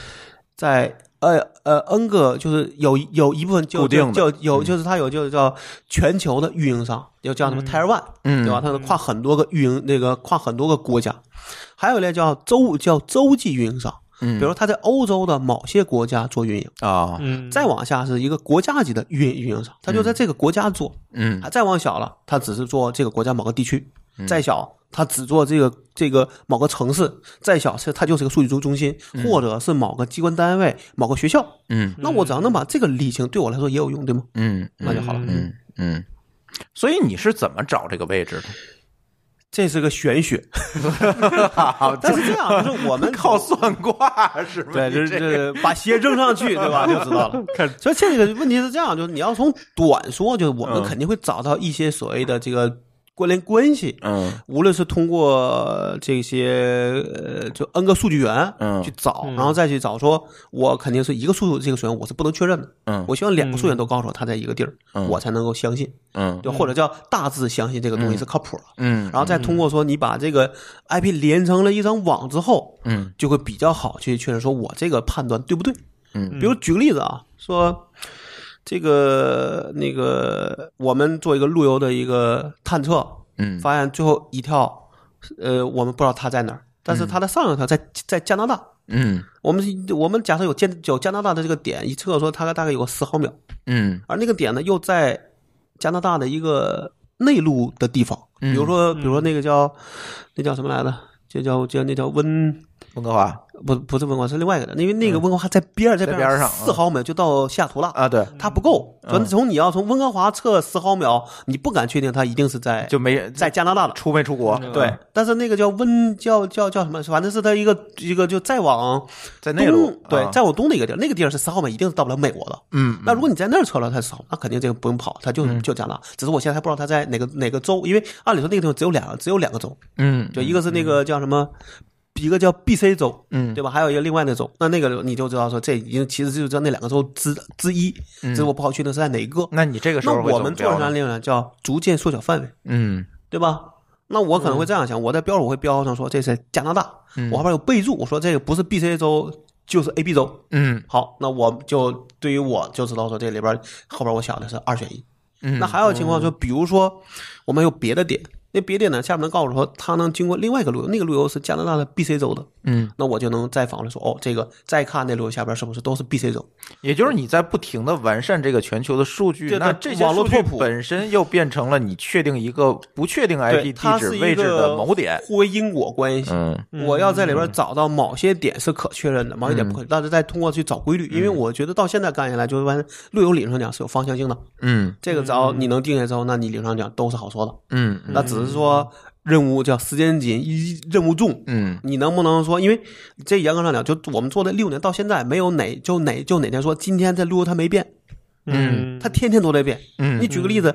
Speaker 2: 在呃呃 N 个，就是有有一部分就
Speaker 1: 固定的嗯
Speaker 2: 就就有就是它有就是叫全球的运营商，有叫什么 Tier One，
Speaker 1: 嗯
Speaker 2: 对吧？它是跨很多个运营，那个跨很多个国家，还有一类叫洲叫洲际运营商，
Speaker 1: 嗯
Speaker 2: 比如它在欧洲的某些国家做运营。
Speaker 1: 啊，
Speaker 3: 嗯，
Speaker 2: 再往下是一个国家级的运运营商，它就在这个国家做；
Speaker 1: 嗯
Speaker 2: 啊，再往小了，它只是做这个国家某个地区；再小，它只做这个这个某个城市；再小，是它就是个数据中中心，或者是某个机关单位、某个学校。
Speaker 1: 嗯
Speaker 2: 那我只要能把这个理清，对我来说也有用，对吗？
Speaker 1: 嗯
Speaker 2: 那就好了。
Speaker 1: 嗯嗯，所以你是怎么找这个位置
Speaker 2: 这是个玄学，
Speaker 1: 的？
Speaker 2: 但是这样就是我们
Speaker 1: 哦靠算卦是吧？
Speaker 2: 对，就是
Speaker 1: 这
Speaker 2: 就是把鞋扔 上去，对吧？就知道了。所以这个问题是这样，就是你要从短说，就是我
Speaker 1: 嗯
Speaker 2: 们肯定会找到一些所谓的这个关联关系。
Speaker 1: 嗯
Speaker 2: 无论是通过这些呃，就 n 个数据源
Speaker 1: 嗯
Speaker 2: 去找，然后再去找说，我肯定是一个数这个数源我是不能确认的，
Speaker 1: 嗯
Speaker 2: 我希望两个数源都告诉我它在一个地儿，
Speaker 1: 嗯
Speaker 2: 我才能够相信，
Speaker 1: 嗯
Speaker 2: 就或者叫大致相信这个东西是靠谱的。
Speaker 1: 嗯
Speaker 2: 然后再通过说你把这个 IP 连成了一张网之后，
Speaker 1: 嗯
Speaker 2: 就会比较好去确认说我这个判断对不对。
Speaker 1: 嗯
Speaker 2: 比如举个例子啊，说这个那个我们做一个路由的一个探测，
Speaker 1: 嗯
Speaker 2: 发现最后一跳，呃，我们不知道它在哪儿，但是它的上一条在在加拿大，
Speaker 1: 嗯
Speaker 2: 我们我们假设有加有加拿大的这个点，一测说它大概有个十毫秒，
Speaker 1: 嗯
Speaker 2: 而那个点呢又在加拿大的一个内陆的地方，
Speaker 1: 嗯
Speaker 2: 比如说比如说那个叫那叫什么来着？这叫叫那叫温
Speaker 1: 温哥华
Speaker 2: 不不是温哥华是另外一个的，因为那个温哥华在边儿在
Speaker 1: 嗯在边儿上
Speaker 2: 四毫秒就到西雅图了，
Speaker 1: 啊，对，
Speaker 2: 它不够。
Speaker 1: 嗯
Speaker 2: 从从你要从温哥华测十毫秒，你不敢确定它一定是在
Speaker 1: 就没
Speaker 2: 在加拿大了。
Speaker 1: 出没出国，
Speaker 3: 嗯
Speaker 2: 对，但是那个叫温叫叫叫什么，反正是它一个一个就再往
Speaker 1: 在内陆
Speaker 2: 东，，嗯对
Speaker 1: 啊，
Speaker 2: 再往东的一个地儿，那个地儿是十毫秒，一定是到不了美国的。
Speaker 1: 嗯
Speaker 2: 那如果你在那儿测了它少，那肯定这个不用跑，它就就加拿大。只是我现在还不知道它在哪个哪个州，因为按理说那个地方只有两只有两个州，
Speaker 1: 嗯
Speaker 2: 就一个是那个叫什么，一个叫 B C 州，
Speaker 1: 嗯
Speaker 2: 对吧？还有一个另外那州，那那个你就知道说这已经其实就知道那两个州之之一，只是我不好确定是在哪一个。
Speaker 1: 嗯那你这个时
Speaker 2: 那
Speaker 1: 候会
Speaker 2: 我
Speaker 1: 怎么
Speaker 2: 们做
Speaker 1: 标
Speaker 2: 出来
Speaker 1: 呢
Speaker 2: 那个叫逐渐缩小范围，
Speaker 1: 嗯
Speaker 2: 对吧？那我可能会这样想，我在标我会标上说这是加拿大，
Speaker 1: 嗯
Speaker 2: 我后边有备注，我说这个不是 B C 州就是 A B 州。
Speaker 1: 嗯
Speaker 2: 好，那我就对于我就知道说这里边后边我想的是二选一。
Speaker 1: 嗯
Speaker 2: 那还有情况说，比如说我们有别的点，那别的点呢，下面能告诉我说它能经过另外一个路由，那个路由是加拿大的 B C 州的，
Speaker 1: 嗯，
Speaker 2: 那我就能再访问说，哦，这个再看那路由下边是不是都是 B C 州？
Speaker 1: 也就是你在不停的完善这个全球的数据，
Speaker 2: 对
Speaker 1: 那
Speaker 2: 对
Speaker 1: 这些
Speaker 2: 网络
Speaker 1: 数据
Speaker 2: 拓扑
Speaker 1: 本身又变成了你确定一个不确定
Speaker 2: 对，
Speaker 1: IP 地
Speaker 2: 它
Speaker 1: 址
Speaker 2: 是一
Speaker 1: 位置的
Speaker 2: 个
Speaker 1: 某点，
Speaker 2: 互为因果关系。
Speaker 1: 哎嗯嗯
Speaker 2: 我要在里边找到某些点是可确认的，某些点不可，但是再通过去找规律，因为我觉得到现在干下来，就是完路由理论上讲是有方向性的，
Speaker 1: 嗯
Speaker 2: 这个只要你能定下来之后，那你理论上讲都是好说的。
Speaker 1: 嗯
Speaker 2: 那只是说任务叫时间紧，一任务重。
Speaker 1: 嗯
Speaker 2: 你能不能说，因为这严格上讲，就我们做的六年到现在，没有哪就哪就哪天说今天这路由它没变，
Speaker 1: 嗯
Speaker 2: 它天天都在变。
Speaker 1: 嗯
Speaker 2: 你举个例子，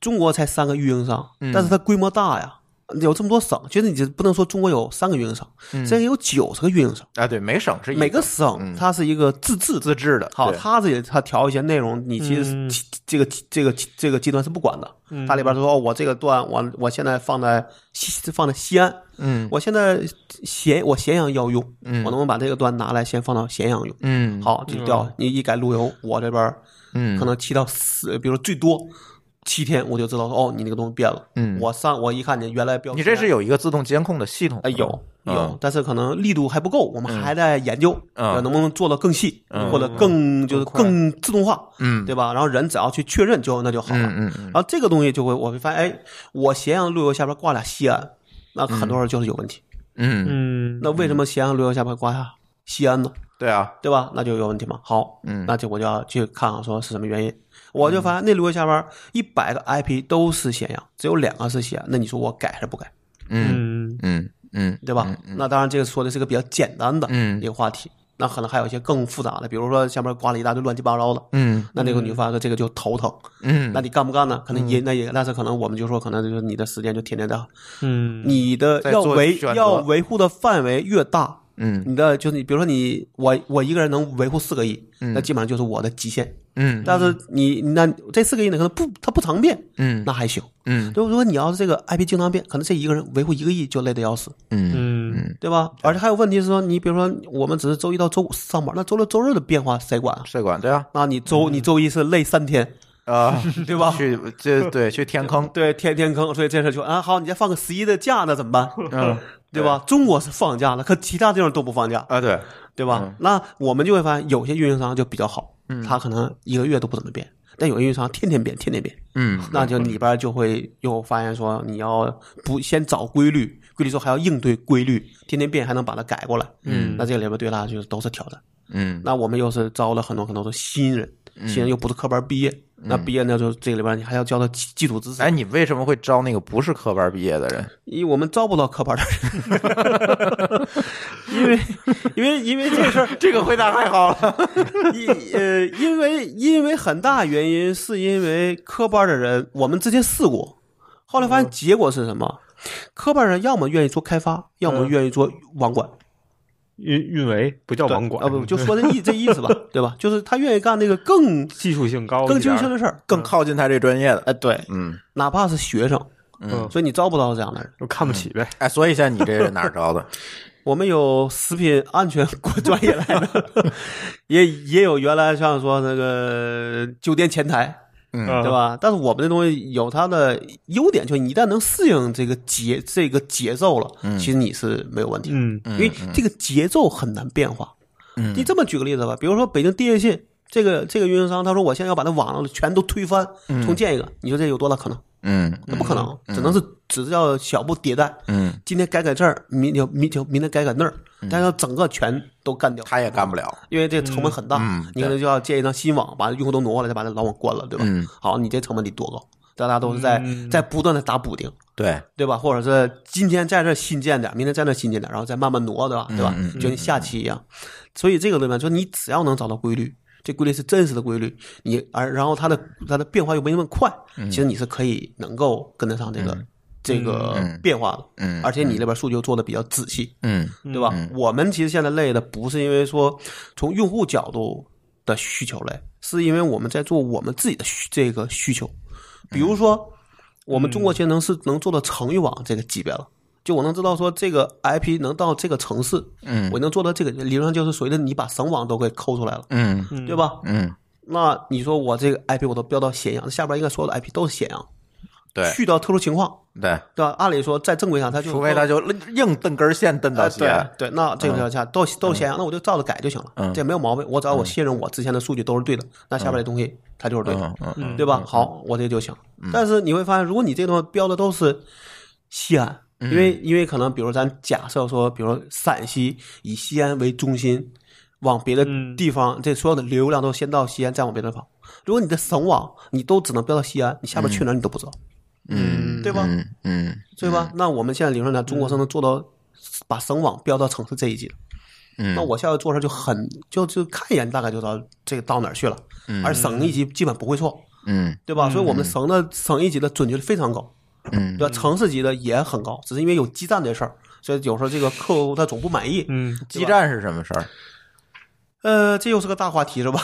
Speaker 2: 中国才三个运营商，但是它规模大呀，有这么多省，其实你就不能说中国有三个运营商，现在有九十个运营商，
Speaker 1: 啊，对，每嗯省是一嗯
Speaker 2: 每个省它是一个自治
Speaker 1: 自治的，
Speaker 2: 好，
Speaker 1: 对
Speaker 2: 他自己他调一些内容，你其实、
Speaker 3: 嗯
Speaker 2: 这个这个这个集团是不管的。
Speaker 1: 嗯
Speaker 2: 它里边说，哦我这个段我我现在放在西放在西安，
Speaker 1: 嗯
Speaker 2: 我现在咸我咸阳要用，
Speaker 1: 嗯
Speaker 2: 我能不能把这个段拿来先放到咸阳用？
Speaker 1: 嗯
Speaker 2: 好，就调你一改路由，我这边
Speaker 1: 嗯
Speaker 2: 可能七到四，比如说最多七天，我就知道说哦，你那个东西变了。
Speaker 1: 嗯
Speaker 2: 我上我一看你原来标，
Speaker 1: 你这是有一个自动监控的系统，
Speaker 2: 哎，有
Speaker 1: 嗯
Speaker 2: 有，但是可能力度还不够，我们还在研究，
Speaker 1: 嗯
Speaker 2: 呃能不能做到更细，
Speaker 1: 嗯
Speaker 2: 或者更就是
Speaker 1: 快
Speaker 2: 更自动化，
Speaker 1: 嗯
Speaker 2: 对吧？然后人只要去确认就那就好了。
Speaker 1: 嗯嗯嗯
Speaker 2: 然后这个东西就会，我会发现，哎，我咸阳路由下边挂俩西安，那很多人就是有问题。
Speaker 1: 嗯，
Speaker 3: 嗯，
Speaker 2: 那为什么咸阳路由下边挂下西安呢？
Speaker 1: 对啊，
Speaker 2: 对吧？那就有问题嘛。好，
Speaker 1: 嗯
Speaker 2: 那就我就要去看看说是什么原因。我就发现那路由下边一百个 IP 都是咸阳，只有两个是西安，那你说我改还是不改？
Speaker 1: 嗯
Speaker 3: 嗯
Speaker 1: 嗯嗯
Speaker 2: 对吧？那当然，这个说的是个比较简单的
Speaker 1: 嗯
Speaker 2: 一个话题，那可能还有一些更复杂的，比如说下面刮了一大堆乱七八糟的，
Speaker 1: 嗯
Speaker 2: 那那个你就发现这个就头疼，
Speaker 1: 嗯
Speaker 2: 那你干不干呢？可能也那也，但是可能我们就说，可能就是你的时间就天天的，
Speaker 3: 嗯，
Speaker 2: 你的
Speaker 1: 在
Speaker 2: 要
Speaker 1: 做
Speaker 2: 维
Speaker 1: 选择
Speaker 2: 要维护的范围越大，
Speaker 1: 嗯
Speaker 2: 你的就是你，比如说你我我一个人能维护四个亿，那基本上就是我的极限。
Speaker 1: 嗯
Speaker 2: 但是你那这四个亿呢，可能不它不常变，
Speaker 1: 嗯
Speaker 2: 那还行。
Speaker 1: 嗯
Speaker 2: 就如果你要是这个 IP 经常变，可能这一个人维护一个亿就累得要死。
Speaker 1: 嗯
Speaker 3: 嗯
Speaker 2: 对吧？而且还有问题是说，你比如说，我们只是周一到周五上班，那周六周日的变化谁管啊？
Speaker 1: 税管对啊
Speaker 2: 那你周你周一是累三天，
Speaker 1: 啊，
Speaker 2: 对吧？
Speaker 1: 去这对去填 坑，
Speaker 2: 对，天天坑，所以这事儿就啊，好，你再放个十一的假，那怎么办？
Speaker 1: 嗯
Speaker 2: 对吧？中国是放假了，可其他地方都不放假，
Speaker 1: 啊对，
Speaker 2: 对吧？那我们就会发现，有些运营商就比较好，
Speaker 1: 嗯
Speaker 2: 他可能一个月都不怎么变，但有些运营商天天变，天天变，
Speaker 1: 嗯
Speaker 2: 那就里边就会又发现说，你要不先找规律，规律之后还要应对规律，天天变还能把它改过来，嗯，那这里边对他就是都是挑战。
Speaker 1: 嗯
Speaker 2: 那我们又是招了很多很多的新人，新人又不是科班毕业，那毕业呢就是这个里边你还要教他基基础知识，
Speaker 1: 哎，你为什么会招那个不是科班毕业的人？
Speaker 2: 因为我们招不到科班的人，因为因为因为 这事儿，
Speaker 1: 这个回答太好了。
Speaker 2: 因呃，因为因为很大原因是因为科班的人，我们之前试过，后来发
Speaker 3: 嗯
Speaker 2: 现结果是什么？科班人要么愿意做开发，要
Speaker 3: 嗯
Speaker 2: 么愿意做网管，
Speaker 3: 运运维不叫网管
Speaker 2: 啊不就说这意这意思吧，对吧？就是他愿意干那个更
Speaker 3: 技术性高一
Speaker 2: 更
Speaker 3: 点
Speaker 2: 精
Speaker 3: 儿，
Speaker 2: 深的事儿，
Speaker 1: 更靠近他这专业 的，
Speaker 2: 哎对，
Speaker 1: 嗯，
Speaker 2: 哪怕是学生，
Speaker 3: 嗯，
Speaker 2: 所以你招不到这样的人。
Speaker 3: 就看不起呗。
Speaker 1: 哎，所以现在你这是哪儿招的？
Speaker 2: 我们有食品安全专 业来的，也也有原来像说那个酒店前台，
Speaker 1: 嗯
Speaker 2: 对
Speaker 3: 对？
Speaker 2: 吧？但是我们这东西有它的优点，就你一旦能适应这个节这个节奏了，
Speaker 1: 嗯
Speaker 2: 其实你是没有问题的，
Speaker 3: 嗯
Speaker 2: 因为这个节奏很难变化。
Speaker 1: 嗯
Speaker 2: 你这么举个例子吧，比如说北京地铁线这个这个运营商，他说我现在要把它网络全都推翻，重建一个，你说这有多大可能？
Speaker 1: 嗯
Speaker 2: 那不可能，只能是只是要小步迭代。
Speaker 1: 嗯，
Speaker 2: 今天改改这儿，明天明天明天改改那儿，但要整个全都干掉，
Speaker 1: 他也干不了。
Speaker 2: 因为这成本很大，
Speaker 1: 嗯嗯
Speaker 2: 你可能就要建一张新网，把用户都挪过来，再把这老网关了，对吧？
Speaker 1: 嗯
Speaker 2: 好，你这成本得多高？大家都是在、在不断的打补丁，
Speaker 1: 对，
Speaker 2: 对吧？或者是今天在这儿新建点，明天在那儿新建点，然后再慢慢挪，对吧？对吧？
Speaker 1: 嗯
Speaker 2: 就跟下棋一样。所以这个里面，说你只要能找到规律，这规律是真实的规律，你而然后它的它的变化又没那么快，
Speaker 1: 嗯
Speaker 2: 其实你是可以能够跟得上这个、这个变化的，
Speaker 1: 嗯
Speaker 2: 而且你那边数据又做的比较仔细，
Speaker 1: 嗯
Speaker 2: 对吧？我们其实现在累的不是因为说从用户角度的需求累，是因为我们在做我们自己的需这个需求。
Speaker 1: 嗯
Speaker 2: 比如说，我们中国节能是能做到城域网这个级别了。就我能知道说这个 IP 能到这个城市，
Speaker 1: 嗯
Speaker 2: 我能做到这个，理论上就是随着你把省网都给抠出来了，
Speaker 1: 嗯
Speaker 2: 对吧？
Speaker 1: 嗯，
Speaker 2: 那你说我这个 IP 我都标到咸阳，下边应该所有的 IP 都是咸阳，
Speaker 1: 对
Speaker 2: 去到特殊情况，
Speaker 1: 对，
Speaker 2: 对吧？按理说在正规上它就
Speaker 1: 除非他就硬蹬根线蹬到
Speaker 2: 呃，
Speaker 1: 西
Speaker 2: 对
Speaker 1: 安。
Speaker 2: 对，那这个条件下都都咸阳，那我就照着改就行了，
Speaker 1: 嗯
Speaker 2: 这没有毛病。我只要我信任我之前的数据都是对的，那下边这东西它就是对的，
Speaker 1: 嗯嗯
Speaker 3: 嗯
Speaker 2: 对吧？好，我这就行。但是你会发现，如果你这东西标的都是西安，因为因为可能比如咱假设说，比如说陕西以西安为中心，往别的
Speaker 3: 嗯
Speaker 2: 地方，这所有的流量都先到西安，再往别的地方。如果你的省网你都只能标到西安，你下边去哪儿你都不知道，
Speaker 1: 嗯
Speaker 2: 对吧？
Speaker 1: 嗯嗯
Speaker 2: 对吧？那我们现在理论上，中国是能做到把省网标到城市这一级的。
Speaker 1: 嗯
Speaker 2: 那我下次做事就很就就看一眼，大概就知道这个到哪儿去了。而省一级基本不会错，
Speaker 1: 嗯
Speaker 2: 对吧？所以我们省的省一级的准确率非常高，
Speaker 1: 嗯
Speaker 2: 对吧？城市级的也很高，只是因为有基站这事儿，所以有时候这个客户他总不满意。
Speaker 3: 嗯
Speaker 1: 基站是什么事儿？
Speaker 2: 呃，这又是个大话题是吧？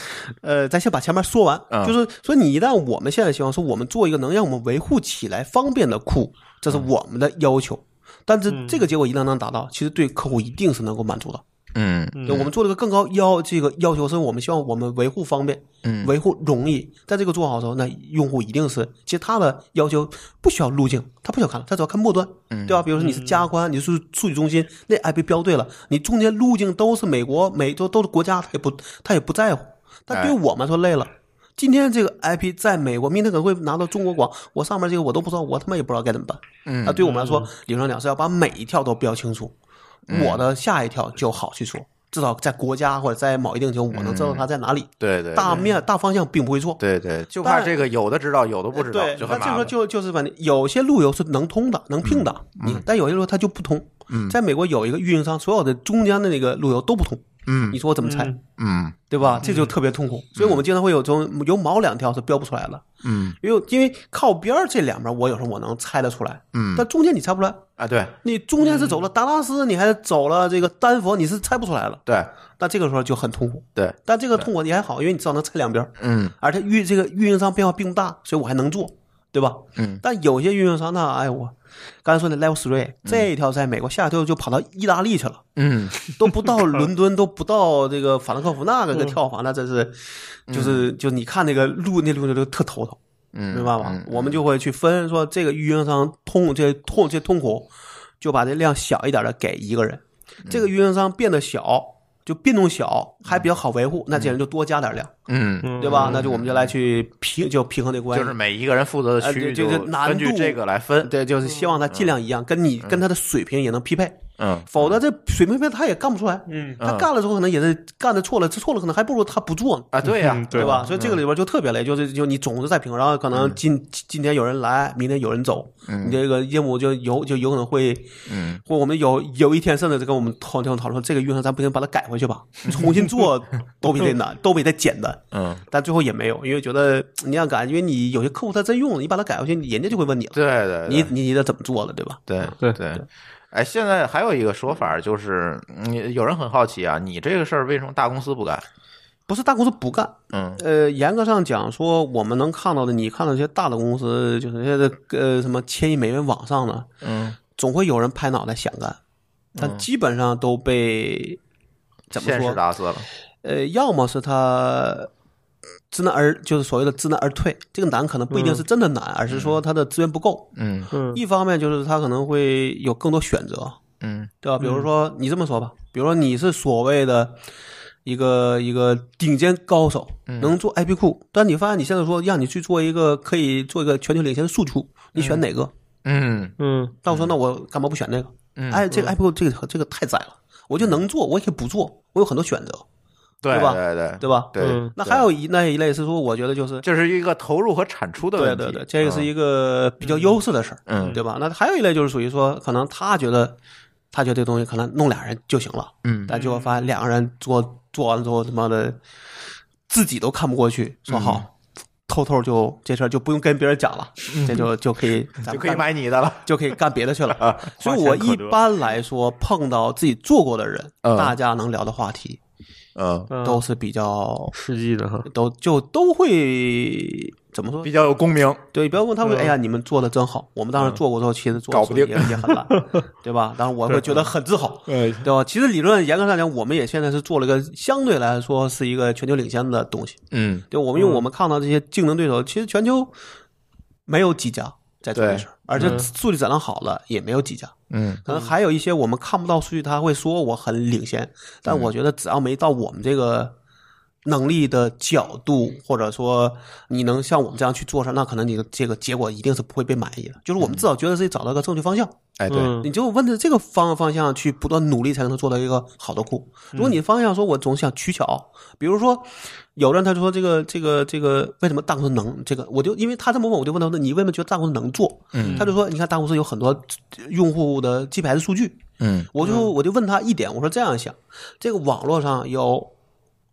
Speaker 2: 呃，咱先把前面说完，
Speaker 1: 嗯
Speaker 2: 就是说你一旦我们现在希望说我们做一个能让我们维护起来方便的库，这是
Speaker 1: 嗯
Speaker 2: 我们的要求。但是这个结果一旦能达到，其实对客户一定是能够满足的。
Speaker 1: 嗯
Speaker 2: 对，我们做了个更高要这个要求，是我们希望我们维护方便，
Speaker 1: 嗯
Speaker 2: 维护容易。在这个做好的时候，那用户一定是，其实他的要求不需要路径，他不想看了，他只要看末端，对吧？比如说你是加宽，你是数据中心，那 IP 标对了，你中间路径都是美国、美洲都是国家，他也不他也不在乎。但对于我们来说累了。今天这个 IP 在美国，明天可能会拿到中国广，我上面这个我都不知道，我他妈也不知道该怎么办。
Speaker 1: 嗯嗯
Speaker 2: 啊，对我们来说，理论上讲是要把每一条都标清楚，我的下一条就好去说，至少在国家或者在某一定情况，我能知道它在哪里。
Speaker 1: 嗯对对
Speaker 2: 大面大方向并不会错，
Speaker 1: 对对，就怕这个有的知道，有的不知道，
Speaker 2: 对，
Speaker 1: 就
Speaker 2: 那
Speaker 1: 很
Speaker 2: 这时
Speaker 1: 麻
Speaker 2: 候
Speaker 1: 烦。嗯
Speaker 2: 就就是反正有些路由是能通的，能并的，你但有些路由它就不通。在美国有一个运营商，所有的中间的那个路由都不通，
Speaker 1: 嗯
Speaker 2: 你说我怎么猜？
Speaker 1: 嗯
Speaker 2: 对吧？这就特别痛苦，所以我们经常会有种有毛两条是标不出来的，
Speaker 1: 嗯
Speaker 2: 因为因为靠边儿这两边我有时候我能猜得出来，
Speaker 1: 嗯
Speaker 2: 但中间你猜不出来，
Speaker 1: 啊，对
Speaker 2: 你中间是走了达拉斯，你还走了这个丹佛，你是猜不出来了。
Speaker 1: 对
Speaker 2: 那这个时候就很痛苦，
Speaker 1: 对，
Speaker 2: 但这个痛苦你还好，因为你至少能猜两边儿，
Speaker 1: 嗯
Speaker 2: 而且运这个运营商变化并不大，所以我还能做，对吧？
Speaker 1: 嗯。
Speaker 2: 但有些运营商呢，哎我刚才说的 Level Three 这一条在美国，下一条就跑到意大利去 了，
Speaker 1: 嗯
Speaker 2: 都不到伦敦， 都不到这个法兰克福，那个个跳法，那真是就是就你看那个路那路就特头疼。
Speaker 1: 嗯，
Speaker 2: 明白吗？我们就会去分说这个运营商痛这痛这痛苦，就把这量小一点的给一个人。
Speaker 1: 嗯
Speaker 2: 这个运营商变得小，就变动小，还比较好维护，那这人就多加点量，
Speaker 1: 嗯，
Speaker 2: 对吧？那就我们就来去平就平衡这个关
Speaker 1: 就
Speaker 2: 系
Speaker 1: 是。每一个人负责
Speaker 2: 呃
Speaker 1: 的区域，根据这个来分。
Speaker 2: 对，就是希望他尽量一样，跟你跟他的水平也能匹配，
Speaker 1: 嗯
Speaker 2: 否则这水平匹配他也干不出来。
Speaker 3: 嗯
Speaker 2: 他干了之后可能也是干的错了，这错了可能还不如他不做呢。
Speaker 1: 啊，对呀，
Speaker 2: 嗯
Speaker 1: 嗯
Speaker 2: 对吧？所以这个里边就特别累，就是就你总是在平衡，然后可能今今天有人来，明天有人走，你这个业务就有就有可能会，
Speaker 1: 嗯，
Speaker 2: 或我们有有一天甚至就跟我们讨论讨论，这个运营商咱不行，把它改回去吧，重新做都比这难，都比这简单。
Speaker 1: 嗯，
Speaker 2: 但最后也没有，因为觉得嗯你要改，因为你有些客户他真用了，你把它改回去，人家就会问你了，
Speaker 1: 对对，
Speaker 2: 你你你得怎么做了，对吧？
Speaker 1: 对
Speaker 3: 对
Speaker 1: 对。哎，现在还有一个说法就是，嗯有人很好奇啊，你这个事儿为什么大公司不干？
Speaker 2: 不是大公司不干，
Speaker 1: 嗯
Speaker 2: 呃，严格上讲说，我们能看到的，你看到一些大的公司，就是现在呃什么千亿美元往上的，
Speaker 1: 嗯，
Speaker 2: 总会有人拍脑袋想干，但基本上都被、怎么
Speaker 1: 现实
Speaker 2: 说？
Speaker 1: 打死了。
Speaker 2: 呃，要么是他知难而就是所谓的知难而退，这个难可能不一定是真的难，而是说它的资源不够。
Speaker 1: 嗯
Speaker 3: 嗯
Speaker 2: 一方面就是它可能会有更多选择，
Speaker 1: 嗯
Speaker 2: 对吧？比如说你这么说吧，比如说你是所谓的一个一个顶尖高手，
Speaker 1: 嗯
Speaker 2: 能做 IP 库，但你发现你现在说让你去做一个可以做一个全球领先的输出，你选哪个？
Speaker 1: 嗯
Speaker 3: 嗯
Speaker 2: 那我说那我干嘛不选那个？
Speaker 1: 嗯
Speaker 2: 哎，这个 IP 库这个这个太窄了，我就能做，我也可以不做，我有很多选择，
Speaker 1: 对
Speaker 2: 对吧
Speaker 1: 对对
Speaker 2: 对吧？
Speaker 1: 对
Speaker 3: 嗯
Speaker 2: 那还有一那一类是说，我觉得就是
Speaker 1: 这是一个投入和产出的
Speaker 2: 对
Speaker 1: 问题。啊
Speaker 2: 对对，这个是一个比较优势的事儿，
Speaker 1: 嗯
Speaker 2: 对吧？那还有一类就是属于说，可能他觉得他觉得这东西可能弄俩人就行了，
Speaker 1: 嗯
Speaker 2: 但结果发现两个人做做完了之后，他妈的自己都看不过去，
Speaker 1: 嗯
Speaker 2: 说好。偷偷就这事儿就不用跟别人讲了，这就就可以
Speaker 1: 嗯
Speaker 2: 咱们
Speaker 1: 就可以
Speaker 2: 干
Speaker 1: 买你的了。
Speaker 2: 就可以干别的去了。
Speaker 1: 啊
Speaker 2: 所以我一般来说碰到自己做过的人，
Speaker 1: 嗯
Speaker 2: 大家能聊的话题
Speaker 1: 嗯，
Speaker 3: 嗯
Speaker 2: 都是比较
Speaker 3: 实际的哈，
Speaker 2: 都就都会怎么 说
Speaker 1: 比？较有共鸣。
Speaker 2: 对，不要问他们，
Speaker 3: 嗯
Speaker 2: 哎呀，你们做的真好。我们当时做过之后，其实做
Speaker 1: 嗯搞不定
Speaker 2: 也也很烂，对吧？当然我会觉得很自豪，
Speaker 1: 对，
Speaker 2: 对吧？其实理论严格上讲，我们也现在是做了一个相对来说是一个全球领先的东西。
Speaker 1: 嗯，
Speaker 2: 对，我们因为我们看到这些竞争对手，其实全球没有几家在做这事儿，而且
Speaker 3: 嗯
Speaker 2: 数据质量好的也没有几家。
Speaker 1: 嗯
Speaker 2: 可能还有一些我们看不到数据，他会说我很领先，但我觉得只要没到我们这个能力的角度，或者说你能像我们这样去做事儿，那可能你的这个结果一定是不会被满意的。就是我们至少觉得自己找到一个正确方向，
Speaker 1: 哎，对，
Speaker 3: 嗯
Speaker 2: 你就问着这个方方向去不断努力，才能做到一个好的库。
Speaker 1: 嗯
Speaker 2: 如果你的方向说我总想取巧，比如说有人他就说这个这个这个为什么大公司能这个，我就因为他这么问，我就问他说你为什么觉得大公司能做？
Speaker 1: 嗯
Speaker 2: 他就说你看大公司有很多用户的 GPS 数据，
Speaker 1: 嗯
Speaker 2: 我就我就问他一点，我说这样想，这个网络上有，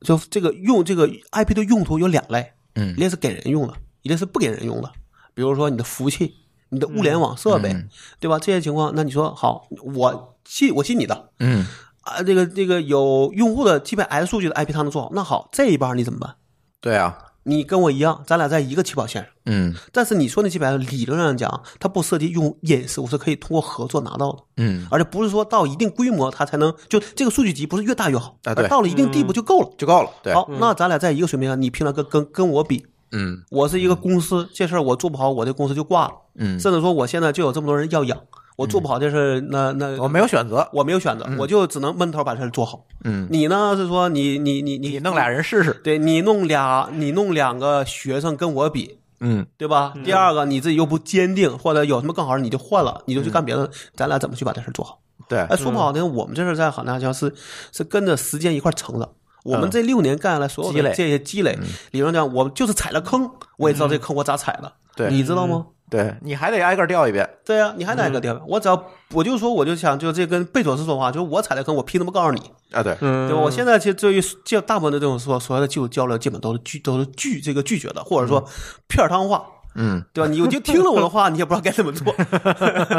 Speaker 2: 就这个用这个 IP 的用途有两类，
Speaker 1: 嗯
Speaker 2: 一类是给人用的，一类是不给人用的。比如说你的服务器、你的物联网设备，
Speaker 1: 嗯
Speaker 2: 对吧？这些情况，那你说好，我信我信你的
Speaker 1: 嗯
Speaker 2: 啊，这个这个有用户的 GPS 数据的 IP 他能做好，那好，这一半你怎么办？
Speaker 1: 对啊，
Speaker 2: 你跟我一样，咱俩在一个起跑线上，
Speaker 1: 嗯
Speaker 2: 但是你说那 GPS 理论上讲，它不涉及用户隐私，我是可以通过合作拿到的。
Speaker 1: 嗯，
Speaker 2: 而且不是说到一定规模它才能就这个数据集不是越大越好，
Speaker 1: 啊对
Speaker 2: 而到了一定地步就够了。
Speaker 1: 就够了。对，
Speaker 2: 好，那咱俩在一个水平上，你凭啥跟跟跟我比？
Speaker 1: 嗯
Speaker 2: 我是一个公司，这事儿我做不好，我这公司就挂了。
Speaker 1: 嗯，
Speaker 2: 甚至说我现在就有这么多人要养，我做不好这事儿，那那
Speaker 1: 我没有选择。
Speaker 2: 我没有选择，我就只能闷头把事儿做好。
Speaker 1: 嗯，
Speaker 2: 你呢是说你你你你
Speaker 1: 你弄俩人试试。
Speaker 2: 对你弄俩你弄两个学生跟我比，
Speaker 1: 嗯
Speaker 2: 对吧？第二个你自己又不坚定，或者有什么更好的你就换了，你就
Speaker 1: 嗯
Speaker 2: 去干别的，咱俩怎么去把这事儿做好？
Speaker 1: 对
Speaker 2: 哎，，说不好听，我们这事儿在海南桥是是跟着时间一块儿成长。我们这六年干下来所有
Speaker 1: 嗯积累嗯
Speaker 2: 的这些积累，理论上讲，我们就是踩了坑，我也知道这坑我咋踩了，
Speaker 1: 对
Speaker 2: 你知道吗？
Speaker 1: 对，你还得挨个儿调一遍。
Speaker 2: 嗯对啊呀、你还
Speaker 1: 嗯
Speaker 2: 哪个地方？我只要我就说，我就想就这跟贝佐斯说话，就是我踩的坑，我凭什么告诉你？
Speaker 1: 啊，对，
Speaker 3: 嗯
Speaker 2: 对吧？我现在其实对于就大部分的这种所所谓的技术交流，基本都是拒都是拒这个拒绝的，或者说片儿汤话。
Speaker 1: 嗯，
Speaker 2: 对吧？你就听了我的话，你也不知道该怎么做。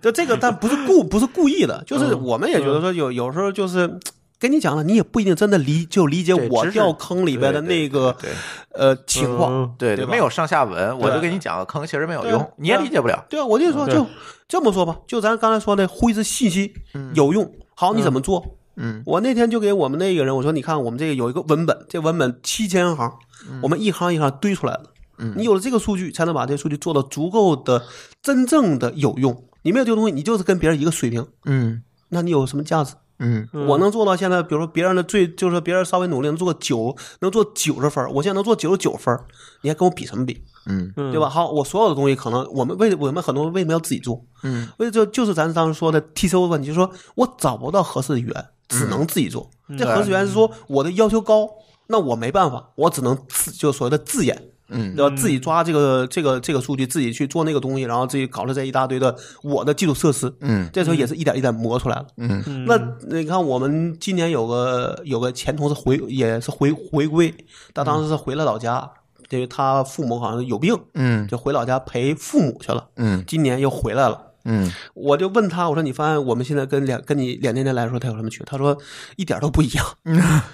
Speaker 2: 就这个，但不是故不是故意的，就是
Speaker 1: 嗯
Speaker 2: 我们也觉得说有有时候就是。跟你讲了，你也不一定真的理就理解
Speaker 1: 对
Speaker 2: 我
Speaker 1: 知识
Speaker 2: 掉坑里边的那个
Speaker 1: 对
Speaker 2: 呃情况。
Speaker 3: 嗯
Speaker 1: 对
Speaker 2: 对吧
Speaker 1: 没有上下文，我就给你讲个坑，其实没有用，你也理解不了。
Speaker 2: 对啊，我就
Speaker 1: 嗯
Speaker 2: 说就这么说吧，就咱刚才说的，灰是信息有用。好，你怎么做？
Speaker 1: 嗯，
Speaker 2: 我那天就给我们那个人我说，你看我们这个有一个文本，这文本七千行，
Speaker 1: 嗯
Speaker 2: 我们一行一行堆出来的。嗯，你有了这个数据，才能把这个数据做到足够的、真正的有用。你没有这个东西，你就是跟别人一个水平，
Speaker 1: 嗯
Speaker 2: 那你有什么价值？
Speaker 1: 嗯
Speaker 2: 我能做到现在，比如说别人的最就是说别人稍微努力能做个九，能做九十分儿，我现在能做九十九分儿，你还跟我比什么比？
Speaker 1: 嗯
Speaker 2: 对吧？好，我所有的东西可能我们为我们很多人为什么要自己做？
Speaker 1: 嗯，
Speaker 2: 为就就是咱当时说的 TCO 问题，就是说我找不到合适的源，只
Speaker 1: 嗯
Speaker 2: 能自己做。
Speaker 3: 嗯
Speaker 2: 这合适源是说我的要求高，那我没办法，我只能自就所谓的自研。
Speaker 1: 嗯
Speaker 2: 对吧？自己抓这个这个这个数据，自己去做那个东西，然后自己搞了这一大堆的我的基础设施，
Speaker 1: 嗯，
Speaker 2: 这时候也是一点一点磨出来了。
Speaker 1: 嗯，
Speaker 2: 那你看我们今年有个有个前同事回也是回回归，他当时是回了老家，因为他父母好像有病，
Speaker 1: 嗯
Speaker 2: 就回老家陪父母去了。
Speaker 1: 嗯
Speaker 2: 今年又回来了，
Speaker 1: 嗯，
Speaker 2: 我就问他，我说你发现我们现在跟两跟你两年前来说，他有什么区别？他说一点都不一样，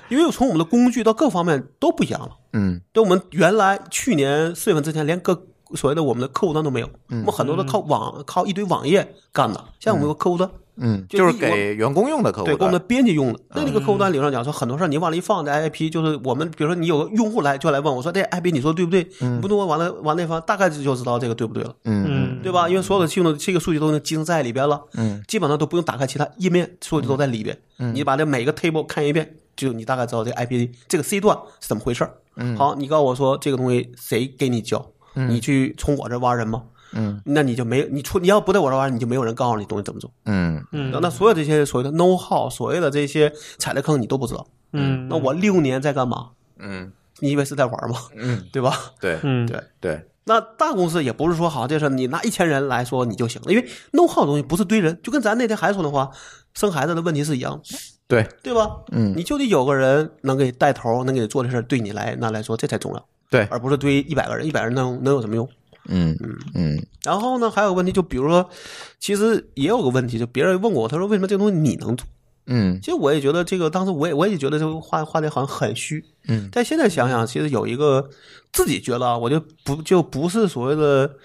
Speaker 2: 因为从我们的工具到各方面都不一样了。
Speaker 1: 嗯
Speaker 2: 对，我们原来去年四月份之前，连个所谓的我们的客户端都没有，我们很多都靠网靠一堆网页干的，现在我们有个客户端，
Speaker 1: 嗯，
Speaker 2: 就
Speaker 1: 就是
Speaker 2: 一
Speaker 1: 给员工用的客户
Speaker 2: 对，给我
Speaker 1: 端
Speaker 2: 们的编辑用的。那那个客户端理论上讲说，很多事儿你往里一放，在 IP 就是我们，比如说你有个用户来就来问我说，这 IP 你说对不对？你不能我往那往那方，大概就知道这个对不对了，
Speaker 1: 嗯
Speaker 3: 嗯，
Speaker 2: 对吧？因为所有的系统这个数据都已经集成在里边了，
Speaker 1: 嗯，
Speaker 2: 基本上都不用打开其他页面，所有的都在里边。你把这每个 table 看一遍，就你大概知道这 IP 这个 C 段是怎么回事儿。好，你告诉我说这个东西谁给你教？你去从我这挖人吗？
Speaker 1: 嗯，
Speaker 2: 那你就没你出你要不在我这挖人，你就没有人告诉你东西怎么做。
Speaker 1: 嗯
Speaker 3: 嗯
Speaker 2: 那所有这些所谓的 know how，所谓的这些踩的坑你都不知道。
Speaker 3: 嗯，
Speaker 2: 那我六年在干嘛？
Speaker 1: 嗯
Speaker 2: 你以为是在玩吗？
Speaker 1: 嗯，
Speaker 2: 对吧？
Speaker 1: 对
Speaker 3: 嗯
Speaker 2: 对
Speaker 1: 对，
Speaker 2: 那大公司也不是说好这事儿你拿一千人来说你就行了，因为 know how 的东西不是堆人，就跟咱那天还说的话，生孩子的问题是一样的，
Speaker 1: 对，
Speaker 2: 对吧？
Speaker 1: 嗯
Speaker 2: 你就得有个人能给你带头，能给你做这事儿，对你来那来说这才重要，
Speaker 1: 对，
Speaker 2: 而不是堆一百个人，一百人能能有什么用？
Speaker 1: 嗯嗯
Speaker 2: 然后呢，还有个问题，就比如说，其实也有个问题，就别人问过我，他说为什么这东西你能做？
Speaker 1: 嗯
Speaker 2: 其实我也觉得这个，当时我也我也觉得这个话话题好像很虚，
Speaker 1: 嗯，
Speaker 2: 但现在想想，其实有一个自己觉得啊，我就不就不是所谓的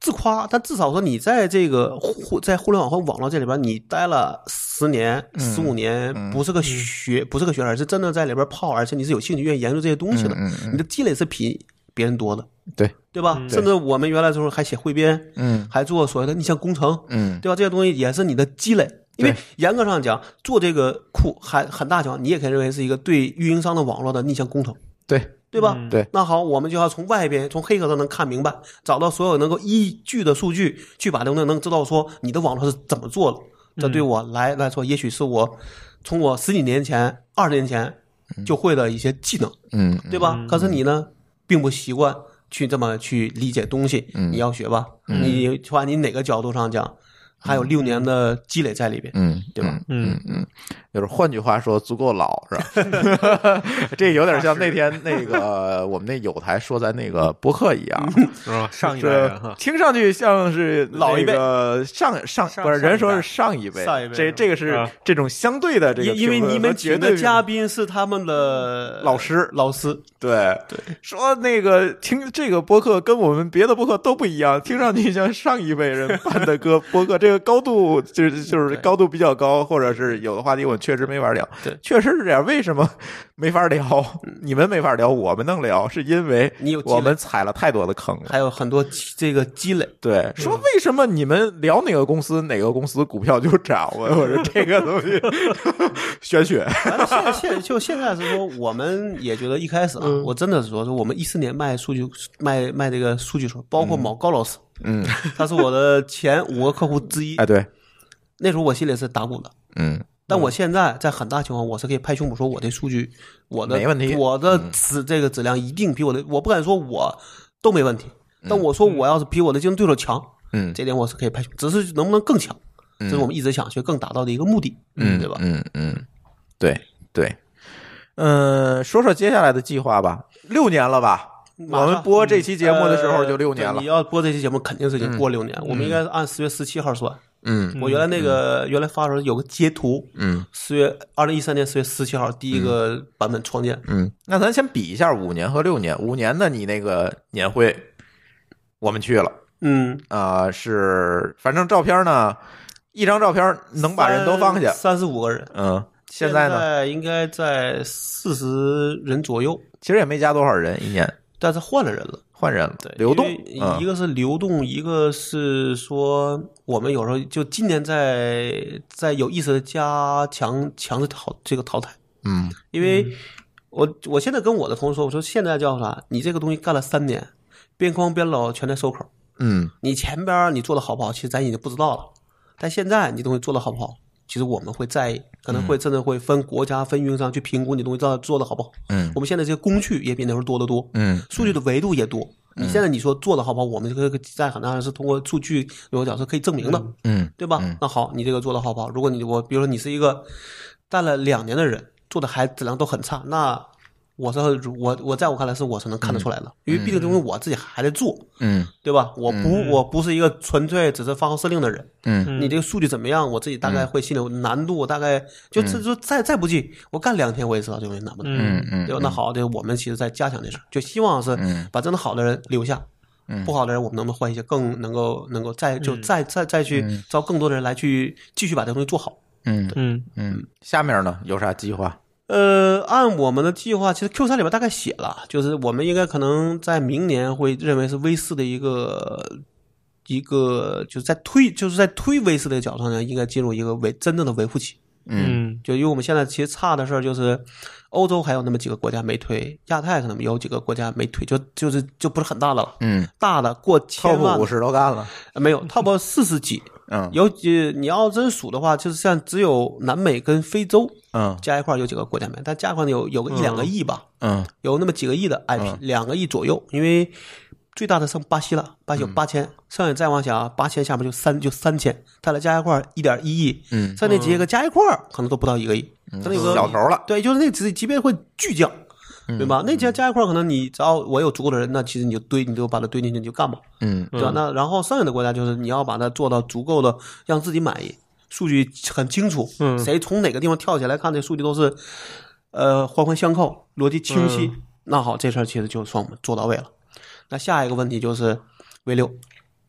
Speaker 2: 自夸，但至少说你在这个互在互联网和网络这里边，你待了十年、
Speaker 1: 嗯
Speaker 2: 十五年，不是个学不是个学生，是真的在里边泡，而且你是有兴趣、愿意研究这些东西的，
Speaker 1: 嗯
Speaker 2: 你的积累是比别人多的，
Speaker 1: 对，
Speaker 2: 对吧？甚至我们原来的时候还写汇编，
Speaker 1: 嗯
Speaker 2: 还做所谓的逆向工程，
Speaker 1: 嗯
Speaker 2: 对吧？这些东西也是你的积累。因为
Speaker 1: 对
Speaker 2: 严格上讲，做这个库很很大讲，你也可以认为是一个对运营商的网络的逆向工程，
Speaker 1: 对，
Speaker 2: 对吧？
Speaker 3: 嗯
Speaker 1: 对
Speaker 2: 那好，我们就要从外边，从黑客上能看明白，找到所有能够依据的数据，去把这东西能知道说你的网络是怎么做的。这对我来来说，也许是我从我十几年前、二十年前就会的一些技能，
Speaker 1: 嗯
Speaker 2: 对吧？可是你呢，并不习惯去这么去理解东西，你要学吧？你不管你哪个角度上讲，还有六年的积累在里边，
Speaker 1: 嗯，
Speaker 2: 对吧？
Speaker 3: 嗯
Speaker 1: 就是换句话说，足够老是 吧？ 这有点像那天那个我们那友台说在那个播客一样，
Speaker 3: 啊，上一代
Speaker 1: 是
Speaker 3: 人哈，
Speaker 1: 听上去像是
Speaker 2: 嗯老一辈
Speaker 1: 个上上
Speaker 3: 上
Speaker 1: 不是
Speaker 3: 上
Speaker 1: 人
Speaker 3: 一
Speaker 1: 说
Speaker 3: 代
Speaker 1: 是上一辈，
Speaker 2: 上一辈
Speaker 1: 这这个是
Speaker 3: 啊
Speaker 1: 这种相对的这个
Speaker 2: 因因为
Speaker 1: 评论
Speaker 2: 你
Speaker 1: 和
Speaker 2: 们
Speaker 1: 绝
Speaker 2: 请
Speaker 1: 对
Speaker 2: 的
Speaker 1: 评
Speaker 2: 嘉宾是他们的
Speaker 1: 老师
Speaker 2: 老师，
Speaker 1: 对对，说那个听这个播客跟我们别的播客都不一样，听上去像上一辈人办的 歌播客，这个高度就是就是高度比较高，或者是有的话题我确实没法聊，
Speaker 2: 对
Speaker 1: 确实是这样。为什么没法聊？你们没法聊，我们能聊，是因为
Speaker 2: 你有积累
Speaker 1: 我们踩了太多的坑了。
Speaker 2: 还有很多积这个积累。
Speaker 1: 对，说为什么你们聊哪个公司，哪个公司股票就涨了？我说这个东西 玄学。
Speaker 2: 反正现在现在就现在是说，我们也觉得一开始啊，
Speaker 1: 嗯
Speaker 2: 我真的是说，说我们一四年卖数据卖卖这个数据的时候，包括某高老师，
Speaker 1: 嗯，
Speaker 2: 他是我的前五个客户之一
Speaker 1: 哎，。对，
Speaker 2: 那时候我心里是打鼓的，
Speaker 1: 嗯
Speaker 2: 但我现在在很大情况，我是可以拍胸脯说，我的数据，我的
Speaker 1: 没问题嗯
Speaker 2: 我的质这个质量一定比我的，我不敢说我都没问题，但我说我要是比我的竞争对手强，
Speaker 1: 嗯
Speaker 2: 这点我是可以拍胸，只是能不能更强，这是我们一直想去更达到的一个目的，
Speaker 1: 嗯，
Speaker 2: 对吧？
Speaker 1: 嗯嗯，对对，嗯，说说接下来的计划吧。六年了吧？
Speaker 2: 马
Speaker 1: 我
Speaker 2: 上
Speaker 1: 们播这期节目的时候就六年
Speaker 2: 呃对
Speaker 1: 了
Speaker 2: 你。要播这期节目，肯定是已经过六年。我们应该是按十月十七号算。
Speaker 1: 嗯
Speaker 2: 我原来那个原来发的时候有个截图，
Speaker 1: 嗯
Speaker 2: 四月二零一三年四月十七号第一个版本创建。
Speaker 1: 嗯，那咱先比一下五年和六年。五年的你那个年会，我们去了
Speaker 2: 嗯，
Speaker 1: 啊、是反正照片呢，一张照片能把人都放下。
Speaker 2: 三十五个人。
Speaker 1: 嗯，现
Speaker 2: 在
Speaker 1: 在呢，
Speaker 2: 应该在四十人左右，
Speaker 1: 其实也没加多少人，一年
Speaker 2: 但是换了人了，
Speaker 1: 换人了，
Speaker 2: 对，
Speaker 1: 流动
Speaker 2: 因为，
Speaker 1: 嗯
Speaker 2: 一个是流动，一个是说我们有时候就今年在在有意识的加强强制淘这个淘汰。
Speaker 1: 嗯
Speaker 2: 因为我我现在跟我的同事说，我说现在叫啥？你这个东西干了三年，边框边篓全在收口。
Speaker 1: 嗯
Speaker 2: 你前边你做的好不好，其实咱已经不知道了。但现在你东西做的好不好，其实我们会在意，可
Speaker 1: 嗯
Speaker 2: 能会甚至会分国家、分运营商去评估你东西到底做的好不好。
Speaker 1: 嗯
Speaker 2: 我们现在这些工具也比那时候多得多，
Speaker 1: 嗯
Speaker 2: 数据的维度也多。你现在你说做的好不好，我们这个在很大上是通过数据有角是可以证明的。
Speaker 1: 嗯
Speaker 2: 对吧？那好，你这个做的好不好？如果你我比如说你是一个干了两年的人，做的还质量都很差，那我是我我在我看来是我是能看得出来的，因为毕竟这东西我自己还在做，
Speaker 1: 嗯
Speaker 2: 对吧？我不、我不是一个纯粹只是发号施令的人，
Speaker 1: 嗯
Speaker 3: 嗯
Speaker 2: 你这个数据怎么样，我自己大概会心里有难度，我大概就
Speaker 1: 嗯
Speaker 2: 这就再再不济，我干两天我也知道这东西难不难。
Speaker 3: 嗯
Speaker 1: 嗯嗯
Speaker 2: 对吧？那好，这我们其实在加强这事儿，就希望是
Speaker 1: 嗯
Speaker 2: 把真的好的人留下，
Speaker 1: 嗯
Speaker 2: 不好的人，我们能不能换一些更能够能够再就
Speaker 3: 嗯
Speaker 2: 再再再去
Speaker 1: 嗯
Speaker 2: 招更多的人来去继续把这东西做好。
Speaker 1: 嗯
Speaker 3: 嗯
Speaker 1: 嗯，下面呢有啥计划？
Speaker 2: 呃，按我们的计划，其实 Q 三里边大概写了，就是我们应该可能在明年会认为是 V 四的一个一个，就是在推就是在推 V 四的角度上呢，应该进入一个维真正的维护期。
Speaker 3: 嗯
Speaker 2: 就因为我们现在其实差的事儿就是，欧洲还有那么几个国家没推，亚太可能有几个国家没推，就就是就不是很大的了。
Speaker 1: 嗯
Speaker 2: 大的过
Speaker 1: ，top
Speaker 2: 千万
Speaker 1: 五十都干了，
Speaker 2: 呃没有，top 四十几，
Speaker 1: 嗯
Speaker 2: 有几你要真数的话，就是像只有南美跟非洲
Speaker 1: 嗯
Speaker 2: 加一块儿有几个国家没，但加一块儿有有个一两个亿吧，
Speaker 1: 嗯
Speaker 2: 有那么几个亿的 IP，、两个亿左右，因为最大的剩巴西了，巴西有
Speaker 1: 嗯
Speaker 2: 八千，剩下再往下八千下面就三就三千，再来加一块一点一亿，
Speaker 1: 嗯，
Speaker 2: 剩那几个加一块儿可能都不到一个亿，它那个
Speaker 1: 小头了，
Speaker 2: 对，就是那即即便会巨降。
Speaker 1: 嗯
Speaker 2: 对吧？那加加一块儿可能你只要我有足够的人，那其实你就堆，你就把它堆进去，你就干吧。
Speaker 1: 嗯
Speaker 2: 对吧？那然后剩下的国家就是你要把它做到足够的让自己满意，数据很清楚，
Speaker 3: 嗯
Speaker 2: 谁从哪个地方跳起来看这数据都是，呃，环环相扣，逻辑清晰。
Speaker 1: 嗯
Speaker 2: 那好，这事儿其实就算我们做到位了。那下一个问题就是 V 六，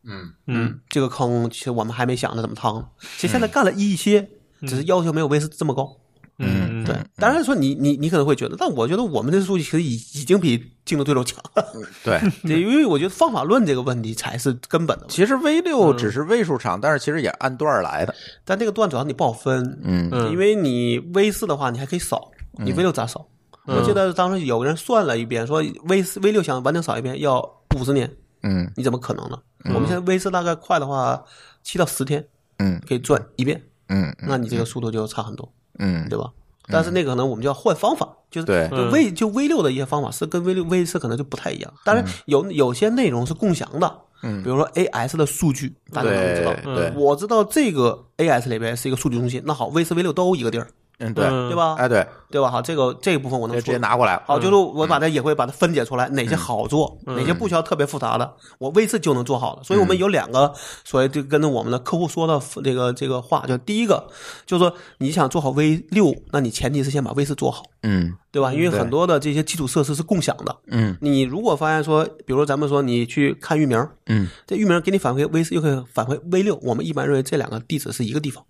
Speaker 1: 嗯
Speaker 3: 嗯，
Speaker 2: 这个坑其实我们还没想着怎么趟呢。其实
Speaker 1: 嗯
Speaker 2: 现在干了一些，只是要求没有 V 四这么高。
Speaker 3: 嗯
Speaker 2: 对，当然说你你你可能会觉得，但我觉得我们这数据其实已已经比竞争对手强 了，
Speaker 1: 对，
Speaker 2: 因为我觉得方法论这个问题才是根本的问题。
Speaker 1: 其实 V 六
Speaker 2: 嗯
Speaker 1: 只是位数长，但是其实也按段儿来的，
Speaker 2: 但这个段主要你不好分，
Speaker 1: 嗯
Speaker 3: 嗯
Speaker 2: 因为你 V 四的话，你还可以扫，你 V 六咋扫？
Speaker 3: 嗯
Speaker 2: 我记得当时有个人算了一遍，说 V 四 V 六想完整扫一遍要五十年，
Speaker 1: 嗯
Speaker 2: 你怎么可能呢？我
Speaker 3: 嗯
Speaker 2: 们现在 V 四大概快的话，七到十天
Speaker 1: 嗯
Speaker 2: 可以转一遍，
Speaker 1: 嗯
Speaker 2: 那你这个速度就差很多，
Speaker 1: 嗯，
Speaker 2: 对吧？但是那个可能我们就要换方法，就是
Speaker 1: 对
Speaker 2: 就
Speaker 3: 嗯
Speaker 2: V 就 V 六的一些方法是跟 V 六 V 四可能就不太一样。当然有有些内容是共享的，
Speaker 1: 嗯
Speaker 2: 比如说 AS 的数据，大家都能知道
Speaker 1: 对。对，
Speaker 2: 我知道这个 AS 里边是一个数据中心，那好，V 四 V 六都一个地儿，
Speaker 1: 嗯对，
Speaker 2: 对吧？
Speaker 1: 哎对，
Speaker 2: 对吧？好，这个这一部分我能
Speaker 1: 直
Speaker 2: 说
Speaker 1: 接。拿过来了，
Speaker 2: 嗯好，哦就是我把它也会把它分解出来，哪些好做，哪些不需要特别复杂的，我 V 四就能做好了。所以我们有两个，所谓就跟着我们的客户说的这个这个话，就第一个就是说你想做好 V 六，那你前提是先把 V 四做好，
Speaker 1: 嗯
Speaker 2: 对吧？因为
Speaker 1: 对
Speaker 2: 很多的这些基础设施是共享的。
Speaker 1: 嗯
Speaker 2: 你如果发现说，比如说咱们说你去看域名，
Speaker 1: 嗯
Speaker 2: 这域名给你反馈 V 四，又可以反馈 V 六，我们一般认为这两个地址是一个地方。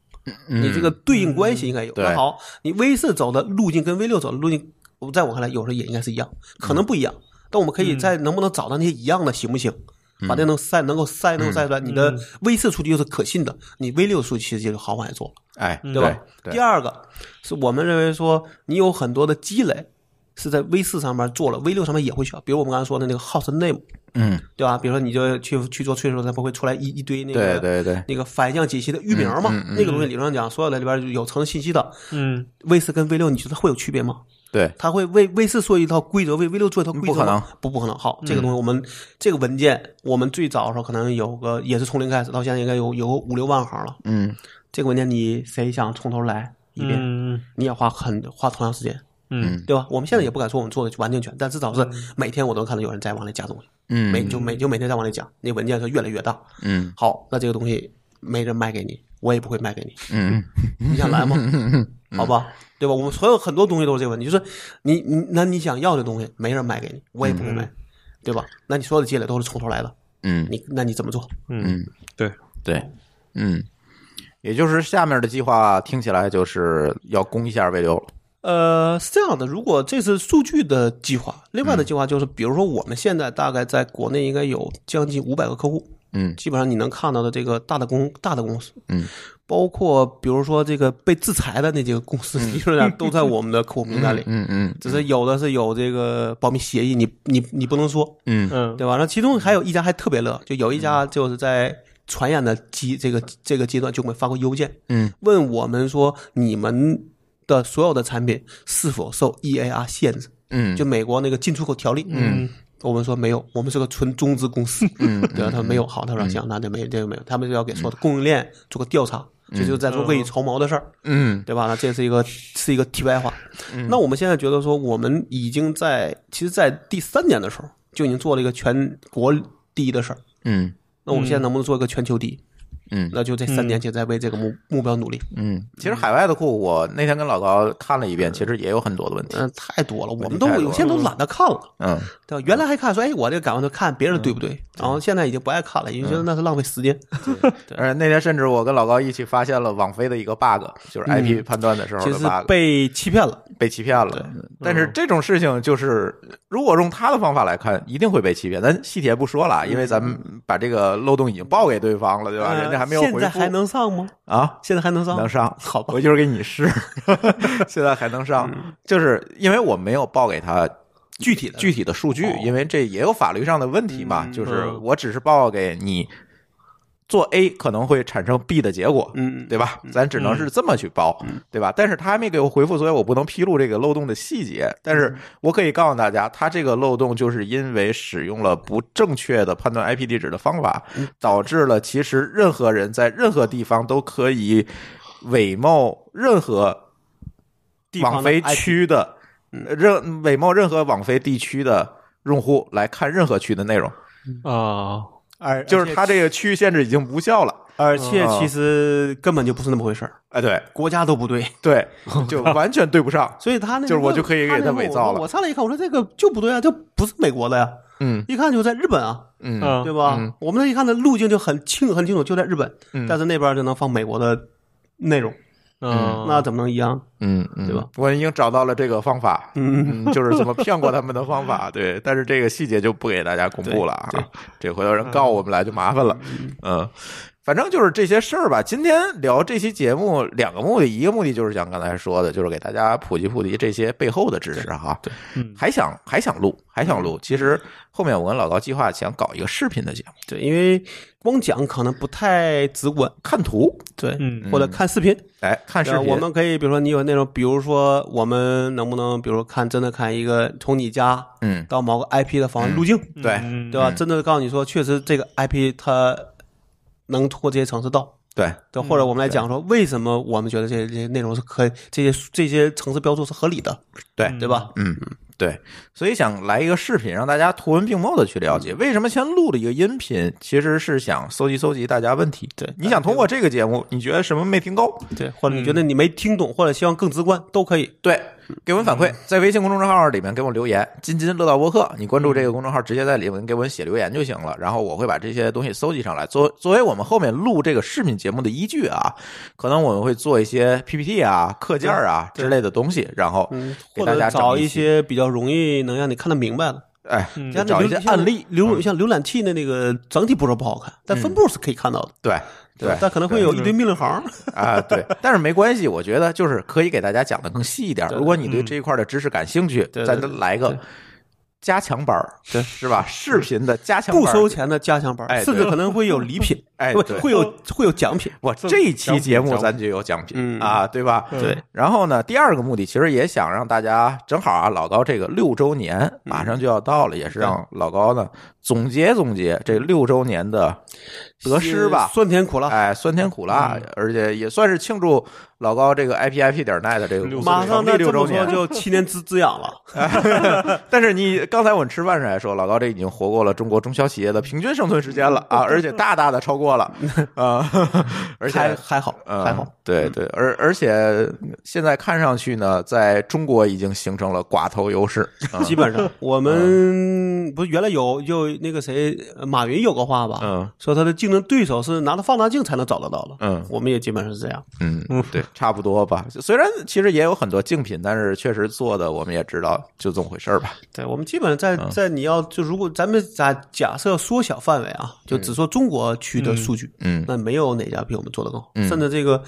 Speaker 1: 嗯，
Speaker 2: 你这个对应关系应该有。
Speaker 1: 对
Speaker 2: 那好，你 V 四走的路径跟 V 六走的路径，我在我看来有时候也应该是一样，可
Speaker 1: 嗯
Speaker 2: 能不一样，但我们可以在能不能找到那些一样的，行不行？
Speaker 1: 嗯
Speaker 2: 把这能筛能够筛能够筛出来，你的 V 四数据又是可信的，你 V 六数据其实就好往下做了，
Speaker 1: 哎
Speaker 3: 嗯
Speaker 1: 对
Speaker 2: 吧？第
Speaker 1: 对，
Speaker 2: 二个是我们认为说你有很多的积累是在 V 四上面做了，V 六上面也会需要，比如我们刚才说的那个 house name，
Speaker 1: 嗯
Speaker 2: 对吧？比如说你就去去做催收，它不会出来一一堆那个
Speaker 1: 对嗯对对，
Speaker 2: 那个反向解析的域名嘛，那个东西理论上讲，所有的里边有层信息的
Speaker 3: 嗯
Speaker 2: V 四跟 V 六，你觉得会有区别吗？
Speaker 1: 对，
Speaker 2: 它会为 V 四做一套规则，为 V 六做一套规则吗
Speaker 1: 不可能，嗯
Speaker 2: 不不可能。好，这个东西我们、这个文件，我们最早的时候可能有个也是从零开始，到现在应该有有个五六万行了。
Speaker 1: 嗯
Speaker 2: 这个文件你谁想从头来一遍，
Speaker 3: 嗯
Speaker 2: 你也花很花同样时间，
Speaker 3: 嗯
Speaker 2: 对吧？我们现在也不敢说我们做的完全全，但至少是每天我都能看到有人在往里加东西，
Speaker 1: 嗯
Speaker 2: 每就每就每天在往里加，那文件是越来越大。
Speaker 1: 嗯
Speaker 2: 好，那这个东西没人卖给你，我也不会卖给你。
Speaker 1: 嗯
Speaker 2: 你想来吗？好吧，对吧？我们所有很多东西都是这个问题，就是你你那你想要的东西没人卖给你，我也不会卖，对吧？那你所有的积累都是从头来的，
Speaker 1: 嗯
Speaker 2: 你那你怎么做？
Speaker 3: 嗯，对，
Speaker 1: 对，嗯。也就是下面的计划听起来就是要攻一下 V 六了，
Speaker 2: 呃，是这样的，如果这是数据的计划，另外的计划就是，比如说我们现在大概在国内应该有将近五百个客户，
Speaker 1: 嗯
Speaker 2: 基本上你能看到的这个大的公大的公司，
Speaker 1: 嗯，
Speaker 2: 包括比如说这个被制裁的那几个公司，理论上都在我们的客户名单里，
Speaker 1: 嗯嗯
Speaker 2: 只是有的是有这个保密协议，你你你不能说，
Speaker 1: 嗯
Speaker 3: 嗯
Speaker 2: 对吧？那其中还有一家还特别乐，就有一家就是在传言的阶这个这个阶段就给我们发过邮件，
Speaker 1: 嗯，
Speaker 2: 问我们说你们的所有的产品是否受 EAR 限制，
Speaker 1: 嗯，
Speaker 2: 就美国那个进出口条例，嗯。我们说没有，我们是个纯中资公司，嗯、对吧？他们没有，好，他说行，那就没，这就没有，他们就要给所有的供应链做个调查，这就在做未雨绸缪的事儿。
Speaker 1: 嗯
Speaker 2: 对吧？那这是一个是一个题外话。那我们现在觉得说，我们已经在其实，在第三年的时候就已经做了一个全国第一的事儿。
Speaker 1: 嗯
Speaker 2: 那我们现在能不能做一个全球第一？
Speaker 1: 嗯
Speaker 2: 那就这三年，请在为这个目目标努力。
Speaker 1: 嗯，其实海外的库，我那天跟老高看了一遍，其实也有很多的问题。
Speaker 2: 嗯，太多了，我们
Speaker 1: 题
Speaker 2: 都
Speaker 1: 太多
Speaker 2: 有些都
Speaker 3: 了
Speaker 2: 懒得看了，
Speaker 1: 嗯
Speaker 2: 对吧？原来还看说，哎，我这赶快就看别人对不对，然后现在已经不爱看了，因
Speaker 1: 嗯
Speaker 2: 为觉得那是浪费时间。
Speaker 1: 而那天甚至我跟老高一起发现了网飞的一个 bug，就是 IP 判断的时候
Speaker 2: 其
Speaker 1: 的
Speaker 2: 实
Speaker 1: bug，
Speaker 2: 被欺骗了，
Speaker 1: 被欺骗了。但是这种事情就是，如果用他的方法来看，一定会被欺骗。咱细节不说了啊，因为咱们把这个漏洞已经报给对方了，对吧？
Speaker 2: 呃
Speaker 1: 人家嗯还没有回复。
Speaker 2: 现在还能上吗？
Speaker 1: 啊？
Speaker 2: 现在还能上？
Speaker 1: 能上，
Speaker 2: 好吧
Speaker 1: 我一会儿给你 试。现在还能上，就是因为我没有报给他
Speaker 2: 具体的
Speaker 1: 嗯具体的哦嗯数据，因为这也有法律上的问题嘛。就是我只是报给你做 A 可能会产生 B 的结果，
Speaker 2: 嗯
Speaker 1: 对吧？咱只能是这么去报，对吧？但是他还没给我回复，所以我不能披露这个漏洞的细节。但
Speaker 2: 嗯
Speaker 1: 是我可以告诉大家，他这个漏洞就是因为使用了不正确的判断 IP 地址的方法，
Speaker 2: 嗯
Speaker 1: 导致了其实任何人在任何地方都可以伪冒任何
Speaker 2: 地方的嗯
Speaker 1: 网飞
Speaker 2: IP
Speaker 1: 区的呃任伪冒任何网飞地区的用户来看任何区的内容，
Speaker 3: 啊，
Speaker 2: 而
Speaker 1: 就是他这个区域限制已经无效了。
Speaker 2: 而且
Speaker 1: 嗯
Speaker 2: 其实根本就不是那么回事儿，
Speaker 1: 哎，对
Speaker 2: 国家都不对，
Speaker 1: 对，就完全对不上。
Speaker 2: 所以他那
Speaker 1: 就是我就可以给他
Speaker 2: 他
Speaker 1: 伪造了
Speaker 2: 我我上来一看，我说这个就不对啊，这不是美国的呀，
Speaker 1: 嗯
Speaker 2: 一看就在日本啊，
Speaker 1: 嗯
Speaker 3: 嗯
Speaker 2: 对吧？
Speaker 1: 嗯
Speaker 2: 我们这一看的路径就很清很清楚，就在日本，
Speaker 1: 嗯
Speaker 2: 但是那边就能放美国的内容，
Speaker 3: 嗯，
Speaker 2: 那怎么能一样？
Speaker 1: 嗯嗯，
Speaker 2: 对吧？
Speaker 1: 我已经找到了这个方法，
Speaker 2: 嗯，
Speaker 1: 嗯，就是怎么骗过他们的方 法。对，但是这个细节就不给大家公布了
Speaker 2: 对
Speaker 1: 啊
Speaker 2: 对，
Speaker 1: 这回头人告我们来就麻烦了。嗯，反正就是这些事儿吧。今天聊这期节目两个目的，一个目的就是像刚才说的，就是给大家普及普及这些背后的知识哈。对
Speaker 3: 嗯
Speaker 1: 还想还想录，还想
Speaker 2: 嗯
Speaker 1: 录。其实后面我跟老高计划想搞一个视频的节目，
Speaker 2: 对，因为光讲可能不太直观，
Speaker 1: 看图，
Speaker 2: 对，
Speaker 3: 嗯
Speaker 2: 或者看视频。
Speaker 1: 哎，看视
Speaker 2: 然后
Speaker 1: 频，
Speaker 2: 呃我们可以比如说你有那种，比如说我们能不能，比如说看真的看一个从你家
Speaker 1: 嗯，
Speaker 2: 到某个 IP 的访问路径，
Speaker 1: 对
Speaker 3: 嗯
Speaker 2: 对吧？
Speaker 1: 嗯
Speaker 2: 真的告诉你说，确实这个 IP 它能通过这些城市到。
Speaker 1: 嗯对，
Speaker 2: 对，或者我们来讲说，为什么我们觉得这些这些内容是可以，这些这些城市标注是合理的，
Speaker 1: 对
Speaker 2: 对吧？
Speaker 1: 嗯，对，所以想来一个视频，让大家图文并茂的去了解。为什么先录了一个音频，其实是想搜集搜集大家问题。
Speaker 2: 对
Speaker 1: 你想通过这个节目，你觉得什么没听够？
Speaker 2: 对，或者你觉
Speaker 1: 嗯
Speaker 2: 得你没听懂，或者希望更直观，都可以。
Speaker 1: 对，给我们反馈，在微信公众号里面给我留言“津津乐道播客”，你关注这个公众号，直接在里面给我们写留言就行了。然后我会把这些东西搜集上来，作作为我们后面录这个视频节目的依据啊，可能我们会做一些 PPT 啊、课件啊之类的东西，然后
Speaker 2: 嗯，
Speaker 1: 给
Speaker 2: 或
Speaker 1: 大
Speaker 2: 者
Speaker 1: 家
Speaker 2: 找
Speaker 1: 整一
Speaker 2: 一
Speaker 1: 期
Speaker 2: 些比较容易能让你看得明白的，
Speaker 1: 哎，
Speaker 3: 嗯
Speaker 1: 就找一些
Speaker 2: 像
Speaker 1: 案例，嗯
Speaker 2: 浏像浏览器的那个整体步骤不好看，但分布是可以看到的，
Speaker 1: 对对
Speaker 2: 吧，但可能会有一堆命令行。
Speaker 1: 啊，对，但是没关系，我觉得就是可以给大家讲的更细一点。如果你对这一块的知识感兴趣，
Speaker 2: 嗯对
Speaker 1: 咱
Speaker 2: 对
Speaker 1: 就来个加强班儿，
Speaker 2: 对
Speaker 1: 是吧？视频的加强班
Speaker 2: 不
Speaker 1: 儿
Speaker 2: 收，钱的加强班
Speaker 1: 哎，
Speaker 2: 甚至
Speaker 1: 对
Speaker 2: 可能会有礼品，
Speaker 1: 哎
Speaker 2: 不
Speaker 1: 对
Speaker 2: 会有会有奖品。
Speaker 1: 我这一期节目咱就有奖品
Speaker 2: 嗯
Speaker 1: 啊，对吧？
Speaker 3: 对。
Speaker 1: 然后呢，第二个目的其实也想让大家正好啊，老高这个六周年
Speaker 2: 嗯
Speaker 1: 马上就要到了，也是让老高呢总结总结这六周年的得失吧。
Speaker 2: 酸甜苦辣。
Speaker 1: 哎，酸甜苦辣，
Speaker 2: 嗯
Speaker 1: 而且也算是庆祝老高这个 IPIP 点 net 这个公司
Speaker 2: 马上
Speaker 1: 成立
Speaker 2: 那
Speaker 1: 六
Speaker 2: 这
Speaker 1: 周
Speaker 2: 么
Speaker 1: 年
Speaker 2: 说，就七年之之痒了，
Speaker 1: 但是你刚才我们吃饭时还说，老高这已经活过了中国中小企业的平均生存时间了啊， 而且大大的超过了啊、 而且
Speaker 2: 还还好
Speaker 1: 嗯
Speaker 2: 还好。
Speaker 1: 对对，而而且现在看上去呢，在中国已经形成了寡头优势，啊
Speaker 2: 基本上我们不是原来有就那个谁呃马云有个话吧，
Speaker 1: 嗯
Speaker 2: 说他的竞争对手是拿着放大镜才能找得到的，
Speaker 1: 嗯
Speaker 2: 我们也基本上是这样，
Speaker 1: 嗯嗯，对，差不多吧。虽然其实也有很多竞品，但是确实做的我们也知道就这么回事儿吧。
Speaker 2: 对我们基本上
Speaker 1: 嗯
Speaker 2: 在在你要就如果咱们假假设缩小范围啊，就只说中国区的数据，
Speaker 1: 嗯
Speaker 2: 那没有哪家比我们做的更好，
Speaker 1: 嗯
Speaker 2: 甚至这个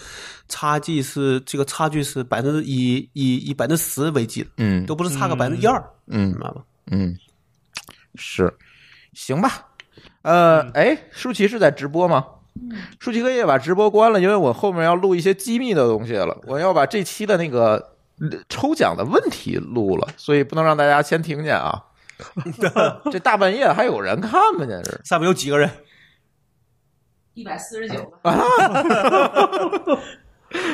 Speaker 2: 差距是这个差距是百分之一以以百分之十为计的，
Speaker 1: 嗯
Speaker 2: 都不是差个百分之一二，
Speaker 1: 嗯
Speaker 2: 明白吧？
Speaker 1: 嗯，是，行吧。呃，哎，舒淇是在直播吗？舒淇可以把直播关了，因为我后面要录一些机密的东西了，我要把这期的那个呃抽奖的问题录了，所以不能让大家先听见啊。这大半夜还有人看吗？这是
Speaker 2: 上面有几个人？
Speaker 4: 一百四十九吧。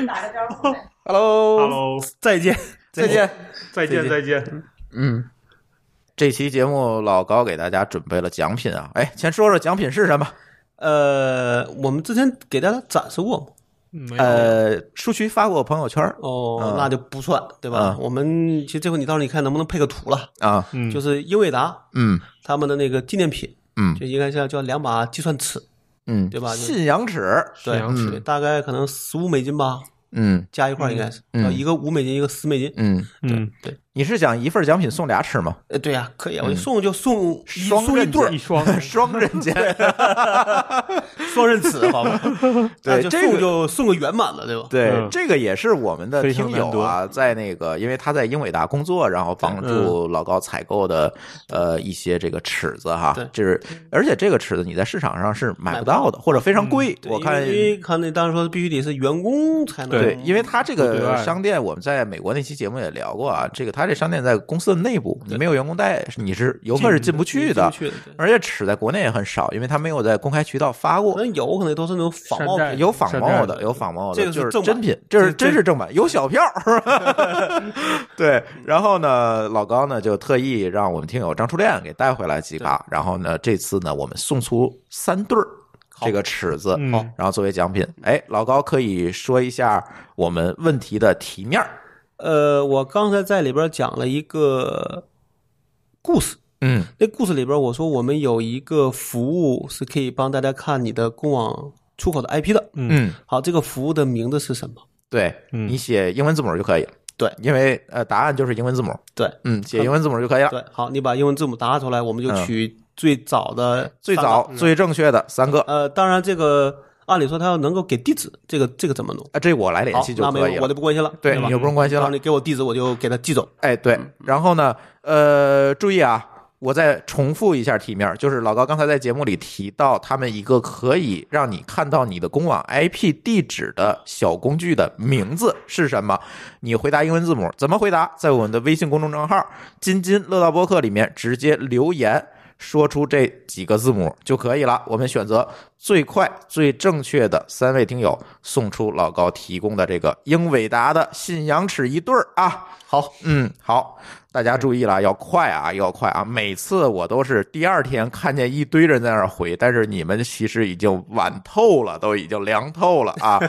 Speaker 4: 打个招呼呗。
Speaker 1: ，Hello，
Speaker 3: Hello，
Speaker 2: 再见，
Speaker 1: 再见。
Speaker 3: 再见
Speaker 2: 再
Speaker 3: 再见。
Speaker 1: 嗯，这期节目老高给大家准备了奖品啊，哎，先说说奖品是什么？
Speaker 2: 呃，我们之前给大家展示过吗？
Speaker 3: 嗯没有
Speaker 1: 呃，舒淇发过朋友圈儿
Speaker 2: 哦
Speaker 1: 嗯，
Speaker 2: 那就不算，对吧
Speaker 1: 嗯？
Speaker 2: 我们其实这回你到时候你看能不能配个图了，
Speaker 1: 啊，
Speaker 3: 嗯
Speaker 2: 就是英伟达
Speaker 1: 嗯
Speaker 2: 他们的那个纪念品，
Speaker 1: 嗯
Speaker 2: 就应该叫叫两把计算尺，
Speaker 1: 嗯，
Speaker 2: 对吧
Speaker 1: 信仰尺，
Speaker 2: 对
Speaker 3: 两尺，
Speaker 2: 对大概可能十五美金吧，
Speaker 1: 嗯
Speaker 2: 加一块儿应该是，
Speaker 1: 嗯
Speaker 2: 呃一个五美金，一个十美金。
Speaker 1: 嗯，
Speaker 3: 嗯，
Speaker 1: 你是想一份奖品送俩尺吗？
Speaker 2: 呃，对呀，可以啊，我送就送一
Speaker 1: 双
Speaker 2: 送一
Speaker 1: 刃
Speaker 2: 对儿
Speaker 3: 一双
Speaker 1: 双刃 剑，
Speaker 2: 双刃尺，好吧？
Speaker 1: 对
Speaker 2: 那就
Speaker 1: 这个
Speaker 2: 送就送个圆满了，对吧？
Speaker 1: 对
Speaker 3: 嗯，
Speaker 1: 这个也是我们的
Speaker 3: 非常
Speaker 1: 听友啊，在那个，因为他在英伟达工作，然后帮助老高采购的呃一些这个尺子哈
Speaker 2: 对，
Speaker 1: 就是而且这个尺子你在市场上是买不到的，或者非常贵。
Speaker 2: 对
Speaker 1: 我看
Speaker 2: 因为因为看那当时说必须得是员工才能
Speaker 1: 对，因为他这
Speaker 3: 对
Speaker 1: 个
Speaker 3: 外
Speaker 1: 商店，我们在美国那期节目也聊过啊，这个他这商店在公司的内部，你没有员工带，你是游客是进不去的
Speaker 2: 进不。去的。对
Speaker 1: 而且尺在国内也很少，因为他没有在公开渠道发
Speaker 2: 可
Speaker 1: 过。
Speaker 2: 能有可能都是那种仿冒
Speaker 3: 山寨
Speaker 2: 品，
Speaker 1: 有仿冒的，
Speaker 3: 是
Speaker 1: 有仿冒的，
Speaker 2: 这个是
Speaker 1: 就是
Speaker 2: 正版
Speaker 1: 真品，这是
Speaker 2: 这
Speaker 1: 真是正版，有小票。 对，然后呢，老高呢就特意让我们听友张初恋给带回来几把，然后呢，这次呢我们送出三对儿这个尺子，
Speaker 3: 嗯
Speaker 1: 然后作为奖品。哎，老高可以说一下我们问题的题面儿
Speaker 2: 呃，我刚才在里边讲了一个故事，
Speaker 1: 嗯
Speaker 2: 那故事里边我说我们有一个服务是可以帮大家看你的公网出口的 IP 的。
Speaker 1: 嗯，
Speaker 2: 好，这个服务的名字是什么？
Speaker 1: 对
Speaker 3: 嗯
Speaker 1: 你写英文字母就可以了。
Speaker 2: 对
Speaker 1: 因为呃，答案就是英文字母。
Speaker 2: 对
Speaker 1: 嗯，写英文字母就可以了。
Speaker 2: 对，好，你把英文字母答出来，我们就
Speaker 1: 嗯
Speaker 2: 取最早的
Speaker 1: 最
Speaker 2: 三个嗯
Speaker 1: 早、最正确的三个
Speaker 2: 呃，当然这个按理说他要能够给地址，这个这个怎么弄？
Speaker 1: 啊，这我来联
Speaker 2: 好
Speaker 1: 系，就
Speaker 2: 那
Speaker 1: 可
Speaker 2: 没
Speaker 1: 以
Speaker 2: 有
Speaker 1: 了
Speaker 2: 我就。不关心了，
Speaker 1: 对
Speaker 2: 吧
Speaker 1: 你就不用关心
Speaker 2: 然
Speaker 1: 了
Speaker 2: 后。你给我地址，我就给他寄走。
Speaker 1: 哎，对，
Speaker 2: 嗯
Speaker 1: 然后呢，呃，注意啊，我再重复一下题面儿，就是老高刚才在节目里提到他们一个可以让你看到你的公网 IP 地址的小工具的名字是什么？你回答英文字母怎么回答？在我们的微信公众账号“津津乐道播客”里面直接留言。说出这几个字母就可以了。我们选择最快、最正确的三位听友，送出老高提供的这个英伟达的信仰尺一对儿啊。
Speaker 2: 好，
Speaker 1: 嗯，好，大家注意了，要快啊，要快啊！每次我都是第二天看见一堆人在那儿回，但是你们其实已经晚透了，都已经凉透了啊！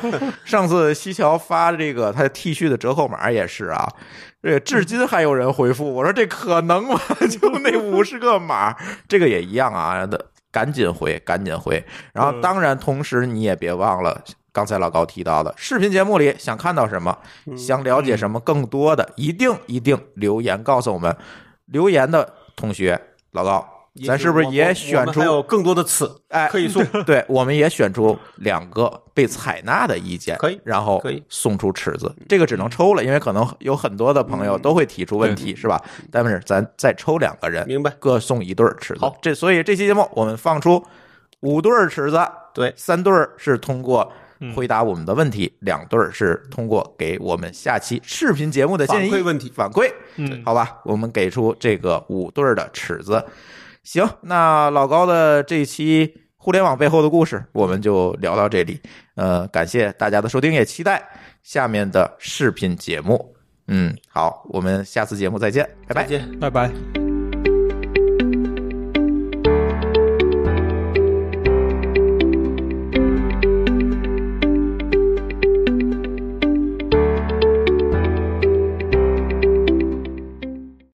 Speaker 1: 上次西桥发这个他的 T 恤的折扣码也是啊，这个至今还有人回复，我说这可能吗？就那五十个码，这个也一样啊的。赶紧回，赶紧回。然后，当然，同时你也别忘了刚才老高提到的，视频节目里想看到什么，想了解什么更多的，一定一定留言告诉我们。留言的同学，老高，咱是不是也选
Speaker 2: 还有
Speaker 1: 出？
Speaker 2: 更多的尺
Speaker 1: 哎，
Speaker 2: 可以送？
Speaker 1: 对，我们也选出两个被采纳的意见，
Speaker 2: 可以
Speaker 1: 然后
Speaker 2: 可以
Speaker 1: 送出尺子，这个只能抽了，因为可能有很多的朋友都会提出问
Speaker 2: 嗯
Speaker 1: 题，是吧？但是咱再抽两个人，
Speaker 2: 明白？
Speaker 1: 各送一对儿尺子
Speaker 2: 嗯好。
Speaker 1: 这所以这期节目我们放出五对儿尺子，
Speaker 2: 对，
Speaker 1: 三对儿是通过回答我们的问题，两对儿是通过给我们下期视频节目的建议
Speaker 2: 反馈问题
Speaker 1: 反馈。
Speaker 3: 嗯，
Speaker 1: 好吧，我们给出这个五对儿的尺子。行，那老高的这一期互联网背后的故事，我们就聊到这里。呃，感谢大家的收听，也期待下面的视频节目。嗯，好，我们下次节目再见，拜拜
Speaker 2: 再。见。
Speaker 3: 拜拜。